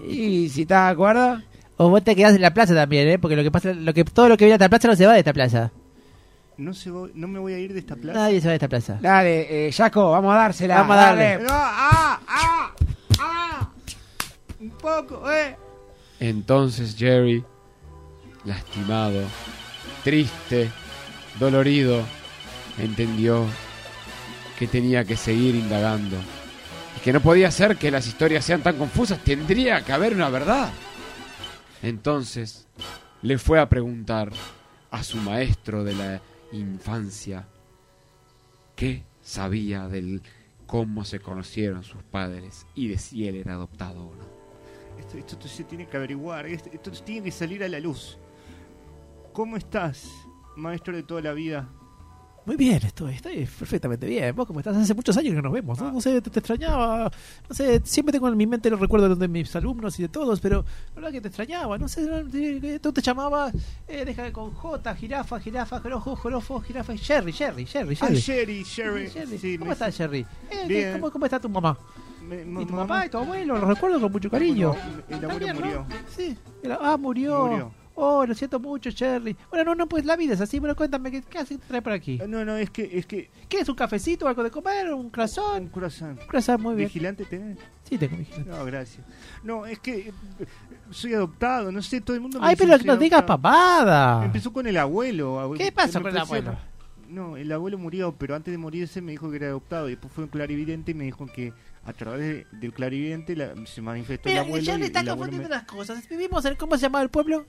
O: ¿Y si estás de acuerdo?
J: O vos te quedás en la plaza también, ¿eh? Porque lo que pasa, lo que, todo lo que viene a esta plaza no se va de esta plaza.
F: No, se vo- no me voy a ir de esta plaza.
J: Nadie se va de esta plaza.
O: Dale, eh, Jaco, vamos a dársela.
J: Vamos a darle.
F: Pero, ah, ah, ah, un poco, eh.
B: Entonces Jerry, lastimado, triste, dolorido, entendió que tenía que seguir indagando y que no podía ser que las historias sean tan confusas, tendría que haber una verdad. Entonces le fue a preguntar a su maestro de la infancia qué sabía del cómo se conocieron sus padres y de si él era adoptado o no.
F: Esto, esto t- se tiene que averiguar, esto, esto tiene que salir a la luz. ¿Cómo estás, maestro de toda la vida?
J: Muy bien, estoy, estoy perfectamente bien. Vos, como estás, hace muchos años que nos vemos, ¿no? No sé, te, te extrañaba. No sé, siempre tengo en mi mente los recuerdos de mis alumnos y de todos, pero la verdad que te extrañaba. No sé, no, te- tú te llamabas, eh, deja con J, jirafa, jirafa, jorojo, jorofo, jirafa, y Jerry, Jerry, Jerry,
F: Ah,
J: Jerry.
F: Jerry, Jerry. Sí,
J: ¿Cómo
F: me-
J: estás, Jerry? Eh,
F: Bien.
J: ¿cómo, cómo está tu mamá?
F: me-
J: Y tu
F: mamá-
J: papá y tu abuelo, los recuerdo con mucho cariño.
F: El abuelo
J: También, ¿no?
F: murió.
J: Sí. El- ah, murió.
F: Murió.
J: Oh, lo siento mucho, Jerry. Bueno, no, no, pues la vida es así. Bueno, cuéntame, ¿qué, qué haces trae por aquí?
F: Eh, No, no, es que, es que...
J: ¿Quieres un cafecito, algo de comer, un croissant? Un
F: croissant.
J: croissant, muy bien.
F: ¿Vigilante tenés?
J: Sí, tengo vigilante.
F: No, gracias. No, es que eh, soy adoptado, no sé, todo el mundo me
J: Ay,
F: dice
J: pero
F: que soy
J: no digas
F: adoptado.
J: papada.
F: Empezó con el abuelo. abue-
J: ¿Qué pasó
F: me
J: con el
F: impresiona.
J: abuelo?
F: No, el abuelo murió, pero antes de morirse me dijo que era adoptado. Y después fue un clarividente y me dijo que a través de- del clarividente la- se manifestó
J: Mira,
F: el abuelo.
J: Jerry
F: y
J: está
F: el abuelo
J: confundiendo
F: me-
J: las cosas. Vivimos en, ¿cómo se llamaba el pueblo?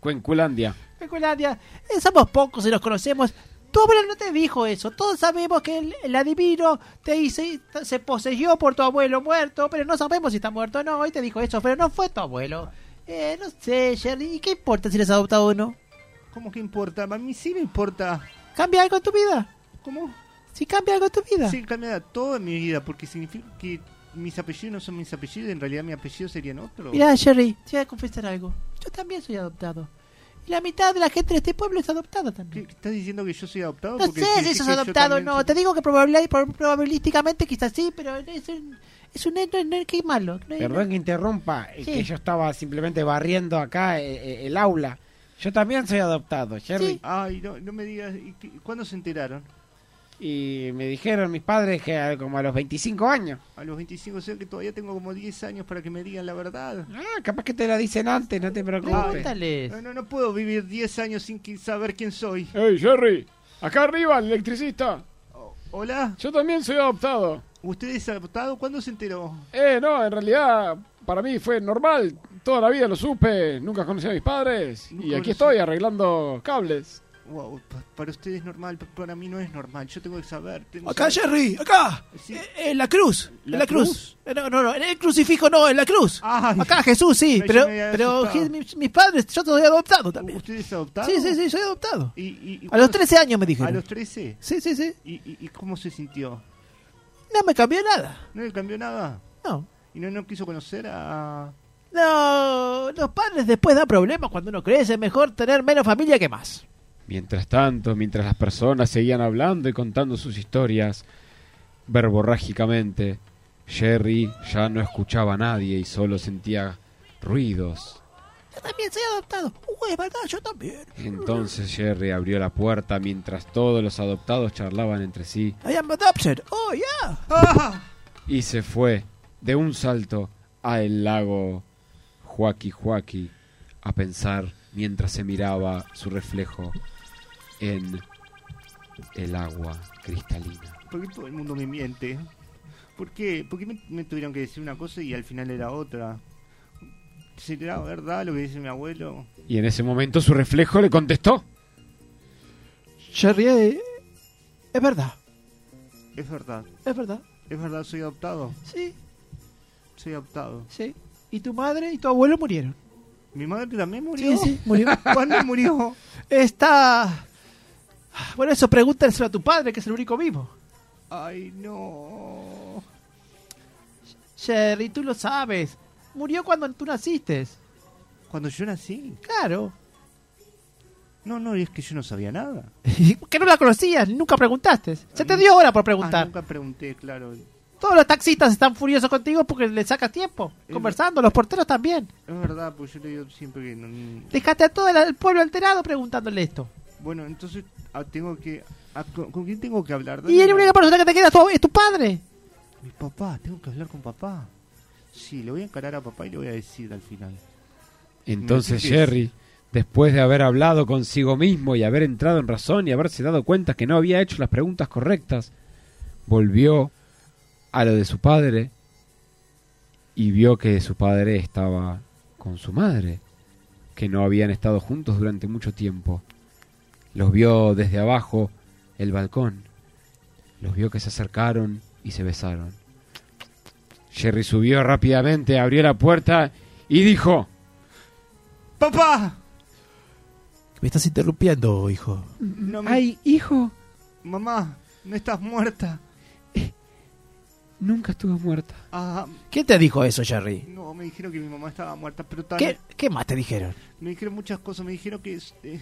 B: Cuenculandia.
J: Escuelandia. Eh, somos pocos y nos conocemos. Tu abuelo no te dijo eso. Todos sabemos que el, el adivino te hice, se poseyó por tu abuelo muerto, pero no sabemos si está muerto o no. Y te dijo eso, pero no fue tu abuelo. Eh, no sé, Jerry. ¿Y qué importa si eres adoptado o no?
F: ¿Cómo que importa? A mí sí me importa.
J: ¿Cambia algo en tu vida?
F: ¿Cómo?
J: Si cambia algo en tu vida.
F: Sí, cambia todo en mi vida, porque significa que mis apellidos no son mis apellidos, en realidad mis apellidos serían otros.
J: Mirá, Jerry, te voy a confesar algo. Yo también soy adoptado. Y la mitad de la gente de este pueblo es adoptada también.
F: ¿Estás diciendo que yo soy adoptado?
J: No
F: Porque
J: sé si
F: significa
J: eso es
F: que yo
J: adoptado o
F: también
J: no.
F: soy-
J: Te digo que probabla- prob- probabilísticamente quizás sí, pero es un, es un no, no- qué malo. No-
O: Perdón que interrumpa, es
J: Sí.
O: que yo estaba simplemente barriendo acá eh, eh, el aula. Yo también soy adoptado, Jerry.
F: Ay, no, no me digas. ¿y qué- ¿Cuándo se enteraron?
O: Y me dijeron mis padres que a- como a los 25 años.
F: A los 25, o sea que todavía tengo como 10 años para que me digan la verdad.
O: Ah, capaz que te la dicen antes, no te preocupes.
F: No, no, no puedo vivir 10 años sin qui- saber quién soy.
B: ¡Ey, Jerry! ¡Acá arriba, el electricista!
F: Hola.
B: Yo también soy adoptado.
F: ¿Usted es adoptado? ¿Cuándo se enteró?
B: Eh, no, en realidad para mí fue normal. Toda la vida lo supe. Nunca conocí a mis padres. y aquí
F: conocí.
B: estoy arreglando cables.
F: Wow, pa- para usted es normal, pa- para mí no es normal. Yo tengo que saber. tengo que
J: Acá,
F: saber.
J: Jerry, acá.
F: Sí.
J: Eh, En la cruz.
F: ¿La
J: en la cruz. Eh, No, no, no. En el crucifijo no, en la cruz. Acá Jesús, sí.
F: Ay,
J: pero
F: yo me había
J: pero
F: asustado.
J: je- mis, mis padres, yo soy adoptado también.
F: ¿Usted es adoptado?
J: Sí, sí, sí, soy adoptado.
F: ¿Y, y- y
J: A los
F: cuándo-
J: 13 años me dijeron.
F: ¿A los 13?
J: Sí, sí, sí.
F: ¿Y, y, y cómo se sintió?
J: No me cambió nada.
F: ¿No le cambió nada?
J: No.
F: ¿Y no, no quiso conocer a...?
J: No, los padres después dan problemas cuando uno crece. Es mejor tener menos familia que más.
B: Mientras tanto, mientras las personas seguían hablando y contando sus historias verborrágicamente, Jerry ya no escuchaba a nadie y solo sentía ruidos
J: Yo también soy adoptado. Uy, Oh, es verdad, yo también.
B: Entonces Jerry abrió la puerta mientras todos los adoptados charlaban entre sí
J: I am adopted. Oh, yeah.
B: y se fue de un salto a el lago Joaquí Joaquí a pensar mientras se miraba su reflejo en el agua cristalina.
F: ¿Por qué todo el mundo me miente? ¿Por qué? ¿Por qué me, me tuvieron que decir una cosa y al final era otra? ¿Será verdad lo que dice mi abuelo?
B: Y en ese momento su reflejo le contestó.
J: Jerry, eh, es verdad.
F: Es verdad.
J: Es verdad.
F: Es verdad, soy adoptado.
J: Sí,
F: Soy adoptado.
J: sí. Y tu madre y tu abuelo murieron.
F: ¿Mi madre también murió?
J: Sí, sí, murió.
F: (laughs) ¿Cuándo
J: (laughs)
F: murió?
J: Está. Bueno, eso pregúntenselo a tu padre, que es el único vivo.
F: Ay, no.
J: Jerry, tú lo sabes. Murió cuando tú naciste.
F: Cuando yo nací.
J: Claro.
F: No, no, y es que yo no sabía
J: (laughs)
F: nada.
J: ¿Por qué no la conocías? Nunca preguntaste. Se te dio hora por preguntar.
F: Ah, nunca pregunté, claro.
J: Todos los taxistas están furiosos contigo porque le sacas tiempo. Conversando, los porteros también.
F: Es verdad, pues yo le digo siempre que... no-
J: Dejaste a todo el- el pueblo alterado preguntándole esto.
F: Bueno, entonces ah, tengo que... ah, ¿con, con quién tengo que hablar?
J: Y
F: Dale,
J: la única persona que te queda es tu- es tu padre.
F: Mi papá, tengo que hablar con papá. Sí, le voy a encarar a papá y le voy a decir al final.
B: Entonces
F: Sí.
B: Jerry, después de haber hablado consigo mismo y haber entrado en razón y haberse dado cuenta que no había hecho las preguntas correctas, volvió a lo de su padre y vio que su padre estaba con su madre, que no habían estado juntos durante mucho tiempo. Los vio desde abajo el balcón. Los vio que se acercaron y se besaron. Jerry subió rápidamente, abrió la puerta y dijo,
F: ¡Papá!
J: Me estás interrumpiendo, hijo.
F: No me-
B: ¡Ay, hijo!
F: Mamá, no estás muerta.
B: Nunca estuvo muerta.
F: Ah,
J: ¿Quién te dijo eso, Jerry?
F: no, me dijeron que mi mamá estaba muerta, pero tal...
J: ¿Qué, qué más te dijeron?
F: Me dijeron muchas cosas, me dijeron que... es- eh,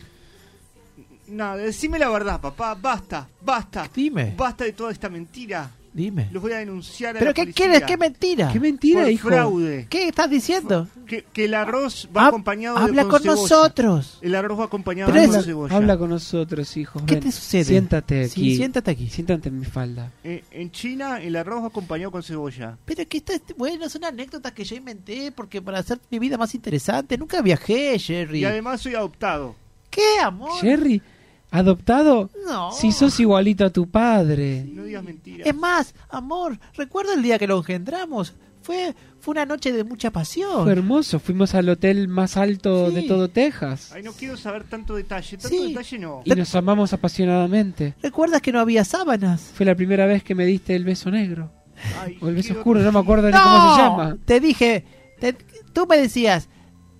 F: Nada, decime la verdad, papá, basta, basta.
J: Dime.
F: Basta de toda esta mentira.
J: Dime.
F: Los voy a denunciar a
J: ¿Pero
F: la
J: qué
F: policía.
J: quieres? ¿Qué mentira?
F: ¿Qué mentira, Por hijo? fraude.
J: ¿Qué estás diciendo?
F: Que, que el arroz va acompañado de
J: habla con
F: cebolla.
J: nosotros.
F: El arroz va acompañado
J: Pero
F: con
J: es-
F: cebolla.
B: Habla con nosotros, hijo.
J: ¿Qué
B: Ven,
J: te sucede?
B: Siéntate
J: Sí,
B: aquí.
J: siéntate aquí.
B: Siéntate en mi falda.
F: Eh, en China el arroz va acompañado con cebolla.
J: Pero que esto es, bueno, son anécdotas que yo inventé porque para hacer mi vida más interesante. Nunca viajé, Jerry.
F: Y además soy adoptado.
J: ¿Qué, amor?
B: Jerry, adoptado.
J: No.
B: Si sos igualito a tu padre.
F: No digas mentiras.
J: Es más, amor, recuerdo el día que lo engendramos. Fue, fue una noche de mucha pasión.
B: Fue hermoso. Fuimos al hotel más alto de
J: Sí.
B: todo Texas.
F: Ay, no quiero saber tanto detalle. Tanto detalle no.
B: Y nos amamos apasionadamente.
J: ¿Recuerdas que no había sábanas?
B: Fue la primera vez que me diste el beso negro.
F: Ay,
B: o el beso oscuro, no me acuerdo ni
J: ¡No!
B: cómo se llama.
J: Te dije, te- tú me decías,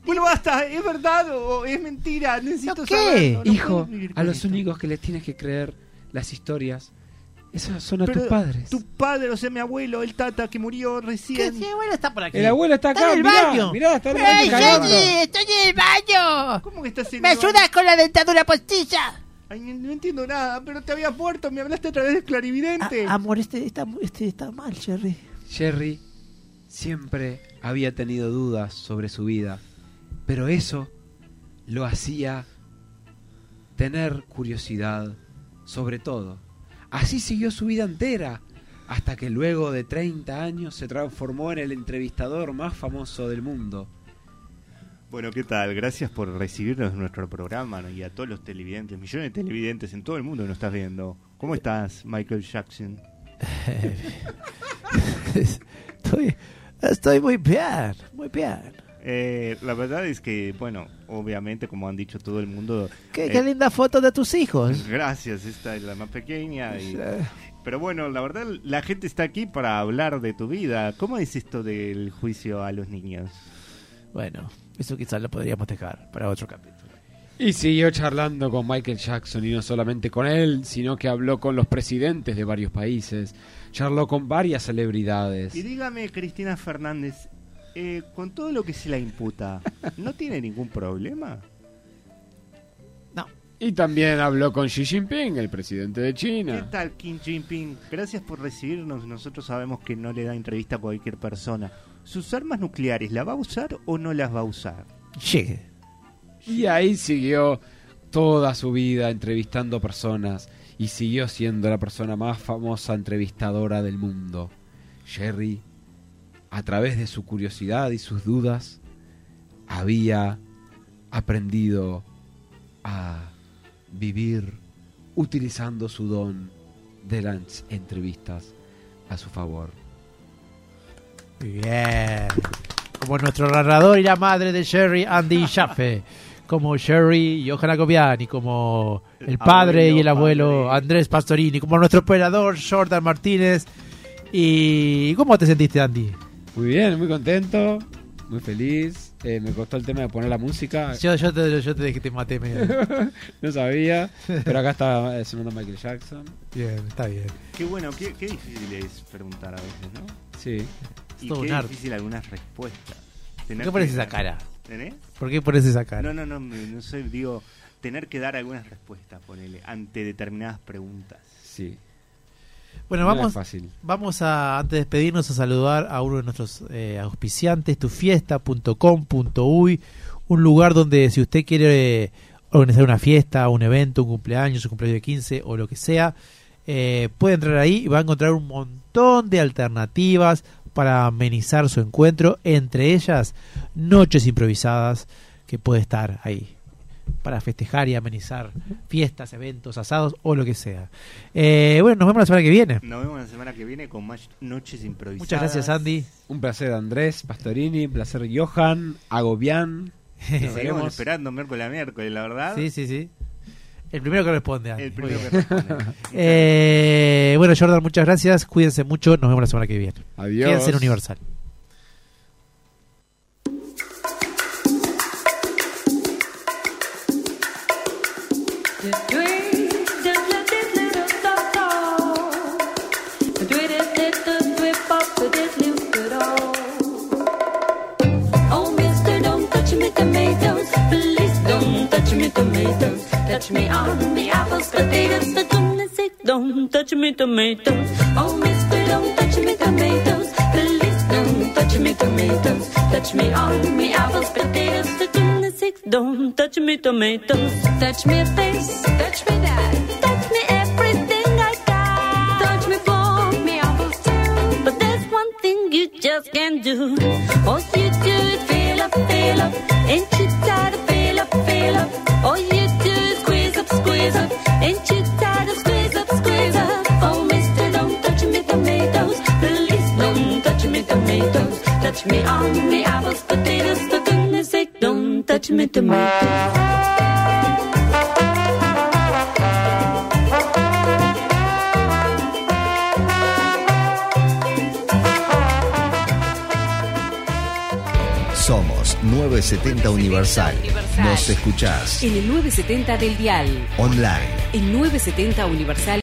F: Bueno, basta. ¿Es verdad o es mentira? Necesito
J: ¿Qué?
F: saberlo. no
B: Hijo,
F: puedo vivir
B: a
F: con
B: los
F: esto.
B: únicos que les tienes que creer las historias, esos son a
F: Pero
B: tus padres.
F: Tu padre, o sea, mi abuelo, el tata que murió recién.
J: ¿qué? Mi abuelo está por aquí.
B: El abuelo está acá,
J: en el
B: mirá,
J: baño.
B: mirá, está en el
J: ¡Ey,
B: baño cagando.
J: Jerry, estoy en el baño!
F: ¿Cómo que estás en
J: ¿Me
F: el baño?
J: ayudas con la dentadura postilla?
F: Ay, no, no entiendo nada, pero te habías muerto, me hablaste a través del clarividente.
J: Amor, este está, este está mal, Jerry.
B: Jerry siempre había tenido dudas sobre su vida, pero eso lo hacía tener curiosidad sobre todo. Así siguió su vida entera, hasta que luego de 30 años se transformó en el entrevistador más famoso del mundo.
F: Bueno, ¿qué tal? Gracias por recibirnos en nuestro programa ¿no? y a todos los televidentes, millones de televidentes en todo el mundo que nos estás viendo. ¿Cómo estás, Michael
B: (laughs)
F: Jackson?
J: estoy, estoy muy bien, muy bien.
F: Eh, la verdad es que, bueno, obviamente, como han dicho todo el mundo...
J: Qué,
F: eh,
J: qué linda foto de tus hijos.
F: Gracias, esta es la más pequeña. y- Pero bueno, la verdad, la gente está aquí para hablar de tu vida. ¿Cómo es esto del juicio a los niños?
J: Bueno, eso quizás lo podríamos dejar para otro capítulo.
B: Y siguió charlando con Michael Jackson y no solamente con él, sino que habló con los presidentes de varios países, charló con varias celebridades.
F: Y dígame, Cristina Fernández, eh, con todo lo que se la imputa, ¿no tiene ningún problema?
B: Y también habló con Xi Jinping, el presidente de
F: ¿Qué
B: China.
F: tal, Kim Jinping? Gracias por recibirnos. Nosotros sabemos que no le da entrevista a cualquier persona. ¿Sus armas nucleares la va a usar o no las va a usar?
J: Llegue.
B: Y ahí siguió toda su vida entrevistando personas y siguió siendo la persona más famosa entrevistadora del mundo. Jerry, a través de su curiosidad y sus dudas, había aprendido a vivir utilizando su don de las entrevistas a su favor.
J: Bien. Como nuestro narrador y la madre de Jerry, Andy Jaffe. Como Jerry y Johanna Gobiani, como el padre
A: Abuelo,
J: y el abuelo Andrés Pastorini, como nuestro operador Jordan Martínez. ¿Y cómo te sentiste, Andy?
B: Muy bien, muy contento, muy feliz. Eh, me costó el tema de poner la música.
J: Yo, yo te, yo te dije que te maté medio.
B: (laughs) no sabía, pero acá está eh, sonando Michael Jackson.
J: Bien, está bien.
F: Qué bueno, qué, qué difícil es preguntar a veces, ¿no?
B: Sí.
F: Y
J: todo
F: qué
J: un arte.
F: difícil algunas respuestas.
J: ¿Por
F: Tener
J: qué
F: que-
J: pones esa cara?
F: ¿Eh?
J: ¿Por qué pones esa cara?
F: No, no, no, me- no sé, digo, tener que dar algunas respuestas, ponele, ante determinadas preguntas.
P: Sí.
A: Bueno,
P: No es
A: vamos,
P: fácil.
A: vamos a, antes de despedirnos, a saludar a uno de nuestros eh, auspiciantes, tufiesta.com.uy, un lugar donde si usted quiere eh, organizar una fiesta, un evento, un cumpleaños, un cumpleaños de 15 o lo que sea, eh, puede entrar ahí y va a encontrar un montón de alternativas para amenizar su encuentro, entre ellas noches improvisadas que puede estar ahí para festejar y amenizar fiestas, eventos, asados o lo que sea. Eh, bueno, nos vemos la semana que viene.
F: Nos vemos la semana que viene con más noches improvisadas.
A: Muchas gracias, Andy.
P: Un placer, Andrés Pastorini. Un placer, Johan
A: (laughs)
P: Agobián.
F: Nos seguimos esperando miércoles a miércoles, la verdad.
A: Sí, sí, sí. El primero que responde, Andy.
F: El
A: Muy
F: primero
A: bien.
F: que responde.
A: Eh, bueno, Jordan, muchas gracias. Cuídense mucho. Nos vemos la semana que viene.
P: Adiós.
A: Quédense en Universal.
Q: Oh, mister, don't touch me tomatoes. Please don't touch me tomatoes. Touch me on the apples, potatoes. For goodness sake, don't touch me tomatoes. Oh, mister, don't touch me tomatoes. Please don't touch me tomatoes. Touch me on the apples, potatoes. For goodness sake, don't touch me tomatoes. Touch me this, touch me that. Touch me everything I got. Touch me for me apples too. But there's one thing you just can't do. All you do is fill up, fill up. Ain't you tired of fill up, fill up? All you do is squeeze up, squeeze up. Ain't you tired of squeeze up, squeeze up? Oh, mister, don't touch me tomatoes. Please don't touch me tomatoes. Touch me on the apples, potatoes. For goodness sake, don't touch me tomatoes.
H: Somos 970 Universal.
L: Universal.
H: Nos escuchás
L: En el 970 del Dial.
H: online.
L: En 970 Universal.